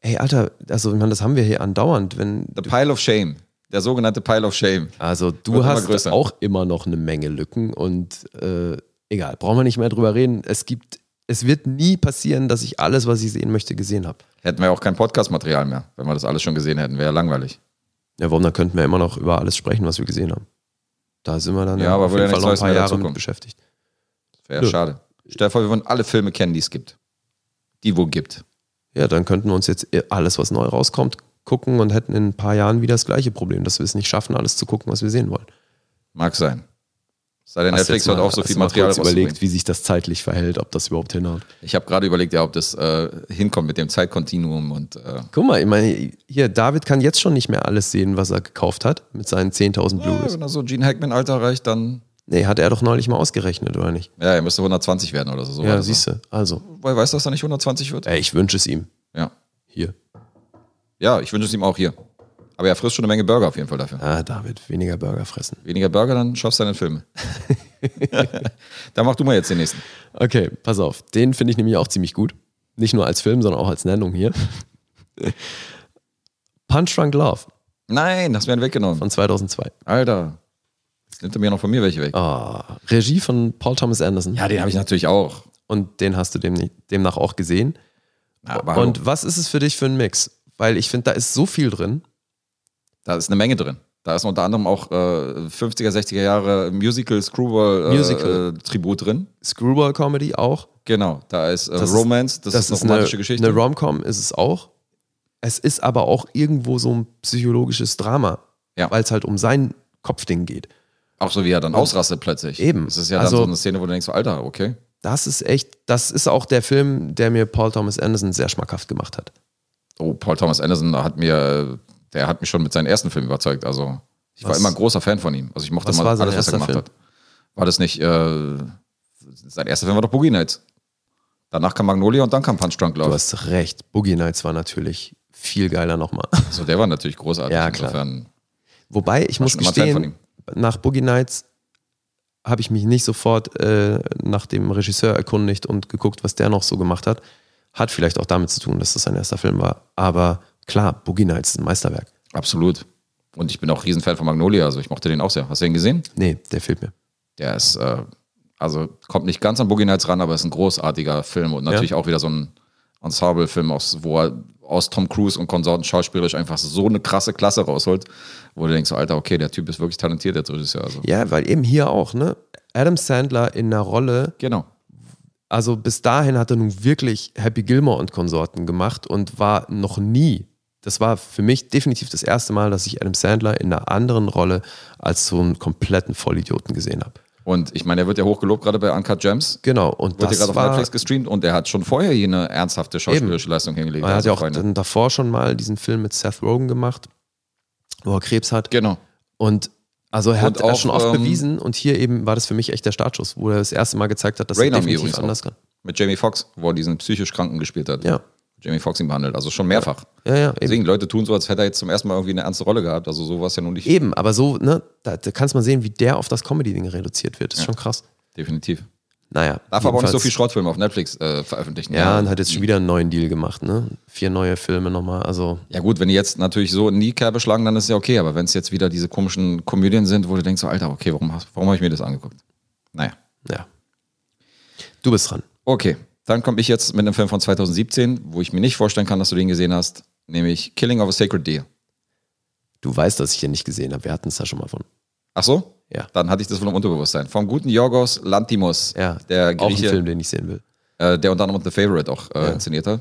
[SPEAKER 3] Ey, Alter, also ich meine, das haben wir hier andauernd, wenn
[SPEAKER 2] The Pile of Shame. Der sogenannte Pile of Shame.
[SPEAKER 3] also
[SPEAKER 2] Wird
[SPEAKER 3] du
[SPEAKER 2] immer
[SPEAKER 3] hast
[SPEAKER 2] größer.
[SPEAKER 3] auch immer noch eine Menge Lücken und äh, egal, brauchen wir nicht mehr drüber reden. Es gibt, es wird nie passieren, dass ich alles, was ich sehen möchte, gesehen habe.
[SPEAKER 2] Hätten wir auch kein Podcast-Material mehr, wenn wir das alles schon gesehen hätten. Wäre ja langweilig.
[SPEAKER 3] Ja, warum? Dann könnten wir immer noch über alles sprechen, was wir gesehen haben. Da sind wir dann
[SPEAKER 2] Ja, aber
[SPEAKER 3] auf
[SPEAKER 2] würde ja
[SPEAKER 3] jeden Fall
[SPEAKER 2] nichts
[SPEAKER 3] noch
[SPEAKER 2] Neues
[SPEAKER 3] ein paar
[SPEAKER 2] mehr
[SPEAKER 3] Jahre
[SPEAKER 2] dazukommen.
[SPEAKER 3] mit beschäftigt.
[SPEAKER 2] Wäre
[SPEAKER 3] Nö.
[SPEAKER 2] schade. Stell dir vor, wir würden alle Filme kennen, die es gibt. Die wo gibt.
[SPEAKER 3] Ja, dann könnten wir uns jetzt alles, was neu rauskommt, gucken und hätten in ein paar Jahren wieder das gleiche Problem, dass wir es nicht schaffen, alles zu gucken, was wir sehen wollen.
[SPEAKER 2] Mag sein. Sei denn,
[SPEAKER 3] Hast
[SPEAKER 2] Netflix
[SPEAKER 3] du jetzt
[SPEAKER 2] hat
[SPEAKER 3] mal-
[SPEAKER 2] auch so
[SPEAKER 3] hast
[SPEAKER 2] viel
[SPEAKER 3] du mal
[SPEAKER 2] Material
[SPEAKER 3] kurz überlegt,
[SPEAKER 2] rausgebracht.
[SPEAKER 3] wie sich das zeitlich verhält, ob das überhaupt hinhaut.
[SPEAKER 2] Ich habe gerade überlegt, ja, ob das äh, hinkommt mit dem Zeitkontinuum und äh,
[SPEAKER 3] Guck mal, ich meine, hier, David kann jetzt schon nicht mehr alles sehen, was er gekauft hat mit seinen 10.000 Blu-rays.
[SPEAKER 2] wenn er so Gene Hackman Alter erreicht, dann
[SPEAKER 3] Nee, hat er doch neulich mal ausgerechnet, oder nicht?
[SPEAKER 2] ja, er müsste 120 werden oder so. so
[SPEAKER 3] Ja,
[SPEAKER 2] also.
[SPEAKER 3] siehst du. Also,
[SPEAKER 2] Wobei weiß, dass er nicht 120 wird?
[SPEAKER 3] ey, ich wünsche es ihm.
[SPEAKER 2] Ja.
[SPEAKER 3] Hier.
[SPEAKER 2] Ja, ich wünsche es ihm auch hier. Aber er frisst schon eine Menge Burger auf jeden Fall dafür.
[SPEAKER 3] Ah, David, weniger Burger fressen.
[SPEAKER 2] Weniger Burger, dann schaffst du deine Filme. dann mach du mal jetzt den nächsten.
[SPEAKER 3] Okay, pass auf. Den finde ich nämlich auch ziemlich gut. Nicht nur als Film, sondern auch als Nennung hier. Punch Drunk Love
[SPEAKER 2] Nein, hast mir einen weggenommen.
[SPEAKER 3] von 2002.
[SPEAKER 2] Alter. Jetzt nimmt er mir noch von mir welche weg.
[SPEAKER 3] Ah, Regie von Paul Thomas Anderson.
[SPEAKER 2] Ja, den habe ich natürlich auch.
[SPEAKER 3] Und den hast du dem, demnach auch gesehen.
[SPEAKER 2] Na, aber hallo,
[SPEAKER 3] Und was ist es für dich für ein Mix? Weil ich finde, da ist so viel drin.
[SPEAKER 2] da ist eine Menge drin. Da ist unter anderem auch äh, 50er, 60er Jahre Musical, Screwball, äh,
[SPEAKER 3] Musical.
[SPEAKER 2] Äh, Tribut drin.
[SPEAKER 3] Screwball-Comedy auch.
[SPEAKER 2] Genau, da ist äh,
[SPEAKER 3] Das ist-
[SPEAKER 2] Romance, das, ist eine romantische Geschichte.
[SPEAKER 3] Eine Rom-Com ist es auch. Es ist aber auch irgendwo so ein psychologisches Drama,
[SPEAKER 2] Ja.
[SPEAKER 3] weil es halt um sein Kopfding geht.
[SPEAKER 2] auch so wie er dann ausrastet plötzlich.
[SPEAKER 3] Eben.
[SPEAKER 2] Das ist ja
[SPEAKER 3] Also-
[SPEAKER 2] dann so eine Szene, wo du denkst, so, Alter, okay.
[SPEAKER 3] Das ist echt, das ist auch der Film, der mir Paul Thomas Anderson sehr schmackhaft gemacht hat.
[SPEAKER 2] Oh, Paul Thomas Anderson hat mir, äh, der hat mich schon mit seinen ersten Filmen überzeugt. Also ich war
[SPEAKER 3] Was-
[SPEAKER 2] immer ein großer Fan von ihm. Also ich mochte
[SPEAKER 3] Was
[SPEAKER 2] immer
[SPEAKER 3] war sein
[SPEAKER 2] alles, was er
[SPEAKER 3] erster
[SPEAKER 2] gemacht
[SPEAKER 3] Film?
[SPEAKER 2] hat. War das nicht, äh, sein erster Film war doch Boogie Nights. Danach kam Magnolia und dann kam Punch Drunk Love.
[SPEAKER 3] Du hast recht, Boogie Nights war natürlich viel geiler nochmal.
[SPEAKER 2] So, Also der war natürlich großartig.
[SPEAKER 3] Ja, klar.
[SPEAKER 2] Insofern,
[SPEAKER 3] Wobei, ich muss
[SPEAKER 2] schon immer ein Fan
[SPEAKER 3] gestehen, nach Boogie Nights habe ich mich nicht sofort äh, nach dem Regisseur erkundigt und geguckt, was der noch so gemacht hat. Hat vielleicht auch damit zu tun, dass das sein erster Film war. Aber klar, Boogie Nights ist ein Meisterwerk.
[SPEAKER 2] absolut. Und ich bin auch Riesenfan von Magnolia, also ich mochte den auch sehr. Hast du den gesehen?
[SPEAKER 3] Nee, der fehlt mir.
[SPEAKER 2] Der ist, äh, also kommt nicht ganz an Boogie Nights ran, aber ist ein großartiger Film und natürlich auch wieder so ein Ensemble-Film, aus, wo er aus Tom Cruise und Konsorten schauspielerisch einfach so eine krasse Klasse rausholt, wo du denkst, so, Alter, okay, der Typ ist wirklich talentiert, der Regisseur. Also.
[SPEAKER 3] Ja, weil eben hier auch, ne? Adam Sandler in einer Rolle,
[SPEAKER 2] Genau.
[SPEAKER 3] also bis dahin hat er nun wirklich Happy Gilmore und Konsorten gemacht und war noch nie, das war für mich definitiv das erste Mal, dass ich Adam Sandler in einer anderen Rolle als so einen kompletten Vollidioten gesehen habe.
[SPEAKER 2] Und ich meine, der wird ja hochgelobt gerade bei Uncut Gems.
[SPEAKER 3] Genau, und
[SPEAKER 2] Wird ja
[SPEAKER 3] das
[SPEAKER 2] gerade auf
[SPEAKER 3] war,
[SPEAKER 2] Netflix gestreamt und er hat schon vorher hier eine ernsthafte schauspielerische Leistung hingelegt.
[SPEAKER 3] er hat
[SPEAKER 2] Also,
[SPEAKER 3] ja auch
[SPEAKER 2] Freunde.
[SPEAKER 3] dann davor schon mal diesen Film mit Seth Rogen gemacht, wo er Krebs hat.
[SPEAKER 2] genau.
[SPEAKER 3] Und also er hat
[SPEAKER 2] Und
[SPEAKER 3] er
[SPEAKER 2] auch,
[SPEAKER 3] schon oft
[SPEAKER 2] ähm,
[SPEAKER 3] bewiesen und hier eben war das für mich echt der Startschuss, wo er das erste Mal gezeigt hat, dass
[SPEAKER 2] Rain
[SPEAKER 3] er
[SPEAKER 2] haben wir
[SPEAKER 3] definitiv
[SPEAKER 2] übrigens auch.
[SPEAKER 3] anders kann.
[SPEAKER 2] Mit Jamie Foxx, wo er diesen psychisch Kranken gespielt hat.
[SPEAKER 3] Ja.
[SPEAKER 2] Jamie Foxx ihn behandelt, also schon mehrfach.
[SPEAKER 3] Ja, ja, eben.
[SPEAKER 2] Deswegen, Leute tun so, als hätte er jetzt zum ersten Mal irgendwie eine ernste Rolle gehabt. Also so war es ja nun nicht.
[SPEAKER 3] Eben, aber so, ne, da, da kannst man sehen, wie der auf das Comedy-Ding reduziert wird. Das ist schon krass.
[SPEAKER 2] Definitiv.
[SPEAKER 3] Naja.
[SPEAKER 2] Darf aber auch nicht so
[SPEAKER 3] jedenfalls-
[SPEAKER 2] viel Mhm. Schrottfilme auf Netflix äh, veröffentlichen.
[SPEAKER 3] Ja, und halt hat jetzt schon wieder einen neuen Deal gemacht, ne? Vier neue Filme nochmal. Also,
[SPEAKER 2] Ja gut, wenn die jetzt natürlich so in die Kerbe schlagen, dann ist ja okay. Aber wenn es jetzt wieder diese komischen Komödien sind, wo du denkst, so, Alter, okay, warum, hast- warum habe ich mir das angeguckt? Naja.
[SPEAKER 3] ja. Du bist dran.
[SPEAKER 2] Okay, dann komme ich jetzt mit einem Film von 2017, wo ich mir nicht vorstellen kann, dass du den gesehen hast, nämlich Killing of a Sacred Deer.
[SPEAKER 3] Du weißt, dass ich den nicht gesehen habe. Wir hatten es da schon mal von.
[SPEAKER 2] Ach so?
[SPEAKER 3] Ja.
[SPEAKER 2] Dann hatte ich das wohl im Unterbewusstsein. Vom guten Yorgos Lantimos,
[SPEAKER 3] Ja,
[SPEAKER 2] der
[SPEAKER 3] auch ein
[SPEAKER 2] Grieche,
[SPEAKER 3] Film, den ich sehen will.
[SPEAKER 2] Äh, der unter anderem The Favorite auch äh, inszeniert hat.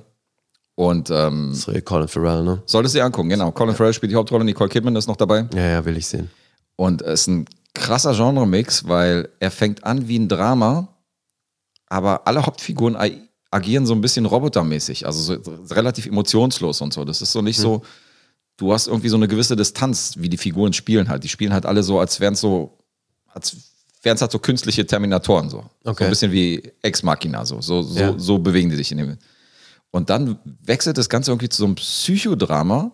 [SPEAKER 2] Und ähm,
[SPEAKER 3] Das ist Colin Farrell, ne?
[SPEAKER 2] solltest du dir angucken, genau. Colin Farrell spielt die Hauptrolle, Nicole Kidman ist noch dabei.
[SPEAKER 3] Ja, ja, will ich sehen.
[SPEAKER 2] Und es ist ein krasser Genre-Mix, weil er fängt an wie ein Drama, aber alle Hauptfiguren ai- agieren so ein bisschen robotermäßig, also so, so relativ emotionslos und so. Das ist so
[SPEAKER 3] Mhm.
[SPEAKER 2] nicht so, du hast irgendwie so eine gewisse Distanz, wie die Figuren spielen halt. Die spielen halt alle so, als wären es so, als wären es halt so künstliche Terminatoren so. So
[SPEAKER 3] Okay.
[SPEAKER 2] ein bisschen wie Ex Machina so. So, so,
[SPEAKER 3] Ja.
[SPEAKER 2] so bewegen die sich in dem. Und dann wechselt das Ganze irgendwie zu so einem Psychodrama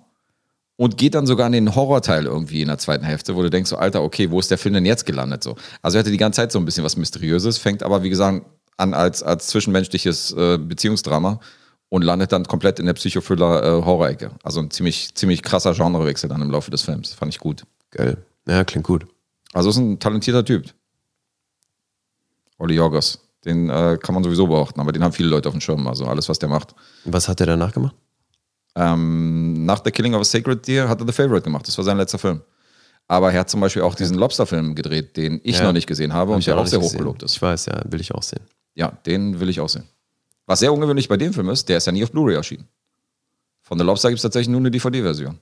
[SPEAKER 2] und geht dann sogar in den Horrorteil irgendwie in der zweiten Hälfte, wo du denkst so, Alter, okay, wo ist der Film denn jetzt gelandet? So. Also er hatte die ganze Zeit so ein bisschen was Mysteriöses, fängt aber, wie gesagt, an als, als zwischenmenschliches äh, Beziehungsdrama und landet dann komplett in der Psychothriller-Horror-Ecke. Also ein ziemlich, ziemlich krasser Genrewechsel dann im Laufe des Films. Fand ich gut.
[SPEAKER 3] Geil. Ja, klingt gut.
[SPEAKER 2] Also ist ein talentierter Typ. Oli Jorgos. Den äh, kann man sowieso beachten, aber den haben viele Leute auf dem Schirm. Also alles, was der macht.
[SPEAKER 3] Was hat er danach gemacht?
[SPEAKER 2] Ähm, nach The Killing of a Sacred Deer hat er The Favorite gemacht. Das war sein letzter Film. Aber er hat zum Beispiel auch diesen Lobster-Film gedreht, den ich
[SPEAKER 3] Ja.
[SPEAKER 2] noch nicht gesehen habe
[SPEAKER 3] Hab
[SPEAKER 2] und der
[SPEAKER 3] noch
[SPEAKER 2] auch
[SPEAKER 3] nicht
[SPEAKER 2] sehr
[SPEAKER 3] gesehen.
[SPEAKER 2] hochgelobt ist.
[SPEAKER 3] Ich weiß, ja, will ich auch sehen.
[SPEAKER 2] Ja, den will ich auch sehen. Was sehr ungewöhnlich bei dem Film ist, der ist ja nie auf Blu-ray erschienen. Von The Lobster gibt es tatsächlich nur eine DVD-Version.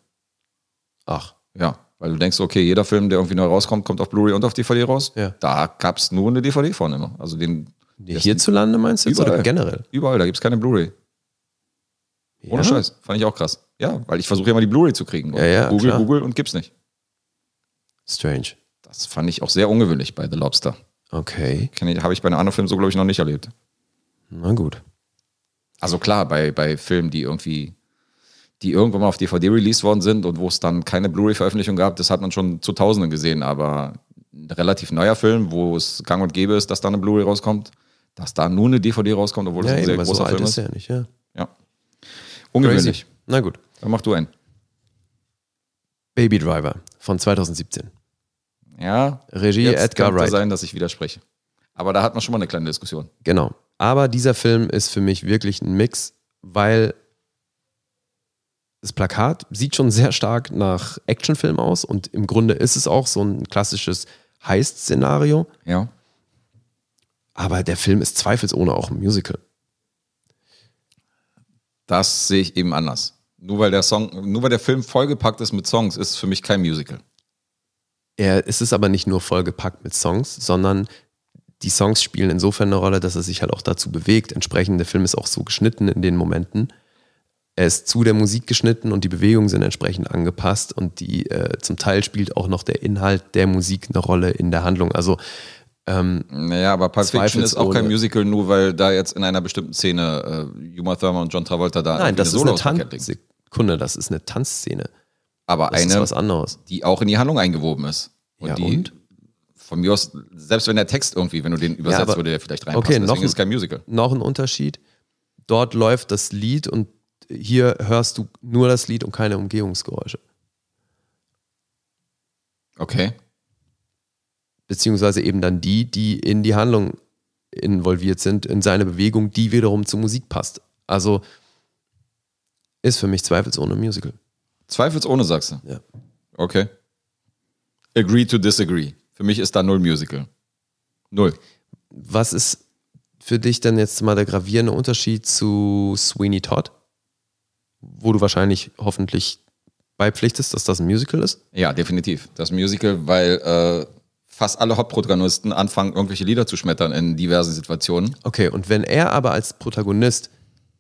[SPEAKER 3] Ach,
[SPEAKER 2] Ja, weil du denkst, okay, jeder Film, der irgendwie neu rauskommt, kommt auf Blu-ray und auf DVD raus.
[SPEAKER 3] Ja.
[SPEAKER 2] Da gab es nur eine DVD von immer. Also den
[SPEAKER 3] nee, hierzulande meinst du jetzt oder
[SPEAKER 2] überall.
[SPEAKER 3] generell?
[SPEAKER 2] Überall, da gibt es keine Blu-ray. Ohne
[SPEAKER 3] Ja?
[SPEAKER 2] Scheiß. Fand ich auch krass. Ja, weil ich versuche ja immer die Blu-ray zu kriegen. Und
[SPEAKER 3] Ja, ja,
[SPEAKER 2] Google,
[SPEAKER 3] klar.
[SPEAKER 2] Google und gibt's nicht.
[SPEAKER 3] Strange.
[SPEAKER 2] Das fand ich auch sehr ungewöhnlich bei The Lobster.
[SPEAKER 3] Okay,
[SPEAKER 2] Habe ich bei einem anderen Film so, glaube ich, noch nicht erlebt.
[SPEAKER 3] na gut.
[SPEAKER 2] Also klar, bei, bei Filmen, die irgendwie, die irgendwann mal auf DVD released worden sind und wo es dann keine Blu-ray-Veröffentlichung gab, das hat man schon zu Tausenden gesehen, aber ein relativ neuer Film, wo es gang und gäbe ist, dass da eine Blu-ray rauskommt, dass da nur eine DVD rauskommt, obwohl das
[SPEAKER 3] Ja,
[SPEAKER 2] ein sehr
[SPEAKER 3] eben, weil so
[SPEAKER 2] großer
[SPEAKER 3] alt
[SPEAKER 2] Film
[SPEAKER 3] ist
[SPEAKER 2] ist.
[SPEAKER 3] er ja nicht, ja.
[SPEAKER 2] Ja. Ungewöhnlich.
[SPEAKER 3] Crazy. Na gut.
[SPEAKER 2] Dann mach du einen.
[SPEAKER 3] Baby Driver von 2017.
[SPEAKER 2] Ja.
[SPEAKER 3] Regie
[SPEAKER 2] Jetzt
[SPEAKER 3] Edgar
[SPEAKER 2] könnte
[SPEAKER 3] Wright.
[SPEAKER 2] sein, dass ich widerspreche. Aber da hatten wir schon mal eine kleine Diskussion.
[SPEAKER 3] Genau. Aber dieser Film ist für mich wirklich ein Mix, weil das Plakat sieht schon sehr stark nach Actionfilm aus und im Grunde ist es auch so ein klassisches Heist-Szenario.
[SPEAKER 2] Ja.
[SPEAKER 3] Aber der Film ist zweifelsohne auch ein Musical.
[SPEAKER 2] Das sehe ich eben anders. Nur weil der Song, nur weil der Film vollgepackt ist mit Songs, ist es für mich kein Musical.
[SPEAKER 3] Er, es ist aber nicht nur vollgepackt mit Songs, sondern die Songs spielen insofern eine Rolle, dass er sich halt auch dazu bewegt. Entsprechend, der Film ist auch so geschnitten in den Momenten. Er ist zu der Musik geschnitten und die Bewegungen sind entsprechend angepasst und die äh, zum Teil spielt auch noch der Inhalt der Musik eine Rolle in der Handlung. Also
[SPEAKER 2] Naja, aber Pulp Fiction ist auch
[SPEAKER 3] Zweifelsohne.
[SPEAKER 2] kein Musical, nur weil da jetzt in einer bestimmten Szene äh, Uma Thurman und John Travolta da
[SPEAKER 3] nein,
[SPEAKER 2] irgendwie
[SPEAKER 3] das ist eine
[SPEAKER 2] Solo-Auspackung
[SPEAKER 3] Tan
[SPEAKER 2] legen.
[SPEAKER 3] Sekunde, das ist eine Tanzszene.
[SPEAKER 2] Aber
[SPEAKER 3] Das ist
[SPEAKER 2] eine,
[SPEAKER 3] was anderes.
[SPEAKER 2] die auch in die Handlung eingewoben ist. Und
[SPEAKER 3] Ja,
[SPEAKER 2] die
[SPEAKER 3] und?
[SPEAKER 2] von mir aus, selbst wenn der Text irgendwie, wenn du den übersetzt,
[SPEAKER 3] aber-
[SPEAKER 2] würde der vielleicht reinpassen.
[SPEAKER 3] Okay,
[SPEAKER 2] Deswegen
[SPEAKER 3] noch ein-
[SPEAKER 2] ist es kein Musical.
[SPEAKER 3] Noch ein Unterschied. Dort läuft das Lied und hier hörst du nur das Lied und keine Umgehungsgeräusche.
[SPEAKER 2] Okay.
[SPEAKER 3] beziehungsweise eben dann die, die in die Handlung involviert sind, in seine Bewegung, die wiederum zur Musik passt. Also ist für mich zweifelsohne ein Musical.
[SPEAKER 2] Zweifelsohne sagst du.
[SPEAKER 3] Ja.
[SPEAKER 2] Okay. Agree to disagree. Für mich ist da null Musical. Null.
[SPEAKER 3] Was ist für dich denn jetzt mal der gravierende Unterschied zu Sweeney Todd, wo du wahrscheinlich hoffentlich beipflichtest, dass das ein Musical ist?
[SPEAKER 2] Ja, definitiv. Das Musical, weil äh, fast alle Hauptprotagonisten anfangen, irgendwelche Lieder zu schmettern in diversen Situationen.
[SPEAKER 3] Okay, und wenn er aber als Protagonist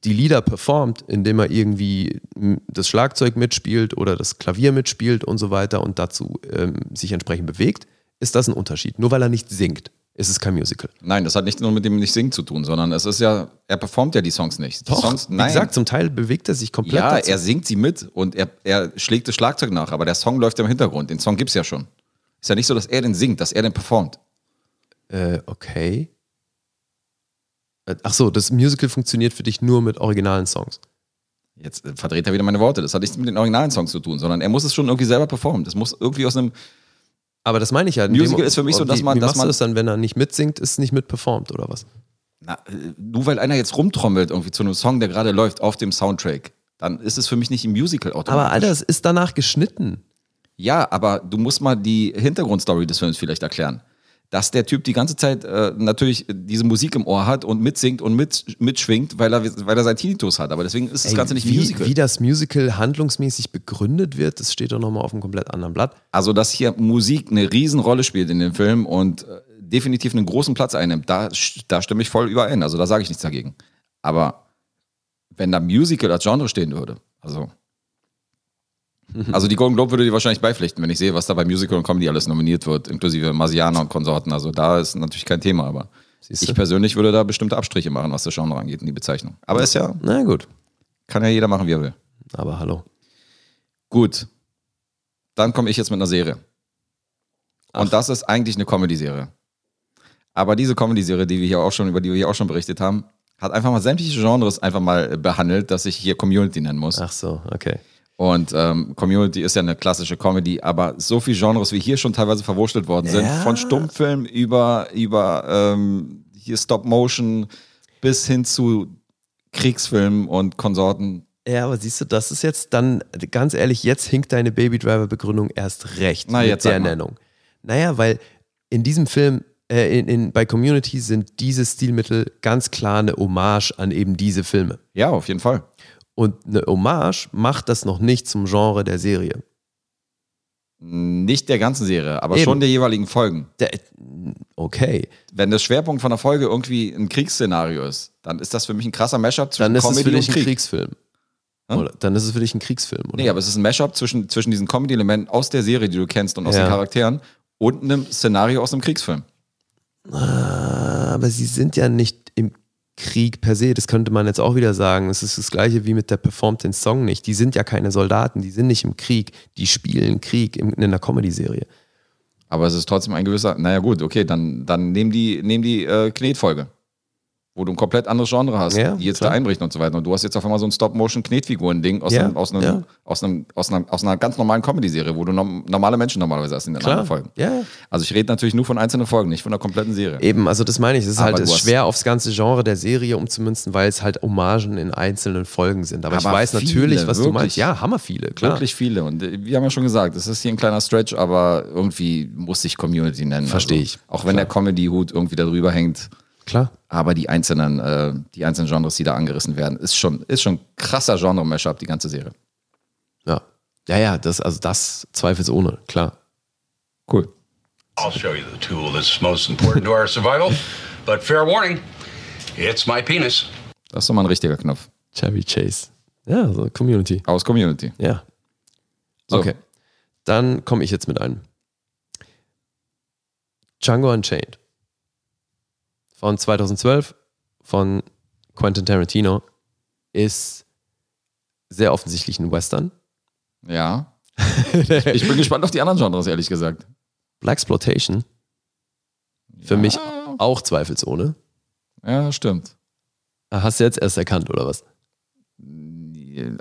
[SPEAKER 3] die Lieder performt, indem er irgendwie m, das Schlagzeug mitspielt oder das Klavier mitspielt und so weiter und dazu ähm, sich entsprechend bewegt, ist das ein Unterschied. Nur weil er nicht singt, ist es kein Musical.
[SPEAKER 2] Nein, das hat nicht nur mit dem Nicht-Singen zu tun, sondern es ist ja, er performt ja die Songs nicht. Die Songs,
[SPEAKER 3] wie gesagt, zum Teil bewegt er sich komplett.
[SPEAKER 2] ja,
[SPEAKER 3] dazu.
[SPEAKER 2] er singt sie mit und er, er schlägt das Schlagzeug nach, aber der Song läuft ja im Hintergrund. Den Song gibt's ja schon. Ist ja nicht so, dass er den singt, dass er den performt.
[SPEAKER 3] äh, okay. Äh, Ach so, das Musical funktioniert für dich nur mit originalen Songs.
[SPEAKER 2] Jetzt äh, verdreht er wieder meine Worte. Das hat nichts mit den originalen Songs zu tun, sondern er muss es schon irgendwie selber performen. Das muss irgendwie aus einem
[SPEAKER 3] Aber das meine ich ja.
[SPEAKER 2] Musical ist für mich so, dass man-
[SPEAKER 3] Wie, wie
[SPEAKER 2] dass
[SPEAKER 3] machst
[SPEAKER 2] man-
[SPEAKER 3] du das dann, wenn er nicht mitsingt, ist nicht mitperformt oder was?
[SPEAKER 2] Na, äh, nur weil einer jetzt rumtrommelt irgendwie zu einem Song, der gerade läuft, auf dem Soundtrack, dann ist es für mich nicht ein Musical
[SPEAKER 3] Aber
[SPEAKER 2] automatisch.
[SPEAKER 3] Alter, es ist danach geschnitten.
[SPEAKER 2] Ja, aber du musst mal die Hintergrundstory des Films vielleicht erklären. Dass der Typ die ganze Zeit äh, natürlich diese Musik im Ohr hat und mitsingt und mit, mitschwingt, weil er, weil er sein Tinnitus hat. Aber deswegen ist das Ganze nicht
[SPEAKER 3] wie,
[SPEAKER 2] Musical.
[SPEAKER 3] Wie das Musical handlungsmäßig begründet wird, das steht doch nochmal auf einem komplett anderen Blatt.
[SPEAKER 2] Also, dass hier Musik eine Riesenrolle spielt in dem Film und äh, definitiv einen großen Platz einnimmt, da, sch- da stimme ich voll überein. Also, da sage ich nichts dagegen. Aber wenn da Musical als Genre stehen würde, also. Also, die Golden Globe würde dir wahrscheinlich beipflichten, wenn ich sehe, was da bei Musical und Comedy alles nominiert wird, inklusive Masiana und Konsorten. Also, da ist natürlich kein Thema, aber
[SPEAKER 3] Siehste?
[SPEAKER 2] ich persönlich würde da bestimmte Abstriche machen, was das Genre angeht und die Bezeichnung. Aber ist ja,
[SPEAKER 3] Na gut,
[SPEAKER 2] kann ja jeder machen, wie er will.
[SPEAKER 3] aber hallo.
[SPEAKER 2] Gut. Dann komme ich jetzt mit einer Serie. Und das ist eigentlich eine Comedy-Serie. Aber diese Comedy-Serie, die wir hier auch schon, über die wir hier auch schon berichtet haben, hat einfach mal sämtliche Genres einfach mal äh, behandelt, dass ich hier Community nennen muss.
[SPEAKER 3] Ach so, okay.
[SPEAKER 2] Und ähm, Community ist ja eine klassische Comedy, aber so viele Genres, wie hier schon teilweise verwurschtelt worden sind,
[SPEAKER 3] Ja.
[SPEAKER 2] von Stummfilm über, über ähm, hier Stop-Motion bis hin zu Kriegsfilmen und Konsorten.
[SPEAKER 3] Ja, aber siehst du, das ist jetzt dann, ganz ehrlich, jetzt hinkt deine Baby Driver Begründung erst recht
[SPEAKER 2] Na,
[SPEAKER 3] mit
[SPEAKER 2] jetzt sag
[SPEAKER 3] der
[SPEAKER 2] mal.
[SPEAKER 3] Nennung. Naja, weil in diesem Film, äh, in, in, bei Community sind diese Stilmittel ganz klar eine Hommage an eben diese Filme.
[SPEAKER 2] Ja, auf jeden Fall.
[SPEAKER 3] Und eine Hommage macht das noch nicht zum Genre der Serie.
[SPEAKER 2] Nicht der ganzen Serie, aber
[SPEAKER 3] Eben.
[SPEAKER 2] schon der jeweiligen Folgen.
[SPEAKER 3] Der, okay,
[SPEAKER 2] wenn der Schwerpunkt von der Folge irgendwie ein Kriegsszenario ist, dann ist das für mich ein krasser Mashup zwischen
[SPEAKER 3] dann ist
[SPEAKER 2] Comedy
[SPEAKER 3] es für dich
[SPEAKER 2] und
[SPEAKER 3] ein
[SPEAKER 2] Krieg.
[SPEAKER 3] Kriegsfilm.
[SPEAKER 2] Hm?
[SPEAKER 3] Oder, dann ist es für dich ein Kriegsfilm, oder?
[SPEAKER 2] Nee, aber es ist ein Mashup zwischen, zwischen diesen Comedy-Elementen aus der Serie, die du kennst und aus
[SPEAKER 3] Ja.
[SPEAKER 2] den Charakteren und einem Szenario aus einem Kriegsfilm.
[SPEAKER 3] Aber sie sind ja nicht im Krieg per se, das könnte man jetzt auch wieder sagen. Es ist das gleiche wie mit der performt den Song nicht. Die sind ja keine Soldaten, die sind nicht im Krieg, die spielen Krieg in, in einer Comedy-Serie.
[SPEAKER 2] Aber es ist trotzdem ein gewisser, naja gut, okay, dann, dann nehmen die, nehmen die äh, Knetfolge, wo du ein komplett anderes Genre hast,
[SPEAKER 3] Ja,
[SPEAKER 2] die jetzt
[SPEAKER 3] klar.
[SPEAKER 2] da einbricht und so weiter. Und du hast jetzt auf einmal so ein Stop-Motion-Knetfiguren-Ding aus,
[SPEAKER 3] Ja,
[SPEAKER 2] einem, aus, einem,
[SPEAKER 3] ja.
[SPEAKER 2] aus, einem, aus, einer, aus einer ganz normalen Comedy-Serie, wo du nom- normale Menschen normalerweise hast in den anderen Folgen.
[SPEAKER 3] Ja.
[SPEAKER 2] Also ich rede natürlich nur von einzelnen Folgen, nicht von der kompletten Serie.
[SPEAKER 3] Eben, also das meine ich. Es ist
[SPEAKER 2] Aber
[SPEAKER 3] halt
[SPEAKER 2] du
[SPEAKER 3] ist
[SPEAKER 2] hast-
[SPEAKER 3] schwer aufs ganze Genre der Serie umzumünzen, weil es halt Hommagen in einzelnen Folgen sind. Aber, ich
[SPEAKER 2] Aber
[SPEAKER 3] weiß
[SPEAKER 2] viele,
[SPEAKER 3] natürlich, was du
[SPEAKER 2] wirklich.
[SPEAKER 3] meinst. Ja, hammer viele, klar.
[SPEAKER 2] Wirklich viele. Und äh, wir haben ja schon gesagt, es ist hier ein kleiner Stretch, aber irgendwie muss ich Community nennen.
[SPEAKER 3] Verstehe ich.
[SPEAKER 2] Also, auch wenn der Comedy-Hut irgendwie darüber hängt.
[SPEAKER 3] Klar.
[SPEAKER 2] Aber die einzelnen, äh, die einzelnen Genres, die da angerissen werden, ist schon, ist schon ein krasser Genre-Mashup, die ganze Serie.
[SPEAKER 3] Ja. Ja, ja, das, also das zweifelsohne, klar.
[SPEAKER 2] Cool.
[SPEAKER 8] I'll show you the tool that's most important to our survival. But fair warning, it's my penis.
[SPEAKER 2] Das ist doch mal ein richtiger Knopf.
[SPEAKER 3] Chevy Chase. Ja, so Community.
[SPEAKER 2] Aus Community.
[SPEAKER 3] Ja.
[SPEAKER 2] So.
[SPEAKER 3] Okay. Dann komme ich jetzt mit einem. Django Unchained. Von 2012 von Quentin Tarantino ist sehr offensichtlich ein Western.
[SPEAKER 2] Ja. Ich bin gespannt auf die anderen Genres, ehrlich gesagt.
[SPEAKER 3] Black Exploitation. Für mich auch zweifelsohne.
[SPEAKER 2] Ja, stimmt.
[SPEAKER 3] Hast du jetzt erst erkannt, oder was?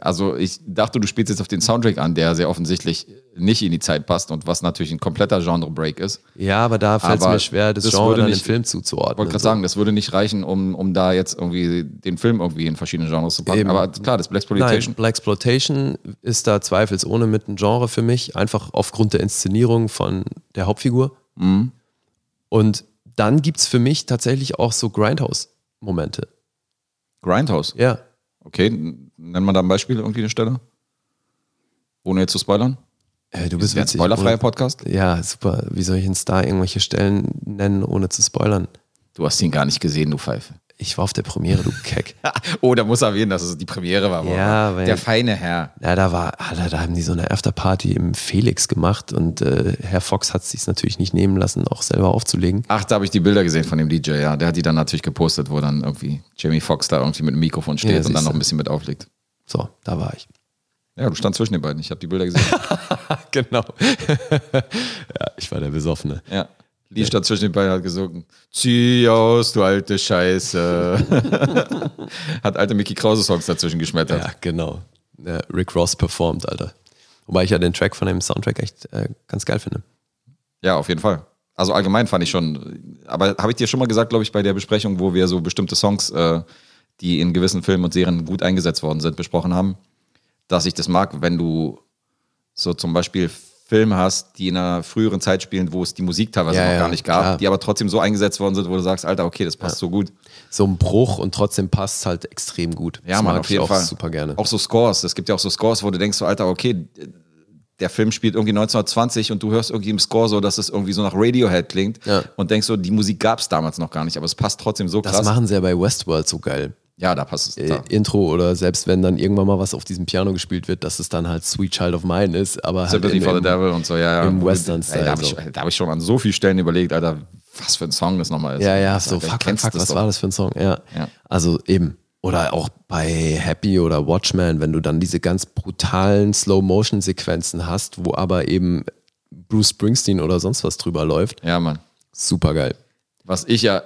[SPEAKER 2] Also ich dachte, du spielst jetzt auf den Soundtrack an, der sehr offensichtlich nicht in die Zeit passt und was natürlich ein kompletter Genre-Break ist.
[SPEAKER 3] Ja, aber da fällt es
[SPEAKER 2] Aber
[SPEAKER 3] mir schwer, das,
[SPEAKER 2] das
[SPEAKER 3] Genre
[SPEAKER 2] würde
[SPEAKER 3] dann dem
[SPEAKER 2] nicht-
[SPEAKER 3] Film zuzuordnen.
[SPEAKER 2] Ich wollte gerade sagen, das würde nicht reichen, um, um da jetzt irgendwie den Film irgendwie in verschiedene Genres zu packen.
[SPEAKER 3] Eben.
[SPEAKER 2] Aber klar, das Black
[SPEAKER 3] Nein,
[SPEAKER 2] Exploitation.
[SPEAKER 3] Black Exploitation ist da zweifelsohne mit ein Genre für mich, einfach aufgrund der Inszenierung von der Hauptfigur. Und dann gibt es für mich tatsächlich auch so Grindhouse-Momente.
[SPEAKER 2] Grindhouse.
[SPEAKER 3] Ja.
[SPEAKER 2] Okay, n- nennen wir da ein Beispiel irgendwie eine Stelle? Ohne jetzt zu spoilern.
[SPEAKER 3] du
[SPEAKER 2] Das ist ja ein spoilerfreier Podcast.
[SPEAKER 3] Ja, super. Wie soll ich einen Star irgendwelche Stellen nennen, ohne zu spoilern?
[SPEAKER 2] Du hast ihn gar nicht gesehen, du Pfeife.
[SPEAKER 3] Ich war auf der Premiere, du Keck.
[SPEAKER 2] Oh, da muss er erwähnen, dass es die Premiere war.
[SPEAKER 3] Ja,
[SPEAKER 2] Mann.
[SPEAKER 3] weil-
[SPEAKER 2] der feine Herr.
[SPEAKER 3] Ja, da war, Alter, da haben die so eine Afterparty im Felix gemacht und äh, Herr Fox hat es sich natürlich nicht nehmen lassen, auch selber aufzulegen.
[SPEAKER 2] Ach, da habe ich die Bilder gesehen von dem DJ, ja. Der hat die dann natürlich gepostet, wo dann irgendwie Jamie Foxx da irgendwie mit dem Mikrofon steht und
[SPEAKER 3] siehste.
[SPEAKER 2] dann noch ein bisschen mit auflegt.
[SPEAKER 3] So, da war ich.
[SPEAKER 2] Ja, du stand zwischen den beiden. Ich habe die Bilder gesehen.
[SPEAKER 3] genau. ja, ich war der Besoffene.
[SPEAKER 2] ja. Lief da zwischen den beiden hat gesungen. Zieh aus, du alte Scheiße. hat alte Mickey Krause-Songs dazwischen geschmettert.
[SPEAKER 3] Ja, genau. Ja, Rick Ross performt, Alter. Wobei ich ja den Track von dem Soundtrack echt äh, ganz geil finde.
[SPEAKER 2] Ja, auf jeden Fall. Also allgemein fand ich schon, aber habe ich dir schon mal gesagt, glaube ich, bei der Besprechung, wo wir so bestimmte Songs, äh, die in gewissen Filmen und Serien gut eingesetzt worden sind, besprochen haben, dass ich das mag, wenn du so zum Beispiel Film hast, die in einer früheren Zeit spielen, wo es die Musik teilweise
[SPEAKER 3] Ja,
[SPEAKER 2] noch
[SPEAKER 3] ja,
[SPEAKER 2] gar nicht gab,
[SPEAKER 3] klar.
[SPEAKER 2] die aber trotzdem so eingesetzt worden sind, wo du sagst, Alter, okay, das passt so gut.
[SPEAKER 3] So ein Bruch und trotzdem passt es halt extrem gut.
[SPEAKER 2] Ja,
[SPEAKER 3] das
[SPEAKER 2] man,
[SPEAKER 3] mag
[SPEAKER 2] auf
[SPEAKER 3] ich
[SPEAKER 2] jeden
[SPEAKER 3] auch
[SPEAKER 2] Fall.
[SPEAKER 3] super gerne.
[SPEAKER 2] Auch so Scores. Es gibt ja auch so Scores, wo du denkst, so, Alter, okay, der Film spielt irgendwie 1920 und du hörst irgendwie im Score so, dass es irgendwie so nach Radiohead klingt
[SPEAKER 3] Ja.
[SPEAKER 2] und denkst so, die Musik gab es damals noch gar nicht, aber es passt trotzdem so
[SPEAKER 3] das
[SPEAKER 2] krass.
[SPEAKER 3] machen sie ja bei Westworld so geil.
[SPEAKER 2] ja, da passt es.
[SPEAKER 3] äh,
[SPEAKER 2] Da.
[SPEAKER 3] Intro oder selbst wenn dann irgendwann mal was auf diesem Piano gespielt wird, dass es dann halt Sweet Child of Mine ist, aber halt
[SPEAKER 2] Sympathy
[SPEAKER 3] im,
[SPEAKER 2] for the
[SPEAKER 3] im,
[SPEAKER 2] Devil und so, ja, ja.
[SPEAKER 3] im Western-Style
[SPEAKER 2] Ey, Da habe ich,
[SPEAKER 3] so.
[SPEAKER 2] da hab ich schon an so vielen Stellen überlegt, Alter, was für ein Song das nochmal ist.
[SPEAKER 3] Ja, ja,
[SPEAKER 2] Alter,
[SPEAKER 3] so fuck, fuck,
[SPEAKER 2] halt kennst
[SPEAKER 3] fuck,
[SPEAKER 2] das
[SPEAKER 3] was
[SPEAKER 2] doch.
[SPEAKER 3] war das für ein Song? Ja.
[SPEAKER 2] Ja.
[SPEAKER 3] Also eben. Oder auch bei Happy oder Watchmen, wenn du dann diese ganz brutalen Slow-Motion-Sequenzen hast, wo aber eben Bruce Springsteen oder sonst was drüber läuft.
[SPEAKER 2] Ja, Mann.
[SPEAKER 3] Super geil.
[SPEAKER 2] Was ich ja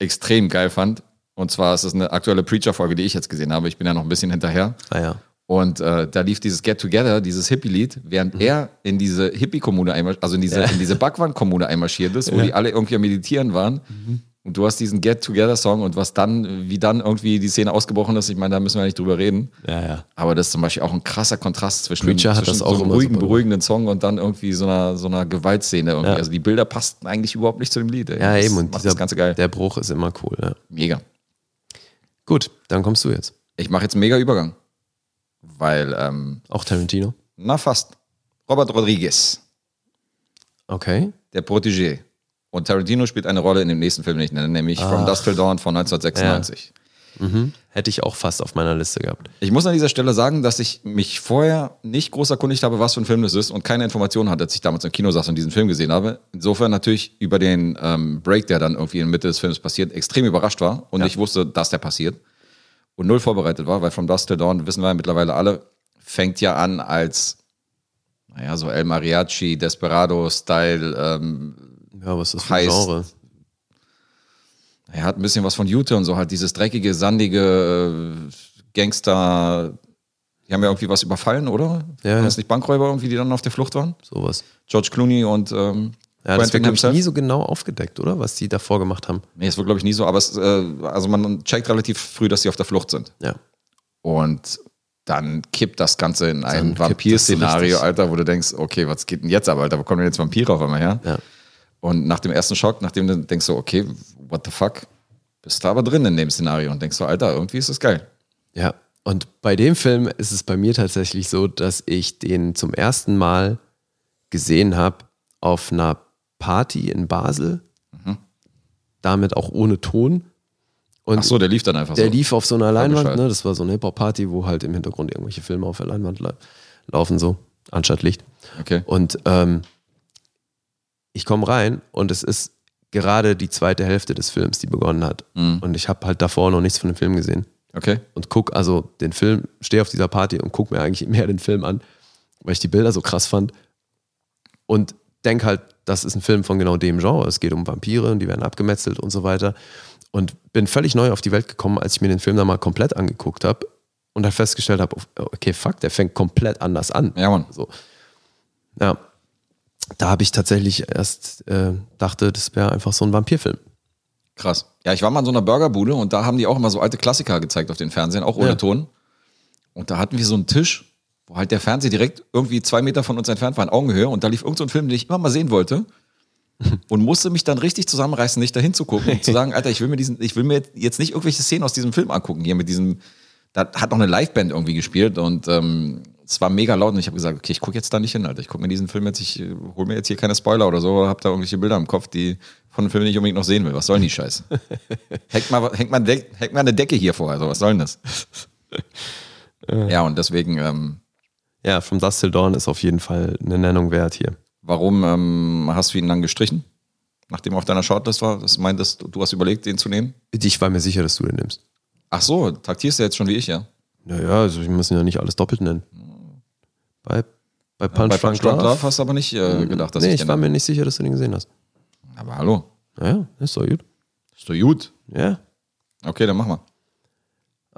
[SPEAKER 2] extrem geil fand, und zwar ist es eine aktuelle Preacher-Folge, die ich jetzt gesehen habe. Ich bin ja noch ein bisschen hinterher.
[SPEAKER 3] Ah ja.
[SPEAKER 2] Und äh, da lief dieses Get Together, dieses Hippie-Lied, während
[SPEAKER 3] Mhm.
[SPEAKER 2] er in diese Hippie-Kommune einmarschiert, also in diese, in diese Backwand-Kommune einmarschiert ist, wo die alle irgendwie am Meditieren waren.
[SPEAKER 3] Mhm.
[SPEAKER 2] Und du hast diesen Get Together-Song und was dann, wie dann irgendwie die Szene ausgebrochen ist, ich meine, da müssen wir nicht drüber reden.
[SPEAKER 3] Ja, ja.
[SPEAKER 2] Aber das ist zum Beispiel auch ein krasser Kontrast zwischen,
[SPEAKER 3] Preacher hat
[SPEAKER 2] zwischen
[SPEAKER 3] das auch
[SPEAKER 2] so einem
[SPEAKER 3] immer
[SPEAKER 2] ruhigen,
[SPEAKER 3] super gemacht.
[SPEAKER 2] beruhigenden Song und dann irgendwie so einer, so einer Gewaltszene. Irgendwie. Also die Bilder passten eigentlich überhaupt nicht zu dem Lied. Ey.
[SPEAKER 3] Ja,
[SPEAKER 2] das
[SPEAKER 3] eben. Und
[SPEAKER 2] macht
[SPEAKER 3] dieser,
[SPEAKER 2] das Ganze geil.
[SPEAKER 3] der Bruch ist immer cool. Ja.
[SPEAKER 2] Mega.
[SPEAKER 3] Gut, dann kommst du jetzt.
[SPEAKER 2] Ich mache jetzt einen mega Übergang. Weil, ähm,
[SPEAKER 3] Auch Tarantino.
[SPEAKER 2] na fast. Robert Rodriguez.
[SPEAKER 3] Okay.
[SPEAKER 2] der Protégé. Und Tarantino spielt eine Rolle in dem nächsten Film, den ich nenne, nämlich From Dusk Till Dawn von 1996.
[SPEAKER 3] Hätte ich auch fast auf meiner Liste gehabt.
[SPEAKER 2] Ich muss an dieser Stelle sagen, dass ich mich vorher nicht groß erkundigt habe, was für ein Film das ist und keine Informationen hatte, als ich damals im Kino saß und diesen Film gesehen habe. Insofern natürlich über den ähm, Break, der dann irgendwie in der Mitte des Films passiert, extrem überrascht war und ich wusste, dass der passiert und null vorbereitet war, weil From Dusk Till Dawn, wissen wir ja mittlerweile alle, fängt ja an als, naja, so El Mariachi, Desperado-Style, ähm,
[SPEAKER 3] Ja, was ist das für
[SPEAKER 2] Heißt-
[SPEAKER 3] ein Genre?
[SPEAKER 2] Er hat ein bisschen was von Jute und so, halt dieses dreckige, sandige äh, Gangster. Die haben ja irgendwie was überfallen, oder?
[SPEAKER 3] Ja,
[SPEAKER 2] Waren
[SPEAKER 3] ja.
[SPEAKER 2] das nicht Bankräuber irgendwie, die dann auf der Flucht waren?
[SPEAKER 3] Sowas.
[SPEAKER 2] George Clooney und ähm,
[SPEAKER 3] Ja, das
[SPEAKER 2] Quentin
[SPEAKER 3] wird, glaube ich,
[SPEAKER 2] himself?
[SPEAKER 3] nie so genau aufgedeckt, oder? Was die davor gemacht haben.
[SPEAKER 2] Nee, es wird, glaube ich, nie so, aber es, äh, also man checkt relativ früh, dass sie auf der Flucht sind.
[SPEAKER 3] Ja.
[SPEAKER 2] Und dann kippt das Ganze in ein
[SPEAKER 3] kippt das so
[SPEAKER 2] Vampir-Szenario,
[SPEAKER 3] richtig.
[SPEAKER 2] Alter, wo du denkst, okay, was geht denn jetzt ab, Alter? Wo kommen denn jetzt Vampire auf einmal her?
[SPEAKER 3] Ja.
[SPEAKER 2] Und nach dem ersten Schock, nachdem du denkst so, okay, what the fuck? Bist du aber drin in dem Szenario und denkst so, Alter, irgendwie ist das geil.
[SPEAKER 3] Ja. Und bei dem Film ist es bei mir tatsächlich so, dass ich den zum ersten Mal gesehen habe auf einer Party in Basel. Damit auch ohne Ton. Und
[SPEAKER 2] Ach so, der lief dann einfach
[SPEAKER 3] der
[SPEAKER 2] so.
[SPEAKER 3] lief auf so einer
[SPEAKER 2] Also, Bescheid.
[SPEAKER 3] Leinwand, ne? Das war so eine Hip-Hop-Party, wo halt im Hintergrund irgendwelche Filme auf der Leinwand la laufen, so, anstatt Licht.
[SPEAKER 2] Okay.
[SPEAKER 3] Und ähm, ich komme rein und es ist gerade die zweite Hälfte des Films, die begonnen hat. Und ich habe halt davor noch nichts von dem Film gesehen.
[SPEAKER 2] Okay.
[SPEAKER 3] Und guck also den Film, stehe auf dieser Party und guck mir eigentlich mehr den Film an, weil ich die Bilder so krass fand. Und denk halt, das ist ein Film von genau dem Genre. Es geht um Vampire und die werden abgemetzelt und so weiter. Und bin völlig neu auf die Welt gekommen, als ich mir den Film dann mal komplett angeguckt habe und halt festgestellt habe, okay, fuck, der fängt komplett anders an.
[SPEAKER 2] Ja, Mann.
[SPEAKER 3] So. Ja. Da habe ich tatsächlich erst äh, dachte, das wäre einfach so ein Vampirfilm.
[SPEAKER 2] Krass. Ja, ich war mal in so einer Burgerbude und da haben die auch immer so alte Klassiker gezeigt auf den Fernsehen, auch ohne
[SPEAKER 3] Ja.
[SPEAKER 2] Ton. Und da hatten wir so einen Tisch, wo halt der Fernseher direkt irgendwie zwei Meter von uns entfernt war, in Augenhöhe. Und da lief irgendein so ein Film, den ich immer mal sehen wollte. Und musste mich dann richtig zusammenreißen, nicht dahin zu gucken und zu sagen, Alter, ich will mir diesen, ich will mir jetzt nicht irgendwelche Szenen aus diesem Film angucken. Hier mit diesem, da hat noch eine Liveband irgendwie gespielt und ähm, es war mega laut und ich habe gesagt, okay, ich gucke jetzt da nicht hin, Alter. Ich gucke mir diesen Film jetzt, ich äh, hol mir jetzt hier keine Spoiler oder so, hab da irgendwelche Bilder im Kopf, die von dem Film die ich unbedingt noch sehen will. Was soll denn die Scheiße? hängt, mal, hängt, mal, De- hängt mal eine Decke hier vor, also was soll denn das? ja, und deswegen, ähm,
[SPEAKER 3] Ja, From Dusk Till Dawn ist auf jeden Fall eine Nennung wert hier.
[SPEAKER 2] warum ähm, hast du ihn dann gestrichen? Nachdem er auf deiner Shortlist war, das meintest du, du hast überlegt, den zu nehmen?
[SPEAKER 3] Ich war mir sicher, dass du den nimmst.
[SPEAKER 2] Ach so, taktierst du jetzt schon wie ich, ja?
[SPEAKER 3] Naja, also wir müssen ja nicht alles doppelt nennen. Bei, bei Punch
[SPEAKER 2] Bei
[SPEAKER 3] Drunk
[SPEAKER 2] Punch Drunk
[SPEAKER 3] Love?
[SPEAKER 2] Love hast du aber nicht äh, gedacht, dass
[SPEAKER 3] nee,
[SPEAKER 2] ich
[SPEAKER 3] ich
[SPEAKER 2] den
[SPEAKER 3] war mir nicht sicher, dass du den gesehen hast.
[SPEAKER 2] Aber hallo,
[SPEAKER 3] Naja, ist doch gut.
[SPEAKER 2] ist doch gut.
[SPEAKER 3] Ja.
[SPEAKER 2] Okay, dann mach mal.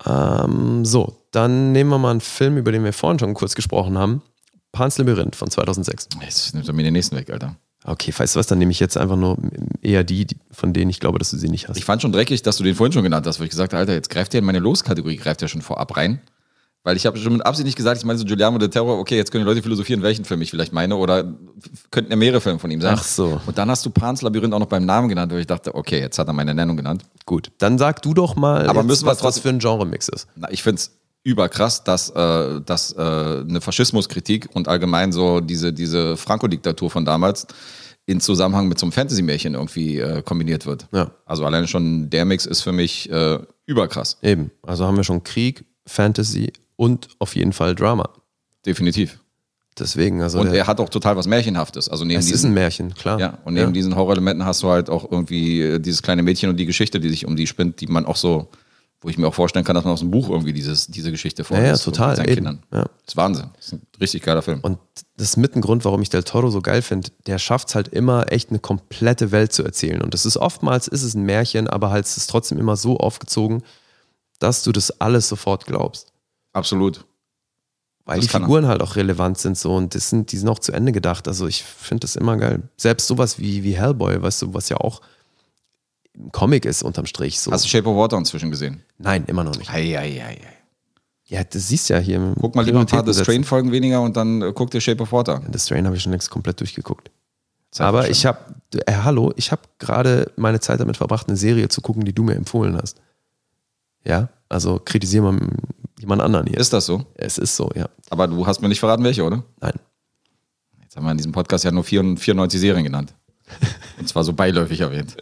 [SPEAKER 3] Ähm, so, dann nehmen wir mal einen Film, über den wir vorhin schon kurz gesprochen haben. Pans Labyrinth von 2006.
[SPEAKER 2] Jetzt nimmt er mir den nächsten weg, Alter.
[SPEAKER 3] Okay, weißt du was, dann nehme ich jetzt einfach nur eher die, die- von denen ich glaube, dass du sie nicht hast.
[SPEAKER 2] Ich fand schon dreckig, dass du den vorhin schon genannt hast, weil ich gesagt habe, Alter, jetzt greift der in meine Loskategorie, greift der schon vorab rein. Weil ich habe schon mit Absicht nicht gesagt, ich meine so Giuliano del Terror, okay, jetzt können die Leute philosophieren, welchen Film ich vielleicht meine oder f- könnten ja mehrere Filme von ihm sein.
[SPEAKER 3] Ach so.
[SPEAKER 2] Und dann hast du Pans Labyrinth auch noch beim Namen genannt, weil ich dachte, okay, jetzt hat er meine Nennung genannt.
[SPEAKER 3] Gut, dann sag du doch mal,
[SPEAKER 2] Aber müssen wir
[SPEAKER 3] was das
[SPEAKER 2] trotzdem-
[SPEAKER 3] für ein Genremix ist.
[SPEAKER 2] Na, ich finde es überkrass, dass, äh, dass äh, eine Faschismuskritik und allgemein so diese, diese Franco-Diktatur von damals in Zusammenhang mit so einem Fantasy-Märchen irgendwie äh, kombiniert wird.
[SPEAKER 3] Ja.
[SPEAKER 2] Also alleine schon der Mix ist für mich äh, überkrass,
[SPEAKER 3] Eben, also haben wir schon Krieg, Fantasy und auf jeden Fall Drama.
[SPEAKER 2] definitiv.
[SPEAKER 3] Deswegen, also
[SPEAKER 2] Und
[SPEAKER 3] der-
[SPEAKER 2] er hat auch total was Märchenhaftes. Also neben
[SPEAKER 3] es ist
[SPEAKER 2] diesen,
[SPEAKER 3] ein Märchen, klar.
[SPEAKER 2] ja, und neben diesen Horrorelementen hast du halt auch irgendwie äh, dieses kleine Mädchen und die Geschichte, die sich um die spinnt, die man auch so, wo ich mir auch vorstellen kann, dass man aus dem Buch irgendwie dieses, diese Geschichte
[SPEAKER 3] ja,
[SPEAKER 2] vorliest.
[SPEAKER 3] ja,
[SPEAKER 2] irgendwie
[SPEAKER 3] total.
[SPEAKER 2] Seinen
[SPEAKER 3] eben,
[SPEAKER 2] Kindern.
[SPEAKER 3] Ja.
[SPEAKER 2] Das ist Wahnsinn. Das ist ein richtig geiler Film.
[SPEAKER 3] Und das ist mit ein Grund, warum ich Del Toro so geil finde. Der schafft es halt immer, echt eine komplette Welt zu erzählen. Und das ist oftmals, ist es ein Märchen, aber halt ist es ist trotzdem immer so aufgezogen, dass du das alles sofort glaubst.
[SPEAKER 2] Absolut.
[SPEAKER 3] Weil
[SPEAKER 2] Das
[SPEAKER 3] die
[SPEAKER 2] kann er.
[SPEAKER 3] Figuren halt auch relevant sind so und das sind, die sind auch zu Ende gedacht. Also ich finde das immer geil. Selbst sowas wie, wie Hellboy, weißt du, was ja auch ein Comic ist unterm Strich. So.
[SPEAKER 2] Hast du Shape of Water inzwischen gesehen?
[SPEAKER 3] Nein, immer noch nicht.
[SPEAKER 2] Eieiei.
[SPEAKER 3] Ja, das siehst ja hier.
[SPEAKER 2] Guck mal lieber ein paar The
[SPEAKER 3] Prioritäten setzen.
[SPEAKER 2] Strain-Folgen weniger und dann äh, guck dir Shape of Water an.
[SPEAKER 3] The Strain habe ich schon längst komplett durchgeguckt.
[SPEAKER 2] Zeit
[SPEAKER 3] Aber
[SPEAKER 2] verschwenden.
[SPEAKER 3] ich habe, äh, hallo, ich habe gerade meine Zeit damit verbracht, eine Serie zu gucken, die du mir empfohlen hast. Ja, also kritisiere mal jemand anderen hier.
[SPEAKER 2] Ist das so?
[SPEAKER 3] es ist so, ja.
[SPEAKER 2] Aber du hast mir nicht verraten, welche, oder?
[SPEAKER 3] Nein.
[SPEAKER 2] Jetzt haben wir in diesem Podcast ja nur 94 Serien genannt. Und zwar so beiläufig erwähnt.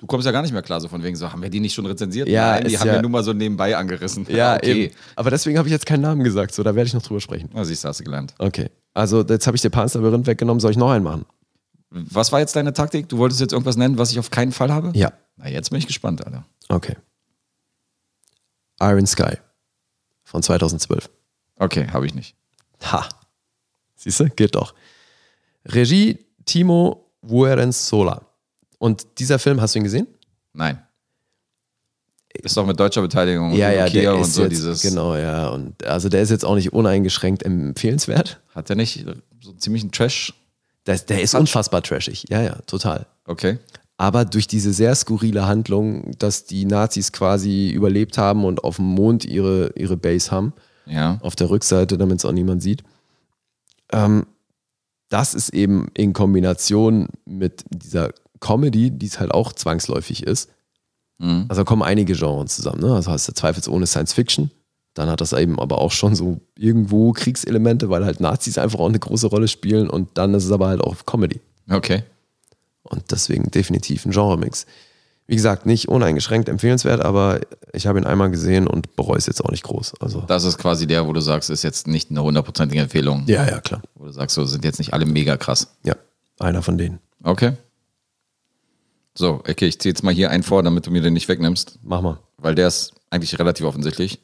[SPEAKER 2] Du kommst ja gar nicht mehr klar, so von wegen so, haben wir die nicht schon rezensiert?
[SPEAKER 3] Ja,
[SPEAKER 2] Nein, die
[SPEAKER 3] ist
[SPEAKER 2] haben
[SPEAKER 3] ja-
[SPEAKER 2] wir nur mal so nebenbei angerissen.
[SPEAKER 3] Ja,
[SPEAKER 2] okay.
[SPEAKER 3] eben. Ah, Aber deswegen habe ich jetzt keinen Namen gesagt, so, da werde ich noch drüber sprechen.
[SPEAKER 2] Na, siehst du, hast du gelernt.
[SPEAKER 3] Okay. Also, jetzt habe ich dir Pans Labyrinth weggenommen, soll ich noch einen machen?
[SPEAKER 2] Was war jetzt deine Taktik? Du wolltest jetzt irgendwas nennen, was ich auf keinen Fall habe?
[SPEAKER 3] Ja.
[SPEAKER 2] Na, jetzt bin ich gespannt, Alter.
[SPEAKER 3] Okay. Iron Sky von 2012.
[SPEAKER 2] Okay, habe ich nicht.
[SPEAKER 3] Ha. Siehst du, geht doch. Regie Timo Wuerenzola. Und dieser Film, hast du ihn gesehen?
[SPEAKER 2] Nein. Ist doch mit deutscher Beteiligung und
[SPEAKER 3] ja, ja,
[SPEAKER 2] Ikea
[SPEAKER 3] der
[SPEAKER 2] und
[SPEAKER 3] ist
[SPEAKER 2] so
[SPEAKER 3] jetzt,
[SPEAKER 2] dieses.
[SPEAKER 3] Genau, ja. Und also der ist jetzt auch nicht uneingeschränkt empfehlenswert.
[SPEAKER 2] Hat der nicht so ziemlich einen Trash?
[SPEAKER 3] Der, ist- der ist unfassbar trashig. Ja, ja, total.
[SPEAKER 2] Okay.
[SPEAKER 3] Aber durch diese sehr skurrile Handlung, dass die Nazis quasi überlebt haben und auf dem Mond ihre, ihre Base haben,
[SPEAKER 2] Ja.
[SPEAKER 3] auf der Rückseite, damit es auch niemand sieht. Ähm, das ist eben in Kombination mit dieser Comedy, die es halt auch zwangsläufig ist.
[SPEAKER 2] Mhm.
[SPEAKER 3] Also kommen einige Genres zusammen. Ne? Also hast du zweifelsohne Science Fiction. Dann hat das eben aber auch schon so irgendwo Kriegselemente, weil halt Nazis einfach auch eine große Rolle spielen. Und dann ist es aber halt auch Comedy.
[SPEAKER 2] Okay.
[SPEAKER 3] Und deswegen definitiv ein Genremix. Wie gesagt, nicht uneingeschränkt empfehlenswert, aber ich habe ihn einmal gesehen und bereue es jetzt auch nicht groß. Also,
[SPEAKER 2] Das ist quasi der, wo du sagst, ist jetzt nicht eine hundertprozentige Empfehlung.
[SPEAKER 3] ja, ja, klar.
[SPEAKER 2] Wo du sagst, so sind jetzt nicht alle mega krass.
[SPEAKER 3] Ja, einer von denen.
[SPEAKER 2] Okay. So, okay, ich ziehe jetzt mal hier einen vor, damit du mir den nicht wegnimmst,
[SPEAKER 3] Mach mal.
[SPEAKER 2] weil der ist eigentlich relativ offensichtlich.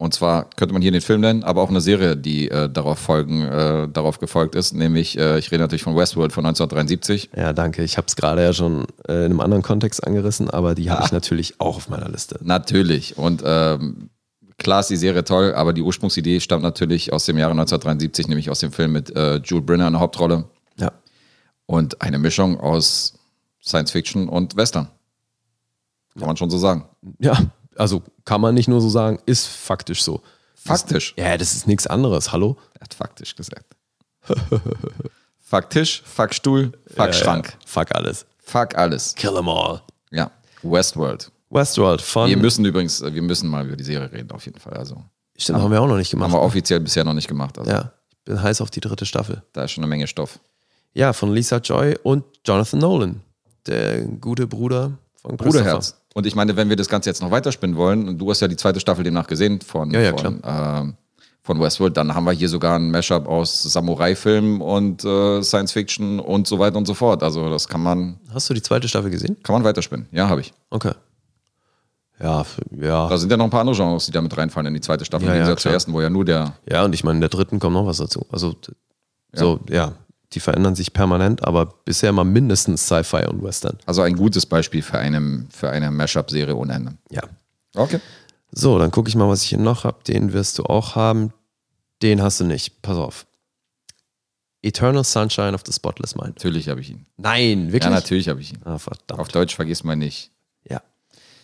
[SPEAKER 2] Und zwar könnte man hier den Film nennen, aber auch eine Serie, die äh, darauf folgen, äh, darauf gefolgt ist, nämlich, äh, ich rede natürlich von Westworld von 1973.
[SPEAKER 3] Ja, danke. Ich habe es gerade ja schon äh, in einem anderen Kontext angerissen, aber die habe ich natürlich auch auf meiner Liste.
[SPEAKER 2] Natürlich. Und ähm, klar ist die Serie toll, aber die Ursprungsidee stammt natürlich aus dem Jahre 1973, nämlich aus dem Film mit äh, Jules Brenner in der Hauptrolle.
[SPEAKER 3] Ja.
[SPEAKER 2] Und eine Mischung aus Science Fiction und Western. Kann man schon so sagen.
[SPEAKER 3] Ja, also kann man nicht nur so sagen, ist faktisch so.
[SPEAKER 2] Faktisch.
[SPEAKER 3] Ja, das ist nichts anderes. Hallo?
[SPEAKER 2] Er hat faktisch gesagt. Faktisch, Fackstuhl, Fackschrank.
[SPEAKER 3] Fuck alles.
[SPEAKER 2] Fuck alles.
[SPEAKER 3] Kill them all.
[SPEAKER 2] Ja. Westworld.
[SPEAKER 3] Westworld von.
[SPEAKER 2] Wir müssen übrigens, äh, wir müssen mal über die Serie reden, auf jeden Fall. Also
[SPEAKER 3] Stimmt, haben wir auch noch nicht
[SPEAKER 2] haben
[SPEAKER 3] gemacht.
[SPEAKER 2] wir offiziell bisher noch nicht gemacht. Also
[SPEAKER 3] Ja, ich bin heiß auf die dritte Staffel.
[SPEAKER 2] da ist schon eine Menge Stoff.
[SPEAKER 3] Ja, von Lisa Joy und Jonathan Nolan. Der gute Bruder von Christopher.
[SPEAKER 2] Bruderherz. Und ich meine, wenn wir das Ganze jetzt noch weiterspinnen wollen, und du hast ja die zweite Staffel demnach gesehen von,
[SPEAKER 3] Ja, ja,
[SPEAKER 2] von, ähm, von Westworld, dann haben wir hier sogar ein Mashup aus Samurai-Filmen und äh, Science Fiction und so weiter und so fort. Also das kann man,
[SPEAKER 3] Hast du die zweite Staffel gesehen?
[SPEAKER 2] kann man weiterspinnen. Ja, habe ich.
[SPEAKER 3] Okay. Ja, f- ja.
[SPEAKER 2] Da sind ja noch ein paar andere Genres, die damit reinfallen in die zweite Staffel,
[SPEAKER 3] Ja,
[SPEAKER 2] im
[SPEAKER 3] ja,
[SPEAKER 2] Gegensatz zur
[SPEAKER 3] klar.
[SPEAKER 2] ersten, wo ja nur der
[SPEAKER 3] Ja, und ich meine, in der dritten kommt noch was dazu. Also, d- so, ja, die verändern sich permanent, aber bisher immer mindestens Sci-Fi und Western.
[SPEAKER 2] Also ein gutes Beispiel für eine, für eine Mashup-Serie ohne Ende.
[SPEAKER 3] Ja.
[SPEAKER 2] Okay.
[SPEAKER 3] So, dann gucke ich mal, was ich hier noch habe. Den wirst du auch haben. Den hast du nicht. Pass auf. Eternal Sunshine of the Spotless Mind.
[SPEAKER 2] Natürlich habe ich ihn.
[SPEAKER 3] Nein, wirklich?
[SPEAKER 2] Ja, natürlich habe ich ihn.
[SPEAKER 3] Ah, verdammt.
[SPEAKER 2] Auf Deutsch vergiss mal nicht.
[SPEAKER 3] Ja.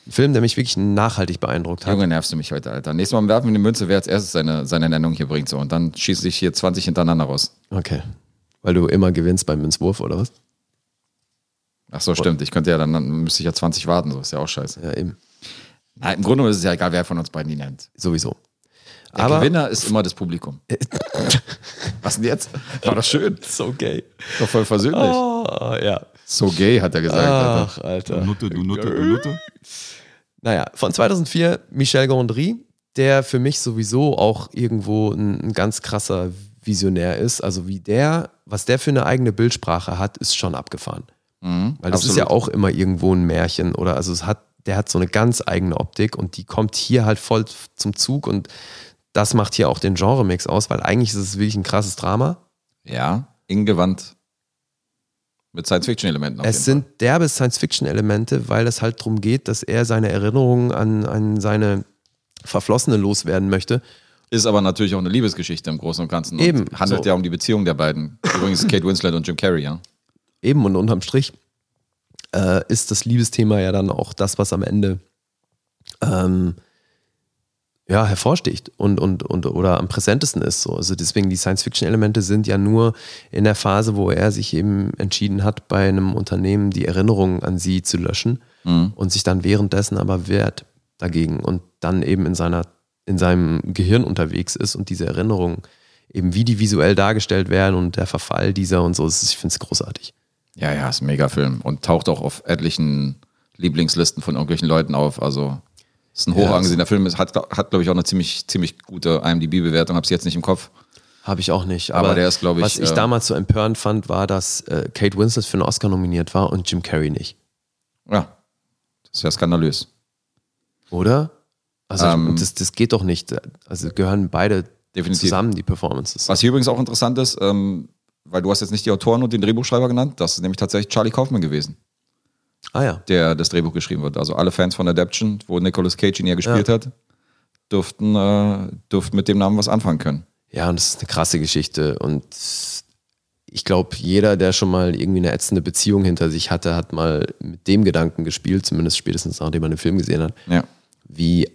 [SPEAKER 3] Ein Film, der mich wirklich nachhaltig beeindruckt hat.
[SPEAKER 2] Junge, nervst du mich heute, Alter. Nächstes Mal werfen wir die Münze, wer als erstes seine, seine Nennung hier bringt. So. Und dann schieße ich hier 20 hintereinander raus.
[SPEAKER 3] Okay. Weil du immer gewinnst beim Münzwurf, oder was?
[SPEAKER 2] Ach so, stimmt. Ich könnte ja dann, dann müsste ich ja 20 warten. So ist ja auch scheiße.
[SPEAKER 3] Ja, eben.
[SPEAKER 2] Na, Im Grunde ist es ja egal, wer von uns beiden die nennt.
[SPEAKER 3] Sowieso.
[SPEAKER 2] Der
[SPEAKER 3] Aber
[SPEAKER 2] Gewinner ist immer das Publikum. Was denn jetzt? War doch schön.
[SPEAKER 3] so gay.
[SPEAKER 2] Doch voll versöhnlich.
[SPEAKER 3] Oh, ja.
[SPEAKER 2] So gay, hat er gesagt. Alter.
[SPEAKER 3] Ach, Alter. Nutte, du Nutte, du Nutte. Naja, von 2004 Michel Gondry, der für mich sowieso auch irgendwo ein, ein ganz krasser Visionär ist. Also wie der, was der für eine eigene Bildsprache hat, ist schon abgefahren. Weil das ist ja auch immer irgendwo ein Märchen oder also es hat, der hat so eine ganz eigene Optik und die kommt hier halt voll zum Zug und das macht hier auch den Genre-Mix aus, weil eigentlich ist es wirklich ein krasses Drama.
[SPEAKER 2] Ja, Ingewand. Mit Science-Fiction-Elementen. auf
[SPEAKER 3] Es
[SPEAKER 2] jeden
[SPEAKER 3] sind derbe Science-Fiction-Elemente, weil es halt darum geht, dass er seine Erinnerungen an, an seine Verflossene loswerden möchte.
[SPEAKER 2] Fall. Ist aber natürlich auch eine Liebesgeschichte im Großen und Ganzen. Und
[SPEAKER 3] Eben,
[SPEAKER 2] Handelt
[SPEAKER 3] so.
[SPEAKER 2] ja um die Beziehung der beiden. Übrigens Kate Winslet und Jim Carrey, ja.
[SPEAKER 3] Eben und unterm Strich äh, ist das Liebesthema ja dann auch das, was am Ende ähm, ja, hervorsticht und, und, und oder am präsentesten ist. So. Also deswegen, die Science-Fiction-Elemente sind ja nur in der Phase, wo er sich eben entschieden hat, bei einem Unternehmen die Erinnerungen an sie zu löschen und sich dann währenddessen aber wehrt dagegen und dann eben in seiner, in seinem Gehirn unterwegs ist und diese Erinnerungen eben wie die visuell dargestellt werden und der Verfall dieser und so. Es ist- Ich finde es großartig.
[SPEAKER 2] Ja, ja, ist ein Megafilm. Und taucht auch auf etlichen Lieblingslisten von irgendwelchen Leuten auf. Also ist ein hoch
[SPEAKER 3] Ja,
[SPEAKER 2] angesehener Film. Es hat, hat glaube ich, auch eine ziemlich, ziemlich gute IMDb-Bewertung. Hab's jetzt nicht im Kopf.
[SPEAKER 3] Habe ich auch nicht.
[SPEAKER 2] Aber der ist, glaub ich,
[SPEAKER 3] Was ich
[SPEAKER 2] äh,
[SPEAKER 3] damals so empörend fand, war, dass äh, Kate Winslet für einen Oscar nominiert war und Jim Carrey nicht.
[SPEAKER 2] Ja, das ist ja skandalös.
[SPEAKER 3] Oder? Also,
[SPEAKER 2] Ähm.
[SPEAKER 3] das, das geht doch nicht. Also, gehören beide
[SPEAKER 2] Definitiv.
[SPEAKER 3] zusammen, die Performances.
[SPEAKER 2] Was hier übrigens auch interessant ist, ähm, weil du hast jetzt nicht die Autoren und den Drehbuchschreiber genannt, das ist nämlich tatsächlich Charlie Kaufman gewesen,
[SPEAKER 3] Ah, ja.
[SPEAKER 2] der das Drehbuch geschrieben wird. Also alle Fans von Adaption, wo Nicolas Cage ihn ja gespielt hat, dürften, äh, dürften mit dem Namen was anfangen können.
[SPEAKER 3] Ja, und es ist eine krasse Geschichte. Und ich glaube, jeder, der schon mal irgendwie eine ätzende Beziehung hinter sich hatte, hat mal mit dem Gedanken gespielt, zumindest spätestens nachdem man den Film gesehen hat,
[SPEAKER 2] Ja.
[SPEAKER 3] wie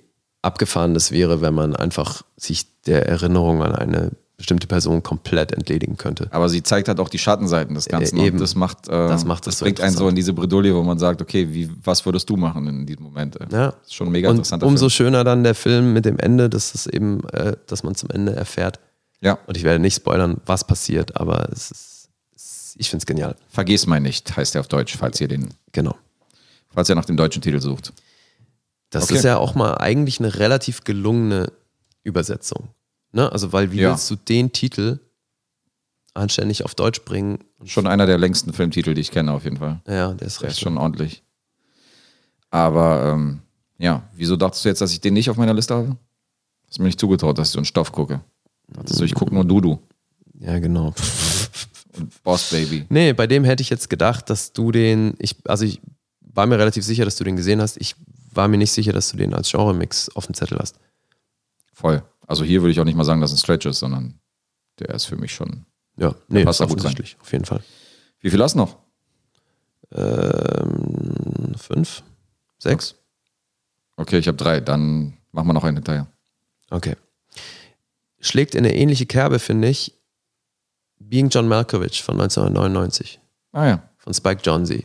[SPEAKER 3] abgefahren das wäre, wenn man einfach sich der Erinnerung an eine bestimmte Person komplett entledigen könnte.
[SPEAKER 2] Aber sie zeigt halt auch die Schattenseiten des Ganzen.
[SPEAKER 3] eben.
[SPEAKER 2] Und das macht, äh,
[SPEAKER 3] Das macht es so
[SPEAKER 2] bringt einen so
[SPEAKER 3] interessant.
[SPEAKER 2] in diese Bredouille, wo man sagt, okay, wie, was würdest du machen in diesem Moment? Äh,
[SPEAKER 3] Ja.
[SPEAKER 2] Ist schon ein mega
[SPEAKER 3] und
[SPEAKER 2] interessanter
[SPEAKER 3] umso
[SPEAKER 2] Film.
[SPEAKER 3] schöner dann der Film mit dem Ende, dass es eben, äh, dass man zum Ende erfährt.
[SPEAKER 2] Ja,
[SPEAKER 3] Und ich werde nicht spoilern, was passiert, aber es ist, es, ich finde es genial.
[SPEAKER 2] vergiss mal nicht, heißt er auf Deutsch, falls ihr den,
[SPEAKER 3] Genau.
[SPEAKER 2] falls ihr nach dem deutschen Titel sucht.
[SPEAKER 3] Das
[SPEAKER 2] Okay.
[SPEAKER 3] ist ja auch mal eigentlich eine relativ gelungene Übersetzung. Ne? Also, weil wie
[SPEAKER 2] Ja.
[SPEAKER 3] willst du den Titel anständig auf Deutsch bringen?
[SPEAKER 2] Schon einer der längsten Filmtitel, die ich kenne, auf jeden Fall.
[SPEAKER 3] Ja, der ist
[SPEAKER 2] Das ist
[SPEAKER 3] recht.
[SPEAKER 2] schon ordentlich. Aber ähm, ja, wieso dachtest du jetzt, dass ich den nicht auf meiner Liste habe? Hast mir nicht zugetraut, dass ich so einen Stoff gucke. Dachtest du, ich gucke nur Dudu
[SPEAKER 3] Ja, genau.
[SPEAKER 2] und Boss Baby.
[SPEAKER 3] Nee, bei dem hätte ich jetzt gedacht, dass du den, ich, also ich war mir relativ sicher, dass du den gesehen hast. Ich war mir nicht sicher, dass du den als Genre-Mix auf dem Zettel hast.
[SPEAKER 2] Voll. Also hier würde ich auch nicht mal sagen, dass es ein Stretch ist, sondern der ist für mich schon.
[SPEAKER 3] Ja, nee,
[SPEAKER 2] passt
[SPEAKER 3] passt
[SPEAKER 2] er
[SPEAKER 3] auch
[SPEAKER 2] gut rein.
[SPEAKER 3] offensichtlich, auf jeden Fall.
[SPEAKER 2] Wie viel hast du noch?
[SPEAKER 3] Ähm, fünf? Sechs?
[SPEAKER 2] Okay, ich habe drei. Dann machen wir noch einen hinterher.
[SPEAKER 3] Okay. Schlägt in eine ähnliche Kerbe, finde ich, Being John Malkovich von 1999
[SPEAKER 2] Ah ja.
[SPEAKER 3] von Spike Jonze.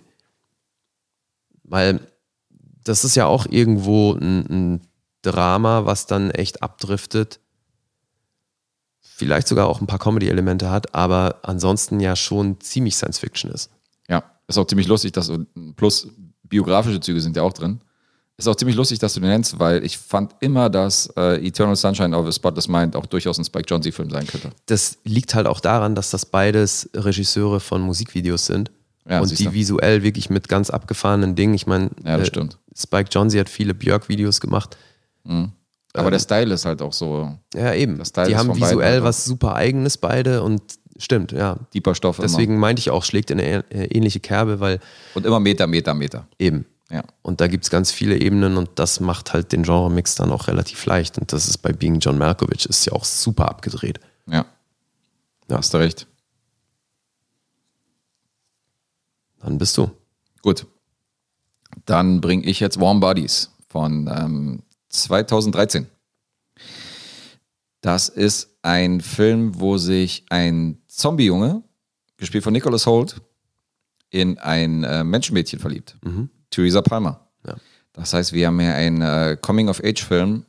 [SPEAKER 3] Weil das ist ja auch irgendwo ein, ein Drama, was dann echt abdriftet. Vielleicht sogar auch ein paar Comedy-Elemente hat, aber ansonsten ja schon ziemlich Science-Fiction ist.
[SPEAKER 2] Ja. Ist auch ziemlich lustig, dass du, plus biografische Züge sind ja auch drin. Ist auch ziemlich lustig, dass du den nennst, weil ich fand immer, dass äh, Eternal Sunshine of a Spotless Mind auch durchaus ein Spike Jonze-Film sein könnte.
[SPEAKER 3] das liegt halt auch daran, dass das beides Regisseure von Musikvideos sind.
[SPEAKER 2] Ja,
[SPEAKER 3] und
[SPEAKER 2] siehst
[SPEAKER 3] die
[SPEAKER 2] du.
[SPEAKER 3] visuell wirklich mit ganz abgefahrenen Dingen. Ich meine,
[SPEAKER 2] Ja, das stimmt.
[SPEAKER 3] Spike Jonze hat viele Björk-Videos gemacht.
[SPEAKER 2] Aber der Style ist halt auch so
[SPEAKER 3] Ja, eben.
[SPEAKER 2] Das Teil
[SPEAKER 3] Die
[SPEAKER 2] ist
[SPEAKER 3] haben
[SPEAKER 2] von beiden
[SPEAKER 3] visuell
[SPEAKER 2] halt auch-
[SPEAKER 3] was super Eigenes beide und stimmt, ja.
[SPEAKER 2] deeper Stoff
[SPEAKER 3] Deswegen meinte ich auch, schlägt in eine ä- ähnliche Kerbe, weil
[SPEAKER 2] immer. Und immer Meter, Meter, Meter.
[SPEAKER 3] eben.
[SPEAKER 2] Ja.
[SPEAKER 3] Und da gibt es ganz viele Ebenen und das macht halt den Genre-Mix dann auch relativ leicht. Und das ist bei Being John Malkovich ist ja auch super abgedreht.
[SPEAKER 2] Ja. Da hast du recht.
[SPEAKER 3] Dann bist du.
[SPEAKER 2] Gut. Dann bringe ich jetzt Warm Bodies von ähm, 2013. Das ist ein Film, wo sich ein Zombie-Junge, gespielt von Nicholas Holt, in ein äh, Menschenmädchen verliebt. Theresa Palmer.
[SPEAKER 3] Ja.
[SPEAKER 2] Das heißt, wir haben hier einen äh, Coming-of-Age-Film,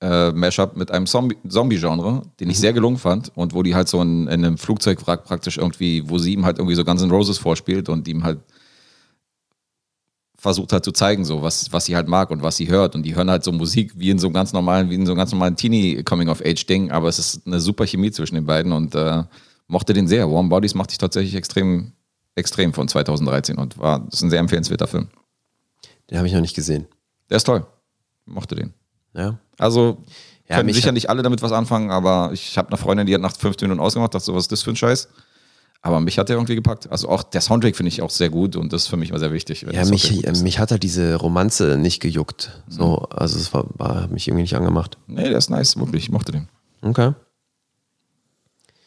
[SPEAKER 2] äh, Mashup mit einem Zombie- Zombie-Genre, den ich sehr gelungen fand und wo die halt so in, in einem Flugzeugwrack praktisch irgendwie, wo sie ihm halt irgendwie so Guns N' Roses vorspielt und ihm halt versucht hat zu zeigen, so was, was sie halt mag und was sie hört. Und die hören halt so Musik wie in so einem ganz normalen, wie in so einem ganz normalen Teenie-Coming-of-Age-Ding, aber es ist eine super Chemie zwischen den beiden und äh, mochte den sehr. Warm Bodies machte ich tatsächlich extrem, extrem von 2013 und war, das ist ein sehr empfehlenswerter Film.
[SPEAKER 3] Den habe ich noch nicht gesehen.
[SPEAKER 2] Der ist toll. Mochte den.
[SPEAKER 3] Ja.
[SPEAKER 2] Also
[SPEAKER 3] Ja,
[SPEAKER 2] können
[SPEAKER 3] mich
[SPEAKER 2] sicher
[SPEAKER 3] hat-
[SPEAKER 2] nicht alle damit was anfangen, aber ich habe eine Freundin, die hat nach 15 Minuten ausgemacht, dachte so, was ist das für ein Scheiß? Aber mich hat der irgendwie gepackt. Also auch der Soundtrack finde ich auch sehr gut und das ist für mich immer sehr wichtig. wenn
[SPEAKER 3] Ja,
[SPEAKER 2] der Soundtrack
[SPEAKER 3] mich,
[SPEAKER 2] gut ist. Mhm.
[SPEAKER 3] mich hat halt diese Romanze nicht gejuckt. So, also es war, war, hat mich irgendwie nicht angemacht.
[SPEAKER 2] Nee, der ist nice, wirklich. Ich mochte den.
[SPEAKER 3] Okay.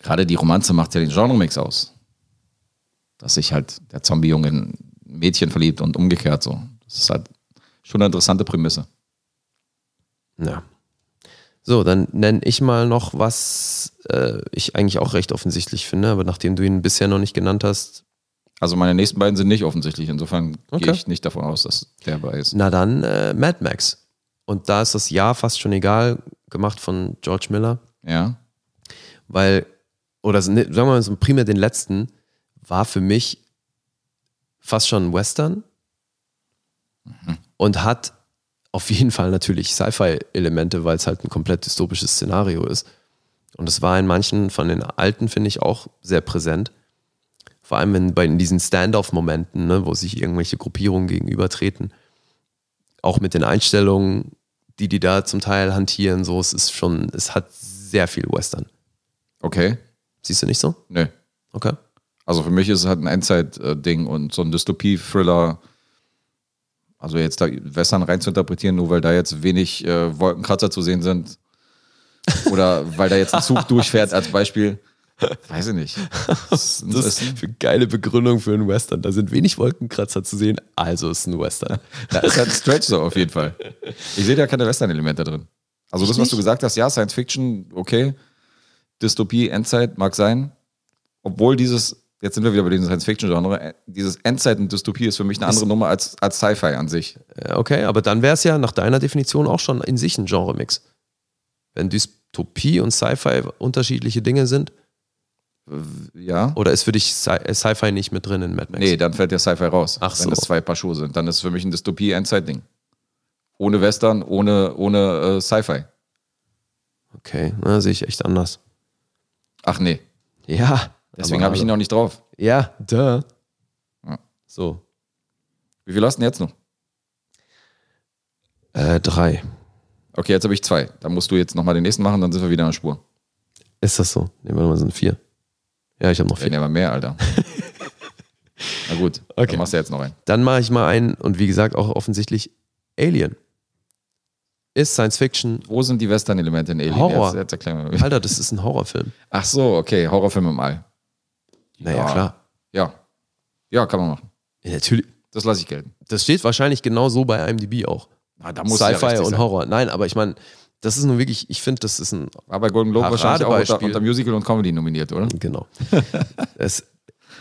[SPEAKER 2] Gerade die Romanze macht ja den Genremix aus. Dass sich halt der Zombie-Junge in ein Mädchen verliebt und umgekehrt so. Das ist halt schon eine interessante Prämisse.
[SPEAKER 3] Ja. So, dann nenne ich mal noch, was äh, ich eigentlich auch recht offensichtlich finde, aber nachdem du ihn bisher noch nicht genannt hast,
[SPEAKER 2] Also meine nächsten beiden sind nicht offensichtlich. Insofern
[SPEAKER 3] Okay.
[SPEAKER 2] gehe ich nicht davon aus, dass der bei ist.
[SPEAKER 3] na dann äh, Mad Max. Und da ist das Jahr fast schon egal, gemacht von George Miller,
[SPEAKER 2] Ja.
[SPEAKER 3] weil, oder s- ne, sagen wir mal so primär den letzten, war für mich fast schon ein Western und hat auf jeden Fall natürlich Sci-Fi-Elemente, weil es halt ein komplett dystopisches Szenario ist. Und es war in manchen von den alten, finde ich, auch sehr präsent. Vor allem in, bei in diesen Standoff-Momenten, ne, wo sich irgendwelche Gruppierungen gegenübertreten. Auch mit den Einstellungen, die die da zum Teil hantieren, so, es ist schon, es hat sehr viel Western.
[SPEAKER 2] Okay.
[SPEAKER 3] Siehst du nicht so?
[SPEAKER 2] Nö.
[SPEAKER 3] Okay.
[SPEAKER 2] Also für mich ist es halt ein Endzeit-Ding und so ein Dystopie-Thriller. Also jetzt da Western rein zu interpretieren, nur weil da jetzt wenig äh, Wolkenkratzer zu sehen sind. Oder weil da jetzt ein Zug durchfährt als Beispiel. Weiß ich nicht. Das,
[SPEAKER 3] Das ist
[SPEAKER 2] ist,
[SPEAKER 3] eine geile Begründung für einen Western. Da sind wenig Wolkenkratzer zu sehen, also ist ein Western.
[SPEAKER 2] da ist halt ein Stretch so auf jeden Fall. Ich sehe da keine Western-Elemente drin. Also das, was du gesagt hast, ja, Science Fiction, okay. Dystopie, Endzeit mag sein. Obwohl dieses, jetzt sind wir wieder bei diesem Science Fiction-Genre, äh, dieses Endzeit und Dystopie ist für mich eine andere Nummer als, als Sci-Fi an sich.
[SPEAKER 3] Okay, aber dann wäre es ja nach deiner Definition auch schon in sich ein Genre-Mix. Wenn Dystopie und Sci-Fi unterschiedliche Dinge sind,
[SPEAKER 2] Ja.
[SPEAKER 3] oder ist für dich Sci- äh, Sci-Fi nicht mit drin in Mad Max?
[SPEAKER 2] Nee, dann fällt der Sci-Fi raus.
[SPEAKER 3] Ach so.
[SPEAKER 2] Wenn das zwei Paar Schuhe sind. Dann ist es für mich ein Dystopie-Endzeit-Ding. Ohne Western, ohne, ohne äh, Sci-Fi.
[SPEAKER 3] Okay, na, sehe ich echt anders.
[SPEAKER 2] Ach nee,
[SPEAKER 3] Ja.
[SPEAKER 2] deswegen
[SPEAKER 3] aber
[SPEAKER 2] habe ich ihn
[SPEAKER 3] hallo.
[SPEAKER 2] noch nicht drauf.
[SPEAKER 3] Ja, duh.
[SPEAKER 2] Ja.
[SPEAKER 3] So.
[SPEAKER 2] Wie viel hast du denn jetzt noch?
[SPEAKER 3] Äh, drei.
[SPEAKER 2] Okay, jetzt habe ich zwei. Dann musst du jetzt nochmal den nächsten machen, dann sind wir wieder an der Spur.
[SPEAKER 3] Ist das so? Nehmen wir mal so ein vier. Ja, ich habe noch vier.
[SPEAKER 2] Werden ja mal mehr, Alter. Na gut,
[SPEAKER 3] Okay.
[SPEAKER 2] dann machst du jetzt noch einen.
[SPEAKER 3] Dann mache ich mal einen und wie gesagt auch offensichtlich Alien. Ist Science Fiction.
[SPEAKER 2] Wo sind die Western-Elemente in Alien?
[SPEAKER 3] Horror.
[SPEAKER 2] Jetzt, jetzt erklären wir mal.
[SPEAKER 3] Alter, das ist ein Horrorfilm.
[SPEAKER 2] Ach so, okay, Horrorfilm im All.
[SPEAKER 3] Naja,
[SPEAKER 2] Ja.
[SPEAKER 3] klar.
[SPEAKER 2] Ja. Ja, kann man machen.
[SPEAKER 3] Ja, natürlich.
[SPEAKER 2] Das lasse ich gelten.
[SPEAKER 3] Das steht wahrscheinlich genau so bei IMDb auch.
[SPEAKER 2] Na, da muss es ja
[SPEAKER 3] Sci-Fi
[SPEAKER 2] richtig
[SPEAKER 3] und
[SPEAKER 2] sein.
[SPEAKER 3] Horror. Nein, aber ich meine, das ist nun wirklich, ich finde, das ist ein,
[SPEAKER 2] War bei Golden Globe wahrscheinlich auch unter,
[SPEAKER 3] Paradebeispiel.
[SPEAKER 2] unter Musical und Comedy nominiert, oder?
[SPEAKER 3] genau. es,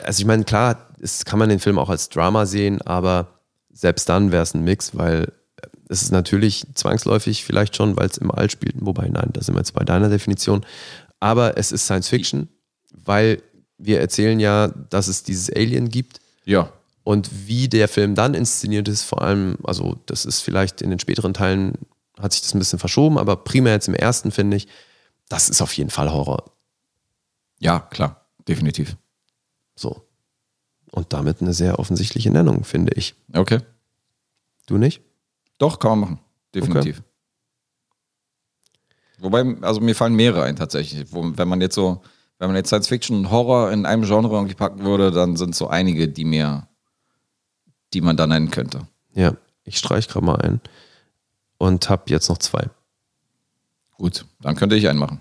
[SPEAKER 3] also ich meine, klar, es kann man den Film auch als Drama sehen, aber selbst dann wäre es ein Mix, weil äh, es ist natürlich zwangsläufig vielleicht schon, weil es im All spielt. Wobei, nein, da sind wir jetzt bei deiner Definition. Aber es ist Science Fiction, weil wir erzählen ja, dass es dieses Alien gibt
[SPEAKER 2] Ja.
[SPEAKER 3] Und wie der Film dann inszeniert ist, vor allem, also das ist vielleicht in den späteren Teilen, hat sich das ein bisschen verschoben, aber primär jetzt im ersten finde ich, das ist auf jeden Fall Horror.
[SPEAKER 2] Ja, klar, definitiv.
[SPEAKER 3] So. Und damit eine sehr offensichtliche Nennung, finde ich.
[SPEAKER 2] Okay.
[SPEAKER 3] Du nicht?
[SPEAKER 2] Doch, kann man machen. Definitiv. Wobei, also mir fallen mehrere ein tatsächlich. Wo, wenn man jetzt so, wenn man jetzt Science Fiction und Horror in einem Genre irgendwie packen würde, dann sind so einige, die mir, die man da nennen könnte.
[SPEAKER 3] Ja, ich streich gerade mal ein und habe jetzt noch zwei.
[SPEAKER 2] Gut, dann könnte ich einen machen.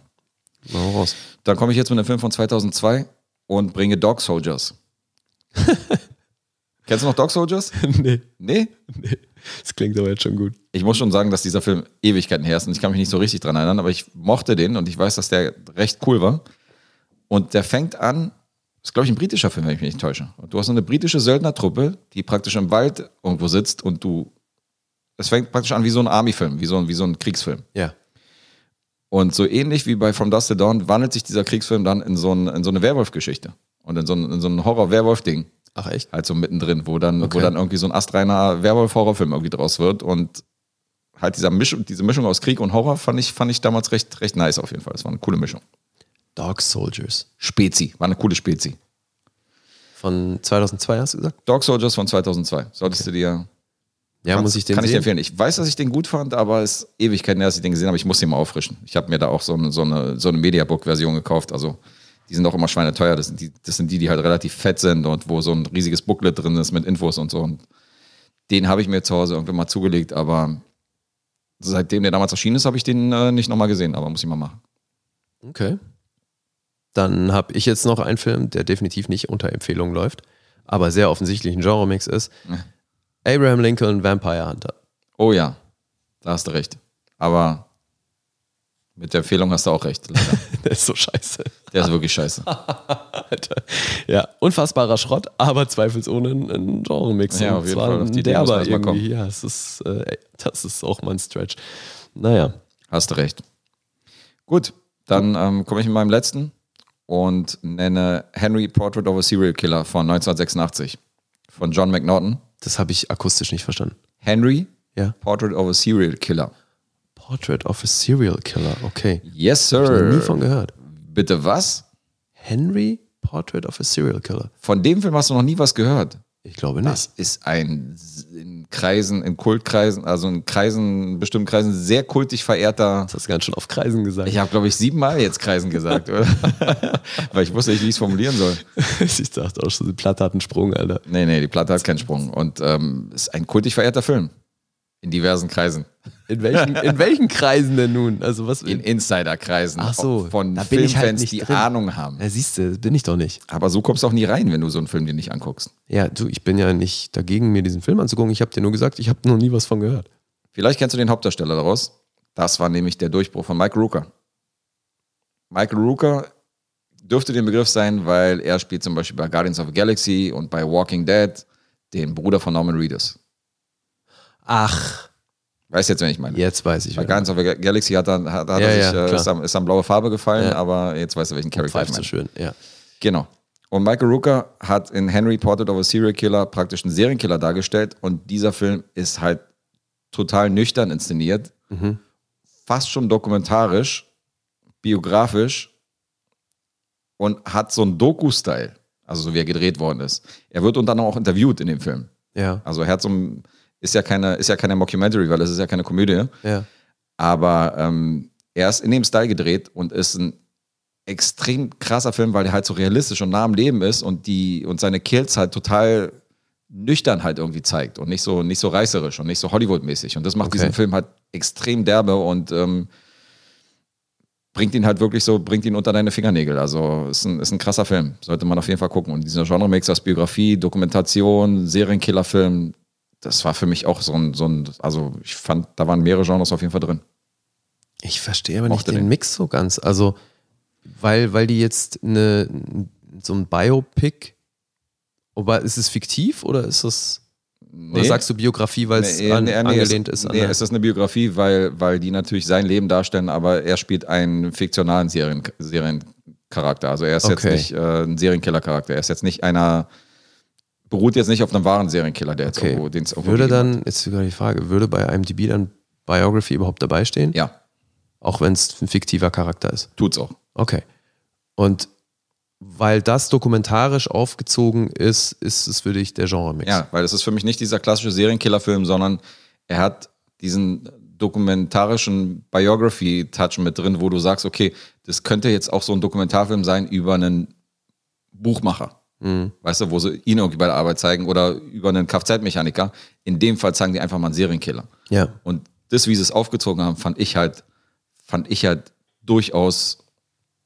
[SPEAKER 3] Mal raus.
[SPEAKER 2] Dann komme ich jetzt mit einem Film von 2002 und bringe Dog Soldiers. Kennst du noch Dog Soldiers?
[SPEAKER 3] nee,
[SPEAKER 2] Nee?
[SPEAKER 3] nee. Das klingt aber jetzt schon gut.
[SPEAKER 2] Ich muss schon sagen, dass dieser Film Ewigkeiten her ist und ich kann mich nicht so richtig dran erinnern, aber ich mochte den und ich weiß, dass der recht cool war. Und der fängt an, ist glaube ich ein britischer Film, wenn ich mich nicht täusche. Und du hast so eine britische Söldnertruppe, die praktisch im Wald irgendwo sitzt und du. Es fängt praktisch an wie so ein Army-Film, wie so ein, wie so ein Kriegsfilm.
[SPEAKER 3] Ja.
[SPEAKER 2] Und so ähnlich wie bei From Dusk to Dawn wandelt sich dieser Kriegsfilm dann in so, ein, in so eine Werwolf-Geschichte. Und in so ein, in so ein Horror-Werwolf-Ding.
[SPEAKER 3] Ach echt?
[SPEAKER 2] Halt so mittendrin, wo dann,
[SPEAKER 3] Okay.
[SPEAKER 2] wo dann irgendwie so ein astreiner Werwolf-Horrorfilm irgendwie draus wird. Und halt dieser Misch diese Mischung aus Krieg und Horror fand ich, fand ich damals recht, recht nice auf jeden Fall. Es war eine coole Mischung.
[SPEAKER 3] Dog Soldiers.
[SPEAKER 2] Spezi, war eine coole Spezi.
[SPEAKER 3] Von 2002 hast du gesagt?
[SPEAKER 2] Dog Soldiers von 2002. Solltest du dir.
[SPEAKER 3] Ja,
[SPEAKER 2] kannst-
[SPEAKER 3] muss ich den
[SPEAKER 2] kann ich dir
[SPEAKER 3] sehen?
[SPEAKER 2] empfehlen. Ich weiß, dass ich den gut fand, aber es ist Ewigkeiten her, dass ich den gesehen habe. Ich muss den mal auffrischen. Ich habe mir da auch so eine, so eine, so eine Mediabook-Version gekauft. Also die sind auch immer schweineteuer. Das sind, die, das sind die, die halt relativ fett sind und wo so ein riesiges Booklet drin ist mit Infos und so. Und den habe ich mir zu Hause irgendwann mal zugelegt, aber seitdem der damals erschienen ist, habe ich den äh, nicht nochmal gesehen, aber muss ich mal machen.
[SPEAKER 3] Okay. Dann habe ich jetzt noch einen Film, der definitiv nicht unter Empfehlung läuft, aber sehr offensichtlich ein Genre-Mix ist. Abraham Lincoln Vampire Hunter.
[SPEAKER 2] Oh ja, da hast du recht. Aber mit der Empfehlung hast du auch recht. Leider.
[SPEAKER 3] Der ist so scheiße.
[SPEAKER 2] Der ist wirklich scheiße.
[SPEAKER 3] Alter. Ja, unfassbarer Schrott, aber zweifelsohne ein- ein Genre-Mix.
[SPEAKER 2] Ja,
[SPEAKER 3] Und
[SPEAKER 2] auf jeden
[SPEAKER 3] zwar
[SPEAKER 2] Fall. Auf
[SPEAKER 3] ein
[SPEAKER 2] die Idee muss man
[SPEAKER 3] derber
[SPEAKER 2] erst mal
[SPEAKER 3] irgendwie. Ja, es ist, äh, ey, das ist auch mal ein Stretch. Naja,
[SPEAKER 2] Hast du recht. Gut, dann ähm, komme ich mit meinem letzten und nenne Henry Portrait of a Serial Killer von 1986 von John McNaughton.
[SPEAKER 3] das habe ich akustisch nicht verstanden.
[SPEAKER 2] Henry
[SPEAKER 3] Ja.
[SPEAKER 2] Portrait of a Serial Killer.
[SPEAKER 3] Portrait of a Serial Killer, okay.
[SPEAKER 2] Yes,
[SPEAKER 3] Noch nie
[SPEAKER 2] sir.
[SPEAKER 3] von gehört.
[SPEAKER 2] Bitte was?
[SPEAKER 3] Henry Portrait of a Serial Killer.
[SPEAKER 2] Von dem Film hast du noch nie was gehört.
[SPEAKER 3] Ich glaube nicht.
[SPEAKER 2] Das ist ein s- in Kreisen, in Kultkreisen, also in Kreisen, in bestimmten Kreisen sehr kultig verehrter.
[SPEAKER 3] Das hast du ganz schön auf Kreisen gesagt.
[SPEAKER 2] Ich habe, glaube ich, siebenmal jetzt Kreisen gesagt, oder? Weil ich wusste nicht, wie ich es formulieren soll.
[SPEAKER 3] ich dachte auch schon, die Platte hat einen Sprung, Alter.
[SPEAKER 2] Nee, nee, die Platte hat keinen Sprung. Und ähm, ist ein kultig verehrter Film. In diversen Kreisen.
[SPEAKER 3] In welchen, in welchen Kreisen denn nun? Also was?
[SPEAKER 2] In Insiderkreisen.
[SPEAKER 3] Ach so,
[SPEAKER 2] Von
[SPEAKER 3] da bin ich
[SPEAKER 2] Filmfans,
[SPEAKER 3] halt nicht
[SPEAKER 2] die
[SPEAKER 3] drin.
[SPEAKER 2] Ahnung haben.
[SPEAKER 3] ja, siehst du, bin ich doch nicht.
[SPEAKER 2] Aber so kommst du auch nie rein, wenn du so einen Film dir nicht anguckst.
[SPEAKER 3] Ja, du, ich bin ja nicht dagegen, mir diesen Film anzugucken. Ich habe dir nur gesagt, ich habe noch nie was von gehört.
[SPEAKER 2] Vielleicht kennst du den Hauptdarsteller daraus. Das war nämlich der Durchbruch von Michael Rooker. Michael Rooker dürfte den Begriff sein, weil er spielt zum Beispiel bei Guardians of the Galaxy und bei Walking Dead den Bruder von Norman Reedus.
[SPEAKER 3] Ach,
[SPEAKER 2] Weißt jetzt, wen ich meine?
[SPEAKER 3] jetzt weiß ich.
[SPEAKER 2] Bei
[SPEAKER 3] wer-
[SPEAKER 2] Guardians of the Galaxy hat er, hat, hat
[SPEAKER 3] Ja,
[SPEAKER 2] er
[SPEAKER 3] ja,
[SPEAKER 2] sich, äh,
[SPEAKER 3] klar.
[SPEAKER 2] ist, dann, ist dann blaue Farbe gefallen,
[SPEAKER 3] Ja.
[SPEAKER 2] aber jetzt weißt du, welchen Charakter ich
[SPEAKER 3] Pfeift so
[SPEAKER 2] meine.
[SPEAKER 3] schön, ja.
[SPEAKER 2] Genau. Und Michael Rooker hat in Henry Portrait of a Serial Killer praktisch einen Serienkiller dargestellt und dieser Film ist halt total nüchtern inszeniert,
[SPEAKER 3] Mhm.
[SPEAKER 2] fast schon dokumentarisch, biografisch und hat so einen Doku-Style, also so wie er gedreht worden ist. Er wird unter anderem auch interviewt in dem Film.
[SPEAKER 3] Ja,
[SPEAKER 2] Also Herz um ist ja keine, ist ja keine Mockumentary, weil es ist ja keine Komödie.
[SPEAKER 3] ja.
[SPEAKER 2] Aber ähm, er ist in dem Style gedreht und ist ein extrem krasser Film, weil er halt so realistisch und nah am Leben ist und die und seine Kills halt total nüchtern halt irgendwie zeigt und nicht so nicht so reißerisch und nicht so Hollywood-mäßig. Und das macht
[SPEAKER 3] Okay.
[SPEAKER 2] diesen Film halt extrem derbe und ähm, bringt ihn halt wirklich so, bringt ihn unter deine Fingernägel. Also ist ein, ist ein krasser Film. Sollte man auf jeden Fall gucken. Und dieser Genre-Mix aus Biografie, Dokumentation, Serienkiller-Film, das war für mich auch so ein, so ein, also ich fand, da waren mehrere Genres auf jeden Fall drin.
[SPEAKER 3] Ich verstehe aber nicht
[SPEAKER 2] Mochte
[SPEAKER 3] den,
[SPEAKER 2] den.
[SPEAKER 3] Mix so ganz. Also, weil, weil die jetzt eine, so ein Biopic, aber ist es fiktiv oder ist es. Oder
[SPEAKER 2] Nee.
[SPEAKER 3] sagst du Biografie, weil es
[SPEAKER 2] Nee,
[SPEAKER 3] an,
[SPEAKER 2] nee, nee,
[SPEAKER 3] angelehnt
[SPEAKER 2] es,
[SPEAKER 3] ist? An
[SPEAKER 2] Nee,
[SPEAKER 3] eine-
[SPEAKER 2] es ist eine Biografie, weil, weil die natürlich sein Leben darstellen, aber er spielt einen fiktionalen Serien, Seriencharakter. Also er ist
[SPEAKER 3] Okay.
[SPEAKER 2] jetzt nicht äh, ein Serienkiller-Charakter. Er ist jetzt nicht einer, beruht jetzt nicht auf einem wahren Serienkiller, der jetzt
[SPEAKER 3] Okay.
[SPEAKER 2] irgendwo, den es irgendwo
[SPEAKER 3] würde
[SPEAKER 2] gegeben hat.
[SPEAKER 3] dann, jetzt sogar die Frage, würde bei IMDb dann Biography überhaupt dabei stehen?
[SPEAKER 2] Ja,
[SPEAKER 3] Auch wenn es ein fiktiver Charakter ist.
[SPEAKER 2] tut's auch.
[SPEAKER 3] Okay. Und weil das dokumentarisch aufgezogen ist, ist es für dich der Genre-Mix.
[SPEAKER 2] Ja, weil das ist für mich nicht dieser klassische Serienkiller-Film, sondern er hat diesen dokumentarischen Biography-Touch mit drin, wo du sagst, okay, das könnte jetzt auch so ein Dokumentarfilm sein über einen Buchmacher.
[SPEAKER 3] Mhm.
[SPEAKER 2] Weißt du, wo sie ihn irgendwie bei der Arbeit zeigen oder über einen Kfz-Mechaniker. In dem Fall zeigen die einfach mal einen Serienkiller.
[SPEAKER 3] Ja.
[SPEAKER 2] Und das, wie sie es aufgezogen haben, fand ich halt, fand ich halt durchaus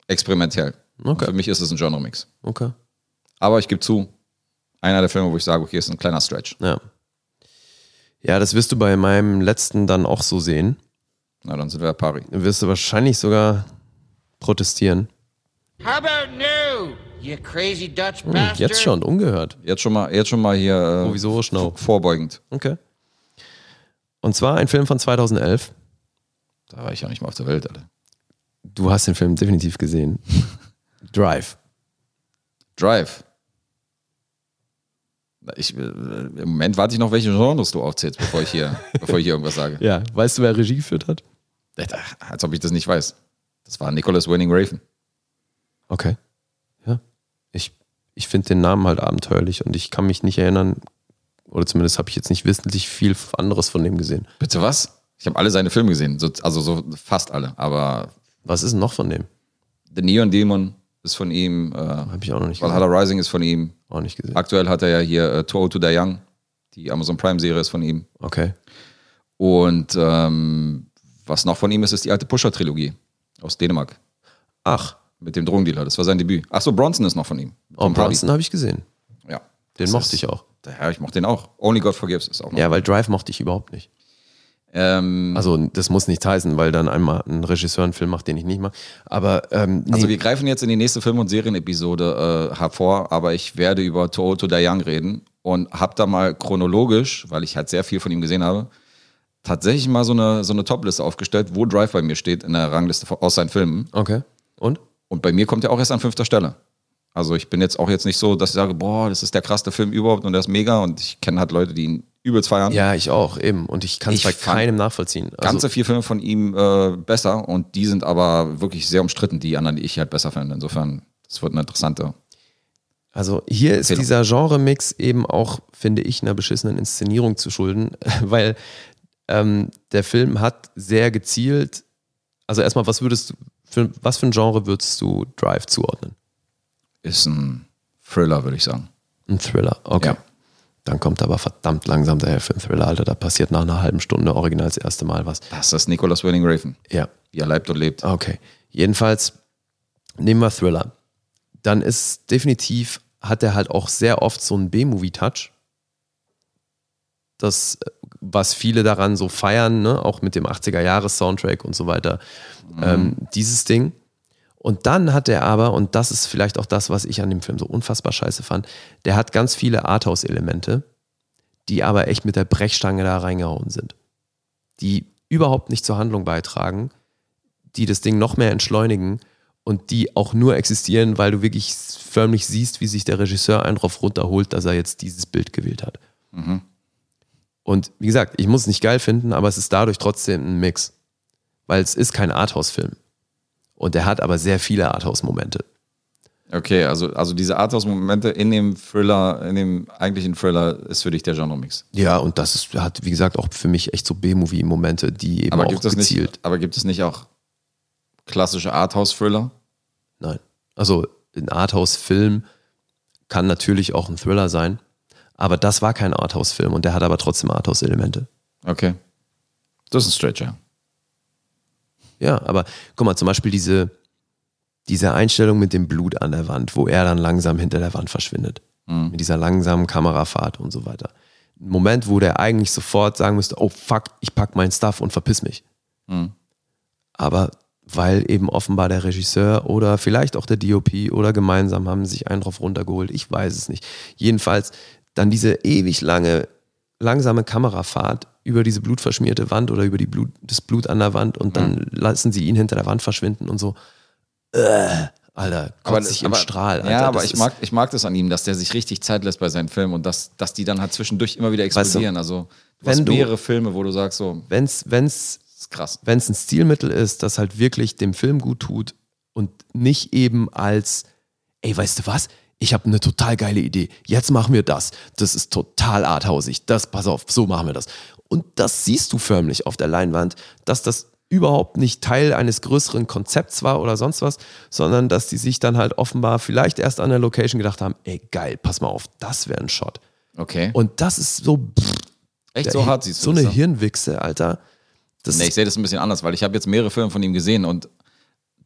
[SPEAKER 2] experimentell.
[SPEAKER 3] Okay.
[SPEAKER 2] Für mich ist es ein Genre-Mix.
[SPEAKER 3] Okay.
[SPEAKER 2] Aber ich gebe zu, einer der Filme, wo ich sage, okay, ist ein kleiner Stretch.
[SPEAKER 3] Ja. Ja, das wirst du bei meinem letzten dann auch so sehen.
[SPEAKER 2] Na, dann sind wir ja pari.
[SPEAKER 3] Dann wirst du wahrscheinlich sogar protestieren.
[SPEAKER 9] How about new? You crazy Dutch
[SPEAKER 3] Hm,
[SPEAKER 9] bastard.
[SPEAKER 3] jetzt schon, ungehört.
[SPEAKER 2] Jetzt schon mal, jetzt schon mal hier äh,
[SPEAKER 3] Provisorisch no.
[SPEAKER 2] vorbeugend.
[SPEAKER 3] Okay. Und zwar ein Film von 2011.
[SPEAKER 2] Da war ich ja nicht mal auf der Welt, Alter.
[SPEAKER 3] Du hast den Film definitiv gesehen. Drive.
[SPEAKER 2] Drive. Ich, äh, Im Moment warte ich noch, welche Genres du aufzählst, bevor ich hier, bevor ich hier irgendwas sage.
[SPEAKER 3] Ja, weißt du, wer Regie geführt hat?
[SPEAKER 2] Alter, Als ob ich das nicht weiß. Das war Nicholas Winning Raven.
[SPEAKER 3] Okay. Ja. Ich, ich finde den Namen halt abenteuerlich und ich kann mich nicht erinnern, oder zumindest habe ich jetzt nicht wissentlich viel anderes von dem gesehen.
[SPEAKER 2] Bitte was? Ich habe alle seine Filme gesehen, so, also so fast alle. Aber
[SPEAKER 3] Was ist denn noch von dem?
[SPEAKER 2] The Neon Demon ist von ihm, äh,
[SPEAKER 3] Habe ich auch noch nicht
[SPEAKER 2] Valhalla
[SPEAKER 3] gesehen.
[SPEAKER 2] Rising ist von ihm.
[SPEAKER 3] Auch nicht gesehen.
[SPEAKER 2] Aktuell hat er ja hier äh, Too Old to Die Young, die Amazon Prime Serie ist von ihm.
[SPEAKER 3] Okay.
[SPEAKER 2] Und ähm, was noch von ihm ist, ist die alte Pusher-Trilogie aus Dänemark
[SPEAKER 3] Ach,
[SPEAKER 2] mit dem Drogendealer. Das war sein Debüt. Achso, Bronson ist noch von ihm.
[SPEAKER 3] oh,
[SPEAKER 2] Tom Hardy.
[SPEAKER 3] Bronson habe ich gesehen.
[SPEAKER 2] Ja.
[SPEAKER 3] Den mochte ich auch.
[SPEAKER 2] Ja, ich mochte den auch. Only God Forgives ist auch noch.
[SPEAKER 3] Ja, weil Drive mochte ich überhaupt nicht.
[SPEAKER 2] Mhm. Ähm,
[SPEAKER 3] Also das muss nicht heißen, weil dann einmal ein Regisseur einen Film macht, den ich nicht mag. Aber ähm, nee.
[SPEAKER 2] also wir greifen jetzt in die nächste Film- und Serienepisode äh, hervor, aber ich werde über Toho to Young reden und habe da mal chronologisch, weil ich halt sehr viel von ihm gesehen habe, tatsächlich mal so eine, so eine Top-Liste aufgestellt, wo Drive bei mir steht in der Rangliste von- aus seinen Filmen.
[SPEAKER 3] okay. Und?
[SPEAKER 2] Und bei mir kommt er auch erst an fünfter Stelle. Also ich bin jetzt auch jetzt nicht so, dass ich sage, boah, das ist der krasseste Film überhaupt und der ist mega und ich kenne halt Leute, die ihn übelst feiern.
[SPEAKER 3] Ja, ich auch, eben. Und ich kann es
[SPEAKER 2] Ich
[SPEAKER 3] bei
[SPEAKER 2] fand-
[SPEAKER 3] keinem nachvollziehen. Also,
[SPEAKER 2] ganze vier Filme von ihm äh, besser und die sind aber wirklich sehr umstritten, die anderen, die ich halt besser finde. Insofern, das wird eine interessante.
[SPEAKER 3] Also hier ist
[SPEAKER 2] Erzähl doch.
[SPEAKER 3] dieser Genre-Mix eben auch, finde ich, einer beschissenen Inszenierung zu schulden, weil ähm, der Film hat sehr gezielt, also erstmal, was würdest du, für, was für ein Genre würdest du Drive zuordnen?
[SPEAKER 2] Ist ein Thriller, würde ich sagen.
[SPEAKER 3] Ein Thriller, okay.
[SPEAKER 2] Ja.
[SPEAKER 3] Dann kommt aber verdammt langsam der für ein Thriller, Alter, da passiert nach einer halben Stunde original das erste Mal was.
[SPEAKER 2] Das ist Nicholas Winning Raven,
[SPEAKER 3] Ja,
[SPEAKER 2] wie er lebt und lebt.
[SPEAKER 3] Ah, Okay. Jedenfalls nehmen wir Thriller. Dann ist definitiv, hat er halt auch sehr oft so einen B-Movie-Touch. Das, was viele daran so feiern, ne? auch mit dem 80er-Jahres-Soundtrack und so weiter. Ähm, dieses Ding. Und dann hat er aber, und das ist vielleicht auch das, was ich an dem Film so unfassbar scheiße fand, der hat ganz viele Arthouse-Elemente, die aber echt mit der Brechstange da reingehauen sind. Die überhaupt nicht zur Handlung beitragen, die das Ding noch mehr entschleunigen und die auch nur existieren, weil du wirklich förmlich siehst, wie sich der Regisseur einen drauf runterholt, dass er jetzt dieses Bild gewählt hat.
[SPEAKER 2] Mhm.
[SPEAKER 3] Und wie gesagt, ich muss es nicht geil finden, aber es ist dadurch trotzdem ein Mix. Weil es ist kein Arthouse-Film. Und er hat aber sehr viele Arthouse-Momente.
[SPEAKER 2] Okay, also, also diese Arthouse-Momente in dem Thriller, in dem eigentlichen Thriller ist für dich der Genre-Mix.
[SPEAKER 3] Ja, und das ist, hat, wie gesagt, auch für mich echt so B-Movie-Momente, die eben
[SPEAKER 2] Aber
[SPEAKER 3] auch
[SPEAKER 2] gibt, es
[SPEAKER 3] gezielt.
[SPEAKER 2] nicht, aber gibt es nicht auch klassische Arthouse-Thriller?
[SPEAKER 3] Nein. Also ein Arthouse-Film kann natürlich auch ein Thriller sein, aber das war kein Arthouse-Film und der hat aber trotzdem Arthouse-Elemente.
[SPEAKER 2] Okay. Das ist ein Stretcher.
[SPEAKER 3] Ja, aber guck mal, zum Beispiel diese, diese Einstellung mit dem Blut an der Wand, wo er dann langsam hinter der Wand verschwindet. Mit dieser langsamen Kamerafahrt und so weiter. Ein Moment, wo der eigentlich sofort sagen müsste, oh fuck, ich pack mein Stuff und verpiss mich. Aber weil eben offenbar der Regisseur oder vielleicht auch der DOP oder gemeinsam haben sich einen drauf runtergeholt, ich weiß es nicht. Jedenfalls dann diese ewig lange, langsame Kamerafahrt über diese blutverschmierte Wand oder über die Blut, das Blut an der Wand und
[SPEAKER 2] Mhm.
[SPEAKER 3] dann lassen sie ihn hinter der Wand verschwinden und so. Äh, Alter, kotzt sich im Strahl. Alter,
[SPEAKER 2] ja, aber
[SPEAKER 3] das
[SPEAKER 2] ich
[SPEAKER 3] ist-
[SPEAKER 2] mag, ich mag das an ihm, dass der sich richtig Zeit lässt bei seinen Filmen und dass, dass die dann halt zwischendurch immer wieder
[SPEAKER 3] du,
[SPEAKER 2] explodieren. also du
[SPEAKER 3] wenn
[SPEAKER 2] hast
[SPEAKER 3] du-
[SPEAKER 2] mehrere Filme, wo du sagst, so,
[SPEAKER 3] Wenn's, wenn's
[SPEAKER 2] das ist krass.
[SPEAKER 3] wenn es ein Stilmittel ist, das halt wirklich dem Film gut tut und nicht eben als, ey, weißt du was? Ich habe eine total geile Idee. Jetzt machen wir das. Das ist total arthausig. Das, pass auf, so machen wir das. Und das siehst du förmlich auf der Leinwand, dass das überhaupt nicht Teil eines größeren Konzepts war oder sonst was, sondern dass die sich dann halt offenbar vielleicht erst an der Location gedacht haben, ey geil, pass mal auf, das wäre ein Shot.
[SPEAKER 2] Okay.
[SPEAKER 3] Und das ist so,
[SPEAKER 2] Echt so hart siehst du
[SPEAKER 3] so eine
[SPEAKER 2] das, ja?
[SPEAKER 3] Hirnwichse, Alter. Das
[SPEAKER 2] Nee, ich sehe das ein bisschen anders, weil ich habe jetzt mehrere Filme von ihm gesehen und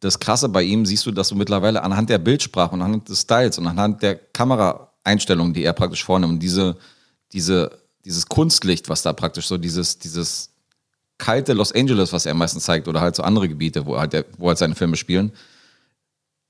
[SPEAKER 2] das Krasse bei ihm siehst du, dass du mittlerweile anhand der Bildsprache und anhand des Styles und anhand der Kameraeinstellungen Einstellungen, die er praktisch vornimmt. Und diese, diese, dieses Kunstlicht, was da praktisch so dieses, dieses kalte Los Angeles, was er meistens zeigt, oder halt so andere Gebiete, wo halt, der, wo halt seine Filme spielen.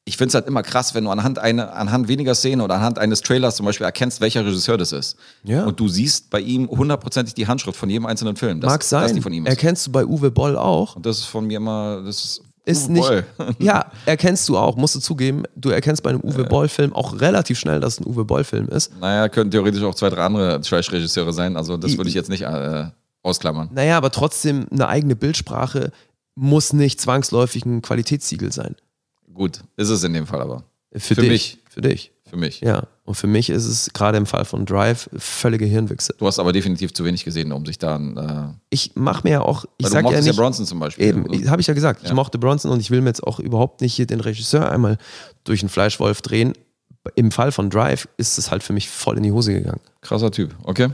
[SPEAKER 2] Ich finde es halt immer krass, wenn du anhand, eine, anhand weniger Szenen oder anhand eines Trailers zum Beispiel erkennst, welcher Regisseur das ist.
[SPEAKER 3] Ja.
[SPEAKER 2] Und du siehst bei ihm hundertprozentig die Handschrift von jedem einzelnen Film. dass-
[SPEAKER 3] Mag sein.
[SPEAKER 2] Dass die von ihm ist. Mhm.
[SPEAKER 3] Erkennst du bei Uwe Boll auch?
[SPEAKER 2] Und das ist von mir immer, das ist, uh,
[SPEAKER 3] Ist
[SPEAKER 2] Uwe
[SPEAKER 3] nicht.
[SPEAKER 2] Boll.
[SPEAKER 3] Ja, erkennst du auch, musst du zugeben. Du erkennst bei einem
[SPEAKER 2] Äh.
[SPEAKER 3] Uwe Boll-Film auch relativ schnell, dass es ein Uwe Boll-Film ist.
[SPEAKER 2] Naja, könnten theoretisch auch zwei, drei andere Trash-Regisseure sein. Also das würde ich jetzt nicht äh, ausklammern.
[SPEAKER 3] Naja, aber trotzdem eine eigene Bildsprache muss nicht zwangsläufig ein Qualitätssiegel sein. Äh,
[SPEAKER 2] Gut, ist es in dem Fall aber.
[SPEAKER 3] Für,
[SPEAKER 2] Für
[SPEAKER 3] dich.
[SPEAKER 2] mich.
[SPEAKER 3] Für dich.
[SPEAKER 2] Für mich.
[SPEAKER 3] Ja. Und für mich ist es gerade im Fall von Drive völlige Hirnwichse.
[SPEAKER 2] Du hast aber definitiv zu wenig gesehen, um sich dann. Äh,
[SPEAKER 3] Ich mache mir ja auch, ich
[SPEAKER 2] weil du
[SPEAKER 3] sage ja
[SPEAKER 2] mochtest ja,
[SPEAKER 3] nicht,
[SPEAKER 2] Bronson zum Beispiel.
[SPEAKER 3] Eben, habe ich ja gesagt. Ich mochte Bronson und ich will mir jetzt auch überhaupt nicht hier den Regisseur einmal durch den Fleischwolf drehen. Im Fall von Drive ist es halt für mich voll in die Hose gegangen.
[SPEAKER 2] Krasser Typ, okay?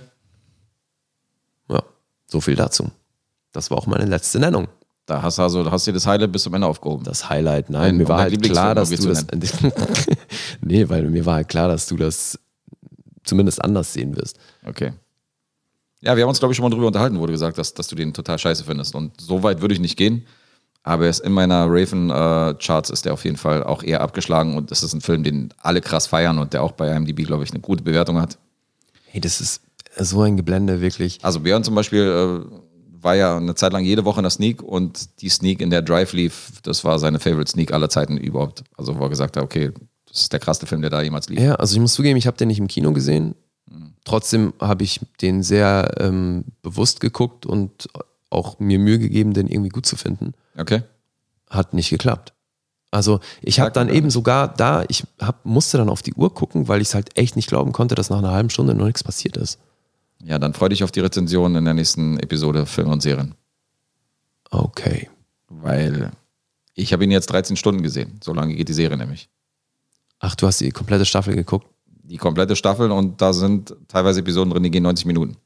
[SPEAKER 3] Ja, so viel dazu. Das war auch meine letzte Nennung.
[SPEAKER 2] Da hast du also, da hast du dir das Highlight bis zum Ende aufgehoben.
[SPEAKER 3] Das Highlight, nein,
[SPEAKER 2] Ein-
[SPEAKER 3] mir war
[SPEAKER 2] um dein
[SPEAKER 3] halt klar, dass du
[SPEAKER 2] Lieblingsfilm,
[SPEAKER 3] das. nee, weil mir war halt klar, dass du das zumindest anders sehen wirst.
[SPEAKER 2] Okay. Ja, wir haben uns, glaube ich, schon mal drüber unterhalten, wo du gesagt hast, dass du den total scheiße findest. Und so weit würde ich nicht gehen. Aber er ist in meiner Raven-Charts ist der auf jeden Fall auch eher abgeschlagen. Und das ist ein Film, den alle krass feiern und der auch bei IMDb, glaube ich, eine gute Bewertung hat.
[SPEAKER 3] Hey, das ist so ein Geblende, wirklich.
[SPEAKER 2] Also Björn zum Beispiel äh, war ja eine Zeit lang jede Woche in der Sneak und die Sneak, in der Drive lief, das war seine Favorite Sneak aller Zeiten überhaupt. Also wo er gesagt hat, okay, das ist der krasseste Film, der da jemals lief.
[SPEAKER 3] Ja, also ich muss zugeben, ich habe den nicht im Kino gesehen.
[SPEAKER 2] Mhm.
[SPEAKER 3] Trotzdem habe ich den sehr ähm, bewusst geguckt und auch mir Mühe gegeben, den irgendwie gut zu finden.
[SPEAKER 2] Okay?
[SPEAKER 3] Hat nicht geklappt. Also ich habe
[SPEAKER 2] Sagt man
[SPEAKER 3] dann
[SPEAKER 2] gar
[SPEAKER 3] eben sogar da, ich hab, musste dann auf die Uhr gucken, weil ich es halt echt nicht glauben konnte, dass nach einer halben Stunde noch nichts passiert ist.
[SPEAKER 2] Ja, dann freu dich auf die Rezension in der nächsten Episode Filme und Serien.
[SPEAKER 3] Okay.
[SPEAKER 2] Weil ich habe ihn jetzt 13 Stunden gesehen. So lange geht die Serie nämlich.
[SPEAKER 3] Ach, du hast die komplette Staffel geguckt.
[SPEAKER 2] Die komplette Staffel und da sind teilweise Episoden drin, die gehen 90 Minuten.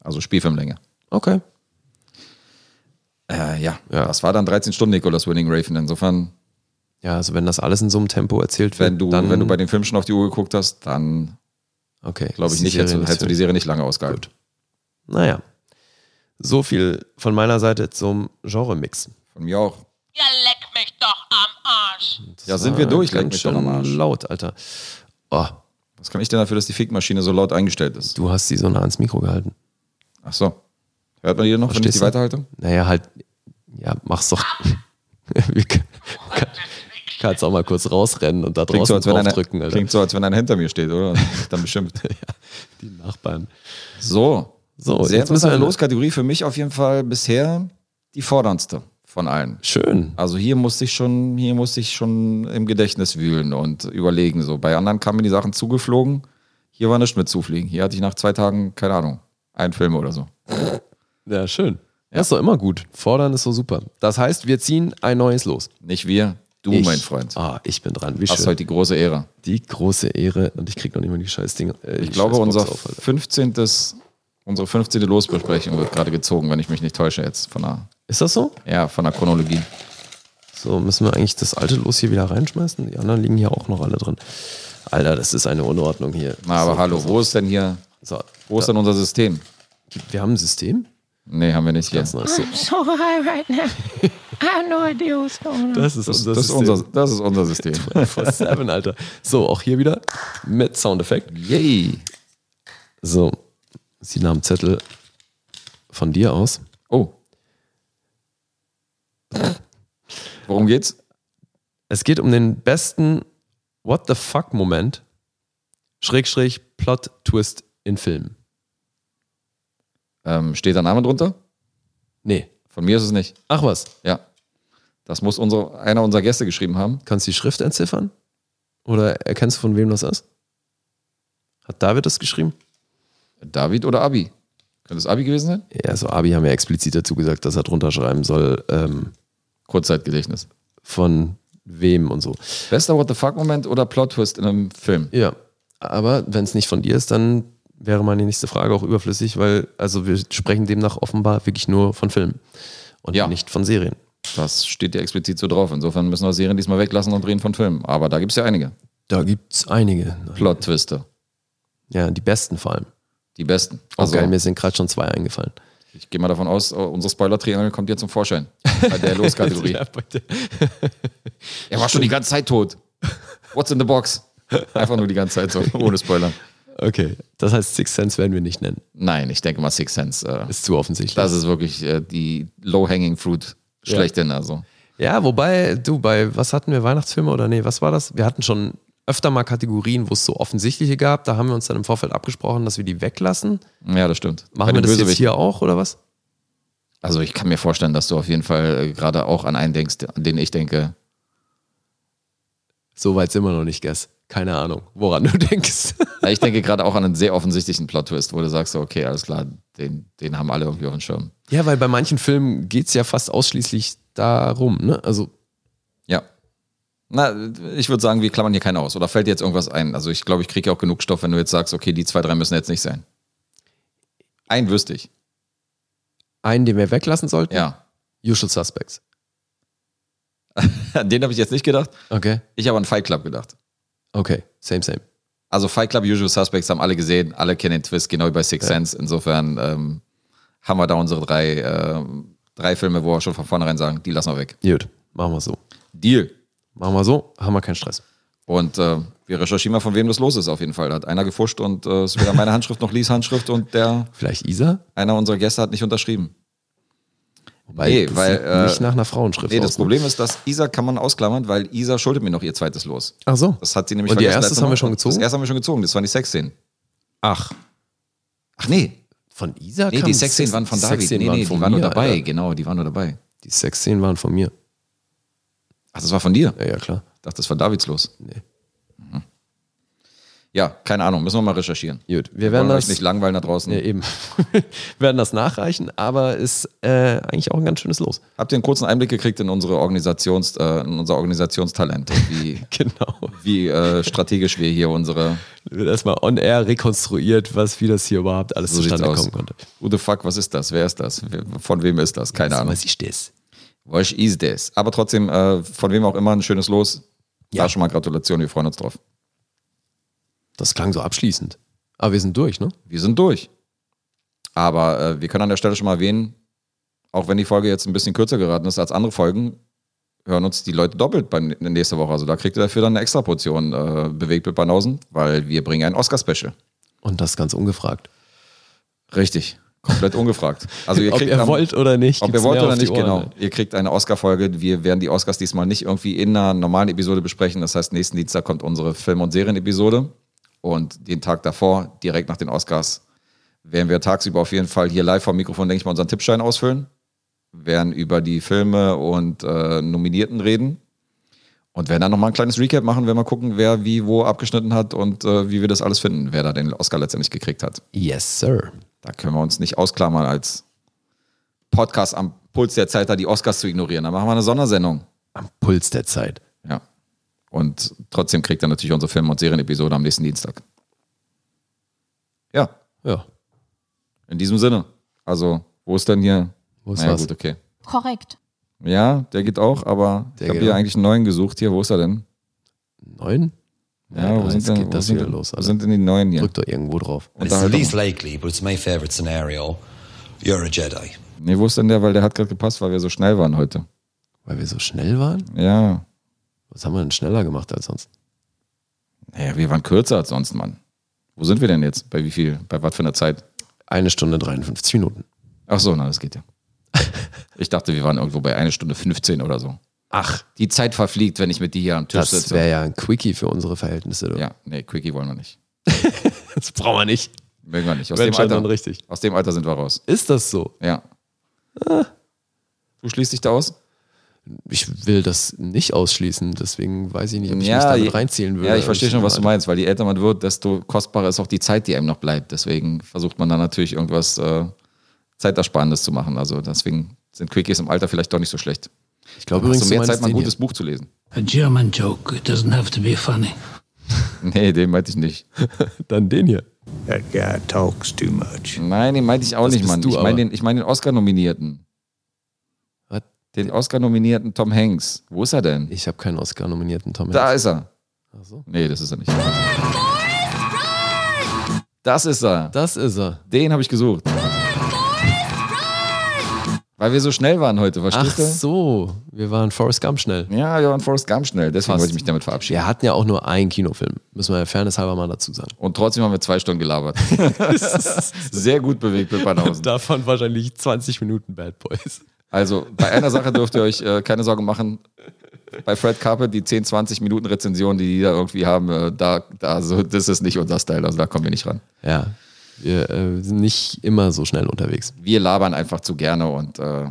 [SPEAKER 2] Also Spielfilmlänge.
[SPEAKER 3] Okay.
[SPEAKER 2] Äh, ja. das war dann 13 Stunden Nicolas Winning Raven. Insofern
[SPEAKER 3] Ja, also wenn das alles in so einem Tempo erzählt wird,
[SPEAKER 2] Wenn du,
[SPEAKER 3] dann
[SPEAKER 2] wenn du bei dem Film schon auf die Uhr geguckt hast, dann
[SPEAKER 3] okay,
[SPEAKER 2] glaube
[SPEAKER 3] ist
[SPEAKER 2] ich
[SPEAKER 3] die
[SPEAKER 2] nicht,
[SPEAKER 3] Serie
[SPEAKER 2] hättest, du- hättest du
[SPEAKER 3] für
[SPEAKER 2] die Serie nicht lange ausgehalten.
[SPEAKER 3] Naja. So viel von meiner Seite zum Genre-Mix.
[SPEAKER 2] Von mir auch.
[SPEAKER 4] Ihr leckt mich doch am Arsch.
[SPEAKER 2] Ja, sind wir durch, leck
[SPEAKER 3] Ganz
[SPEAKER 2] mich
[SPEAKER 3] schön
[SPEAKER 2] doch am Arsch.
[SPEAKER 3] Ah, laut, Alter. Oh,
[SPEAKER 2] Was kann ich denn dafür, dass die Fickmaschine so laut eingestellt ist?
[SPEAKER 3] du hast die so nah ans Mikro gehalten.
[SPEAKER 2] Ach so. Hört man die noch, wenn ich
[SPEAKER 3] Verstehst
[SPEAKER 2] die
[SPEAKER 3] du?
[SPEAKER 2] weiterhalte?
[SPEAKER 3] Naja, halt, ja, mach's doch. Wir können- kann, kannst auch mal kurz rausrennen und da
[SPEAKER 2] Klingt so,
[SPEAKER 3] draußen
[SPEAKER 2] als wenn einer,
[SPEAKER 3] draufdrücken, Alter.
[SPEAKER 2] klingt so, als wenn einer hinter mir steht, oder? Und mich dann beschimpft.
[SPEAKER 3] die Nachbarn.
[SPEAKER 2] So.
[SPEAKER 3] So,
[SPEAKER 2] Sehr
[SPEAKER 3] jetzt müssen wir
[SPEAKER 2] interessante
[SPEAKER 3] los.
[SPEAKER 2] Loskategorie für mich auf jeden Fall bisher die forderndste von allen.
[SPEAKER 3] Schön.
[SPEAKER 2] Also hier musste ich schon, hier musste ich schon im Gedächtnis wühlen und überlegen. So bei anderen kamen mir die Sachen zugeflogen. Hier war nichts mit zufliegen. Hier hatte ich nach zwei Tagen keine Ahnung einen Film oder so.
[SPEAKER 3] Ja, schön. Das ist doch immer gut. Fordern ist so super. Das heißt, wir ziehen ein neues los.
[SPEAKER 2] Nicht wir, du,
[SPEAKER 3] Ich-
[SPEAKER 2] mein Freund.
[SPEAKER 3] Ah, ich bin dran. Wie
[SPEAKER 2] Hast
[SPEAKER 3] schön.
[SPEAKER 2] heute die große Ehre.
[SPEAKER 3] Die große Ehre. Und ich krieg noch nicht mal die scheiß Dinge. Äh,
[SPEAKER 2] Ich glaube, unser
[SPEAKER 3] unser. Auf, Alter.
[SPEAKER 2] 15. unsere 15. Losbesprechung wird gerade gezogen, wenn ich mich nicht täusche jetzt von der,
[SPEAKER 3] ist das so?
[SPEAKER 2] ja, von der Chronologie.
[SPEAKER 3] So, müssen wir eigentlich das alte Los hier wieder reinschmeißen? Die anderen liegen hier auch noch alle drin. Alter, das ist eine Unordnung hier.
[SPEAKER 2] Na, aber
[SPEAKER 3] so,
[SPEAKER 2] hallo, wo ist denn hier,
[SPEAKER 3] So,
[SPEAKER 2] wo ist denn unser System?
[SPEAKER 3] wir haben ein System?
[SPEAKER 2] Nee, haben wir nicht hier.
[SPEAKER 3] Ganz neues System.
[SPEAKER 10] so high right now. I have no idea what's going on.
[SPEAKER 3] Das ist
[SPEAKER 2] Das, das, ist unser, das ist unser System.
[SPEAKER 3] Vor Seven, Alter. So, auch hier wieder mit Soundeffekt.
[SPEAKER 2] Yay.
[SPEAKER 3] So, sie nahm Zettel von dir aus.
[SPEAKER 2] Oh. Worum geht's?
[SPEAKER 3] Es geht um den besten What the fuck Moment, Schrägstrich Plot Twist in Filmen.
[SPEAKER 2] Ähm, steht der Name drunter?
[SPEAKER 3] Nee.
[SPEAKER 2] Von mir ist es nicht.
[SPEAKER 3] Ach was,
[SPEAKER 2] Ja. Das muss unsere, einer unserer Gäste geschrieben haben.
[SPEAKER 3] kannst du die Schrift entziffern? Oder erkennst du, von wem das ist? Hat David das geschrieben?
[SPEAKER 2] David oder Abi? Könnte es Abi gewesen sein?
[SPEAKER 3] Ja, also Abi haben ja explizit dazu gesagt, dass er drunter schreiben soll, ähm,
[SPEAKER 2] Kurzzeitgedächtnis.
[SPEAKER 3] von wem und so.
[SPEAKER 2] Bester What the Fuck-Moment oder Plot-Twist in einem Film?
[SPEAKER 3] Ja, aber wenn es nicht von dir ist, dann wäre meine nächste Frage auch überflüssig, weil also wir sprechen demnach offenbar wirklich nur von Filmen und
[SPEAKER 2] Ja.
[SPEAKER 3] nicht von Serien.
[SPEAKER 2] Das steht ja explizit so drauf. Insofern müssen wir Serien diesmal weglassen und reden von Filmen. Aber da gibt's ja einige
[SPEAKER 3] Da gibt's einige.
[SPEAKER 2] Plot-Twiste.
[SPEAKER 3] Ja, die besten vor allem.
[SPEAKER 2] Die besten.
[SPEAKER 3] Also,
[SPEAKER 2] Also,
[SPEAKER 3] geil, mir sind gerade schon zwei eingefallen.
[SPEAKER 2] ich gehe mal davon aus, äh, unsere Spoiler-Triangel kommt hier zum Vorschein. Bei der Loskategorie.
[SPEAKER 3] Ja, bitte.
[SPEAKER 2] Er war schon die ganze Zeit tot. What's in the box? Einfach nur die ganze Zeit so, ohne Spoiler.
[SPEAKER 3] Okay, das heißt, Six Sense werden wir nicht nennen.
[SPEAKER 2] Nein, ich denke mal Six Sense. Äh,
[SPEAKER 3] Ist zu offensichtlich.
[SPEAKER 2] das ist wirklich äh, die low-hanging fruit schlechthin. Also.
[SPEAKER 3] Ja, wobei, du, bei was hatten wir, Weihnachtsfilme oder nee, was war das? Wir hatten schon öfter mal Kategorien, wo es so offensichtliche gab. Da haben wir uns dann im Vorfeld abgesprochen, dass wir die weglassen.
[SPEAKER 2] Ja, das stimmt. Bei
[SPEAKER 3] Machen wir
[SPEAKER 2] den
[SPEAKER 3] das jetzt
[SPEAKER 2] Bösewichten.
[SPEAKER 3] hier auch oder was?
[SPEAKER 2] Also ich kann mir vorstellen, dass du auf jeden Fall äh, gerade auch an einen denkst, an den ich denke.
[SPEAKER 3] So weit sind wir noch nicht, Guess. Keine Ahnung, woran du denkst.
[SPEAKER 2] Na, Äh, Ich denke gerade auch an einen sehr offensichtlichen Plot-Twist, wo du sagst, so, okay, alles klar, den, den haben alle irgendwie auf dem Schirm.
[SPEAKER 3] ja, weil bei manchen Filmen geht es ja fast ausschließlich darum, ne? Also,
[SPEAKER 2] Ja. Na, ich würde sagen, wir klammern hier keinen aus. Oder fällt dir jetzt irgendwas ein? Also ich glaube, ich kriege ja auch genug Stoff, wenn du jetzt sagst, okay, die zwei, drei müssen jetzt nicht sein. Einen wüsste ich.
[SPEAKER 3] einen, den wir weglassen sollten?
[SPEAKER 2] Ja.
[SPEAKER 3] Usual Suspects.
[SPEAKER 2] An den habe ich jetzt nicht gedacht.
[SPEAKER 3] Okay.
[SPEAKER 2] Ich habe an Fight Club gedacht.
[SPEAKER 3] Okay, same, same.
[SPEAKER 2] Also Fight Club, Usual Suspects haben alle gesehen, alle kennen den Twist, genau wie bei Six Sense. Insofern ähm, haben wir da unsere drei, ähm, drei Filme, wo wir schon von vornherein sagen, die lassen wir weg.
[SPEAKER 3] Gut, machen wir so.
[SPEAKER 2] Deal.
[SPEAKER 3] Machen wir so, haben wir keinen Stress.
[SPEAKER 2] Und äh, wir recherchieren mal, von wem das los ist auf jeden Fall. Da hat einer gefuscht und äh, es ist weder meine Handschrift noch Lies Handschrift und der
[SPEAKER 3] Vielleicht Isa?
[SPEAKER 2] einer unserer Gäste hat nicht unterschrieben.
[SPEAKER 3] Wobei,
[SPEAKER 2] Nee,
[SPEAKER 3] das
[SPEAKER 2] weil,
[SPEAKER 3] sieht
[SPEAKER 2] äh,
[SPEAKER 3] nicht nach einer Frauenschrift
[SPEAKER 2] Nee,
[SPEAKER 3] aus,
[SPEAKER 2] das
[SPEAKER 3] ne?
[SPEAKER 2] Problem ist, dass Isa kann man ausklammern, weil Isa schuldet mir noch ihr zweites Los.
[SPEAKER 3] Ach so.
[SPEAKER 2] Das hat sie nämlich
[SPEAKER 3] Und ihr
[SPEAKER 2] vergessen
[SPEAKER 3] erstes
[SPEAKER 2] letzte
[SPEAKER 3] haben wir
[SPEAKER 2] Mal.
[SPEAKER 3] schon gezogen?
[SPEAKER 2] Das erste haben wir schon gezogen, das waren die Sexszenen.
[SPEAKER 3] Ach,
[SPEAKER 2] Ach nee,
[SPEAKER 3] Von Isa
[SPEAKER 2] nee
[SPEAKER 3] kam
[SPEAKER 2] die Sexszenen
[SPEAKER 3] Sex-
[SPEAKER 2] waren von
[SPEAKER 3] die
[SPEAKER 2] David.
[SPEAKER 3] Sexszenen
[SPEAKER 2] Nee, nee,
[SPEAKER 3] von
[SPEAKER 2] die waren nur
[SPEAKER 3] mir,
[SPEAKER 2] dabei,
[SPEAKER 3] Alter.
[SPEAKER 2] genau, die waren nur dabei.
[SPEAKER 3] Die Sexszenen waren von mir.
[SPEAKER 2] Ach, das war von dir?
[SPEAKER 3] Ja, ja, klar.
[SPEAKER 2] Ich dachte, das war Davids Los.
[SPEAKER 3] Nee.
[SPEAKER 2] Mhm. Ja, keine Ahnung, müssen wir mal recherchieren.
[SPEAKER 3] Gut, wir werden
[SPEAKER 2] Wollen euch
[SPEAKER 3] das
[SPEAKER 2] nicht langweilen da draußen.
[SPEAKER 3] ja, eben. wir werden das nachreichen, aber ist äh, eigentlich auch ein ganz schönes Los.
[SPEAKER 2] Habt ihr einen kurzen Einblick gekriegt in, unsere Organisations, äh, in unser Organisationstalent und wie,
[SPEAKER 3] Genau.
[SPEAKER 2] wie äh, strategisch wir hier unsere
[SPEAKER 3] Wird erstmal on air rekonstruiert, was wie das hier überhaupt alles
[SPEAKER 2] so sieht's
[SPEAKER 3] zustande
[SPEAKER 2] aus.
[SPEAKER 3] kommen konnte.
[SPEAKER 2] Who the fuck, was ist das? Wer ist das? Wer- Von wem ist das? Keine Ahnung.
[SPEAKER 3] Was ist das?
[SPEAKER 2] Was ist das? Aber trotzdem, äh, von wem auch immer, ein schönes Los. Ja. Da schon mal Gratulation, wir freuen uns drauf.
[SPEAKER 3] Das klang so abschließend. Aber wir sind durch, ne?
[SPEAKER 2] Wir sind durch. Aber äh, wir können an der Stelle schon mal erwähnen, auch wenn die Folge jetzt ein bisschen kürzer geraten ist als andere Folgen, hören uns die Leute doppelt beim, nächste Woche. Also da kriegt ihr dafür dann eine extra Portion äh, bewegt mit Banausen, weil wir bringen ein Oscar-Special.
[SPEAKER 3] Und das ganz ungefragt.
[SPEAKER 2] Richtig. Komplett ungefragt. Also ihr
[SPEAKER 3] Ob
[SPEAKER 2] kriegt
[SPEAKER 3] ihr
[SPEAKER 2] am-
[SPEAKER 3] wollt oder nicht,
[SPEAKER 2] Ob ihr
[SPEAKER 3] gibt's
[SPEAKER 2] wollt
[SPEAKER 3] mehr
[SPEAKER 2] oder
[SPEAKER 3] auf die
[SPEAKER 2] nicht,
[SPEAKER 3] Ohren,
[SPEAKER 2] genau.
[SPEAKER 3] ne?
[SPEAKER 2] Ihr kriegt eine Oscar-Folge. Wir werden die Oscars diesmal nicht irgendwie in einer normalen Episode besprechen. Das heißt, nächsten Dienstag kommt unsere Film- und Serien-Episode. Und den Tag davor, direkt nach den Oscars, werden wir tagsüber auf jeden Fall hier live vom Mikrofon, denke ich mal, unseren Tippschein ausfüllen. Werden über die Filme und äh, Nominierten reden. Und werden dann nochmal ein kleines Recap machen, wenn wir gucken, wer wie wo abgeschnitten hat und äh, wie wir das alles finden, wer da den Oscar letztendlich gekriegt hat.
[SPEAKER 3] Yes, sir.
[SPEAKER 2] Da können wir uns nicht ausklammern als Podcast am Puls der Zeit, da die Oscars zu ignorieren. Da machen wir eine Sondersendung.
[SPEAKER 3] Am Puls der Zeit.
[SPEAKER 2] Ja. Und trotzdem kriegt er natürlich unsere Film- und Serienepisode am nächsten Dienstag. Ja,
[SPEAKER 3] Ja.
[SPEAKER 2] in diesem Sinne. Also, wo ist denn hier?
[SPEAKER 3] Wo ist
[SPEAKER 2] naja,
[SPEAKER 3] was?
[SPEAKER 2] gut, okay.
[SPEAKER 10] Korrekt.
[SPEAKER 2] Ja, der geht auch, aber
[SPEAKER 3] Der
[SPEAKER 2] ich habe
[SPEAKER 3] geht
[SPEAKER 2] hier
[SPEAKER 3] auch.
[SPEAKER 2] eigentlich einen neuen gesucht. Hier, wo ist er denn?
[SPEAKER 3] Neun?
[SPEAKER 2] Ja, wo
[SPEAKER 3] jetzt
[SPEAKER 2] sind denn,
[SPEAKER 3] geht
[SPEAKER 2] wo
[SPEAKER 3] das
[SPEAKER 2] sind
[SPEAKER 3] wieder
[SPEAKER 2] denn-
[SPEAKER 3] los,
[SPEAKER 2] Wo
[SPEAKER 3] Alter.
[SPEAKER 2] sind denn die neuen hier?
[SPEAKER 3] Drückt doch irgendwo drauf.
[SPEAKER 2] Da halt doch mal.
[SPEAKER 9] likely, but it's my favorite scenario. You're a Jedi.
[SPEAKER 2] Nee, wo ist denn der? Weil der hat gerade gepasst, weil wir so schnell waren heute.
[SPEAKER 3] Weil wir so schnell waren?
[SPEAKER 2] Ja.
[SPEAKER 3] Was haben wir denn schneller gemacht als sonst?
[SPEAKER 2] Naja, wir waren kürzer als sonst, Mann. Wo sind wir denn jetzt? Bei wie viel? Bei was für einer Zeit?
[SPEAKER 3] Eine Stunde 53 Minuten.
[SPEAKER 2] Ach so, na, das geht ja. Ich dachte, wir waren irgendwo bei einer Stunde 15 oder so.
[SPEAKER 3] Ach,
[SPEAKER 2] Die Zeit verfliegt, wenn ich mit dir hier am Tisch
[SPEAKER 3] das
[SPEAKER 2] sitze.
[SPEAKER 3] wäre ja ein Quickie für unsere Verhältnisse. du.
[SPEAKER 2] Ja, nee, Quickie wollen wir nicht.
[SPEAKER 3] Das brauchen wir nicht.
[SPEAKER 2] Mögen wir nicht. Aus
[SPEAKER 3] Wenn
[SPEAKER 2] dem
[SPEAKER 3] schon,
[SPEAKER 2] Alter.
[SPEAKER 3] dann richtig.
[SPEAKER 2] Aus dem Alter sind wir raus.
[SPEAKER 3] Ist das so?
[SPEAKER 2] Ja.
[SPEAKER 3] Ah.
[SPEAKER 2] Du schließt dich da aus?
[SPEAKER 3] Ich will das nicht ausschließen, deswegen weiß ich nicht, ob ich mich
[SPEAKER 2] je-
[SPEAKER 3] damit reinziehen würde.
[SPEAKER 2] Ja, ich verstehe schon, was du
[SPEAKER 3] Aber
[SPEAKER 2] meinst, weil je älter man wird, desto kostbarer ist auch die Zeit, die einem noch bleibt. Deswegen versucht man dann natürlich irgendwas äh, Zeitersparendes zu machen. Also deswegen sind Quickies im Alter vielleicht doch nicht so schlecht.
[SPEAKER 3] Ich glaube
[SPEAKER 2] Hast
[SPEAKER 3] übrigens,
[SPEAKER 2] du
[SPEAKER 3] du
[SPEAKER 2] mehr
[SPEAKER 3] meinst
[SPEAKER 2] Zeit, mal ein
[SPEAKER 3] den
[SPEAKER 2] gutes Buch zu lesen?
[SPEAKER 6] A German joke, it doesn't have to be funny.
[SPEAKER 2] Nee, den meinte ich nicht.
[SPEAKER 3] hier. Dann den hier.
[SPEAKER 6] That guy talks too much.
[SPEAKER 2] Nein, den meinte ich auch
[SPEAKER 3] Das
[SPEAKER 2] nicht,
[SPEAKER 3] bist
[SPEAKER 2] Mann.
[SPEAKER 3] du
[SPEAKER 2] Ich
[SPEAKER 3] aber.
[SPEAKER 2] meine den, ich mein den Oscar-Nominierten.
[SPEAKER 3] Was?
[SPEAKER 2] Den Oscar-Nominierten Tom Hanks. Wo ist er denn?
[SPEAKER 3] Ich habe keinen Oscar-nominierten Tom
[SPEAKER 2] Da
[SPEAKER 3] Hanks.
[SPEAKER 2] ist er.
[SPEAKER 3] Ach so.
[SPEAKER 2] Nee, das ist er nicht. Das ist er.
[SPEAKER 3] Das ist er.
[SPEAKER 2] Den habe ich gesucht. Weil wir so schnell waren heute,
[SPEAKER 3] Ach
[SPEAKER 2] verstehst du?
[SPEAKER 3] so, wir waren Forrest Gump schnell.
[SPEAKER 2] Ja, wir waren Forrest Gump schnell, deswegen
[SPEAKER 3] Fast.
[SPEAKER 2] wollte ich mich damit verabschieden.
[SPEAKER 3] Wir hatten ja auch nur einen Kinofilm, müssen wir ja fairness halber mal dazu sagen.
[SPEAKER 2] Und trotzdem haben wir zwei Stunden gelabert. Sehr gut bewegt mit Banausen.
[SPEAKER 3] Davon wahrscheinlich 20 Minuten Bad Boys.
[SPEAKER 2] Also bei einer Sache dürft ihr euch äh, keine Sorgen machen. Bei Fred Carpet, die 10, 20 Minuten Rezension, die die da irgendwie haben, äh, da, da, so, das ist nicht unser Style, also da kommen wir nicht ran.
[SPEAKER 3] Ja, wir äh, sind nicht immer so schnell unterwegs.
[SPEAKER 2] Wir labern einfach zu gerne und äh,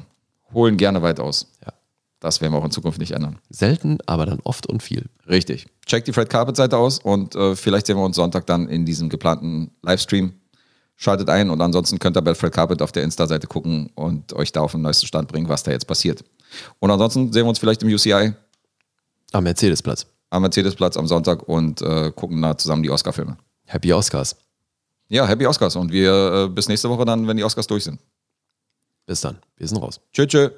[SPEAKER 2] holen gerne weit aus.
[SPEAKER 3] Ja.
[SPEAKER 2] Das werden wir auch in Zukunft nicht ändern.
[SPEAKER 3] Selten, aber dann oft und viel.
[SPEAKER 2] Richtig. Checkt die Fred Carpet Seite aus und äh, vielleicht sehen wir uns Sonntag dann in diesem geplanten Livestream. Schaltet ein und ansonsten könnt ihr bei Fred Carpet auf der Insta-Seite gucken und euch da auf den neuesten Stand bringen, was da jetzt passiert. Und ansonsten sehen wir uns vielleicht im UCI
[SPEAKER 3] Am Mercedesplatz.
[SPEAKER 2] am Mercedesplatz am Sonntag und äh, gucken da zusammen die Oscar-Filme.
[SPEAKER 3] Happy Oscars.
[SPEAKER 2] Ja, Happy Oscars und wir äh, bis nächste Woche dann, wenn die Oscars durch sind.
[SPEAKER 3] Bis dann. Wir sind raus.
[SPEAKER 2] Tschö, tschö.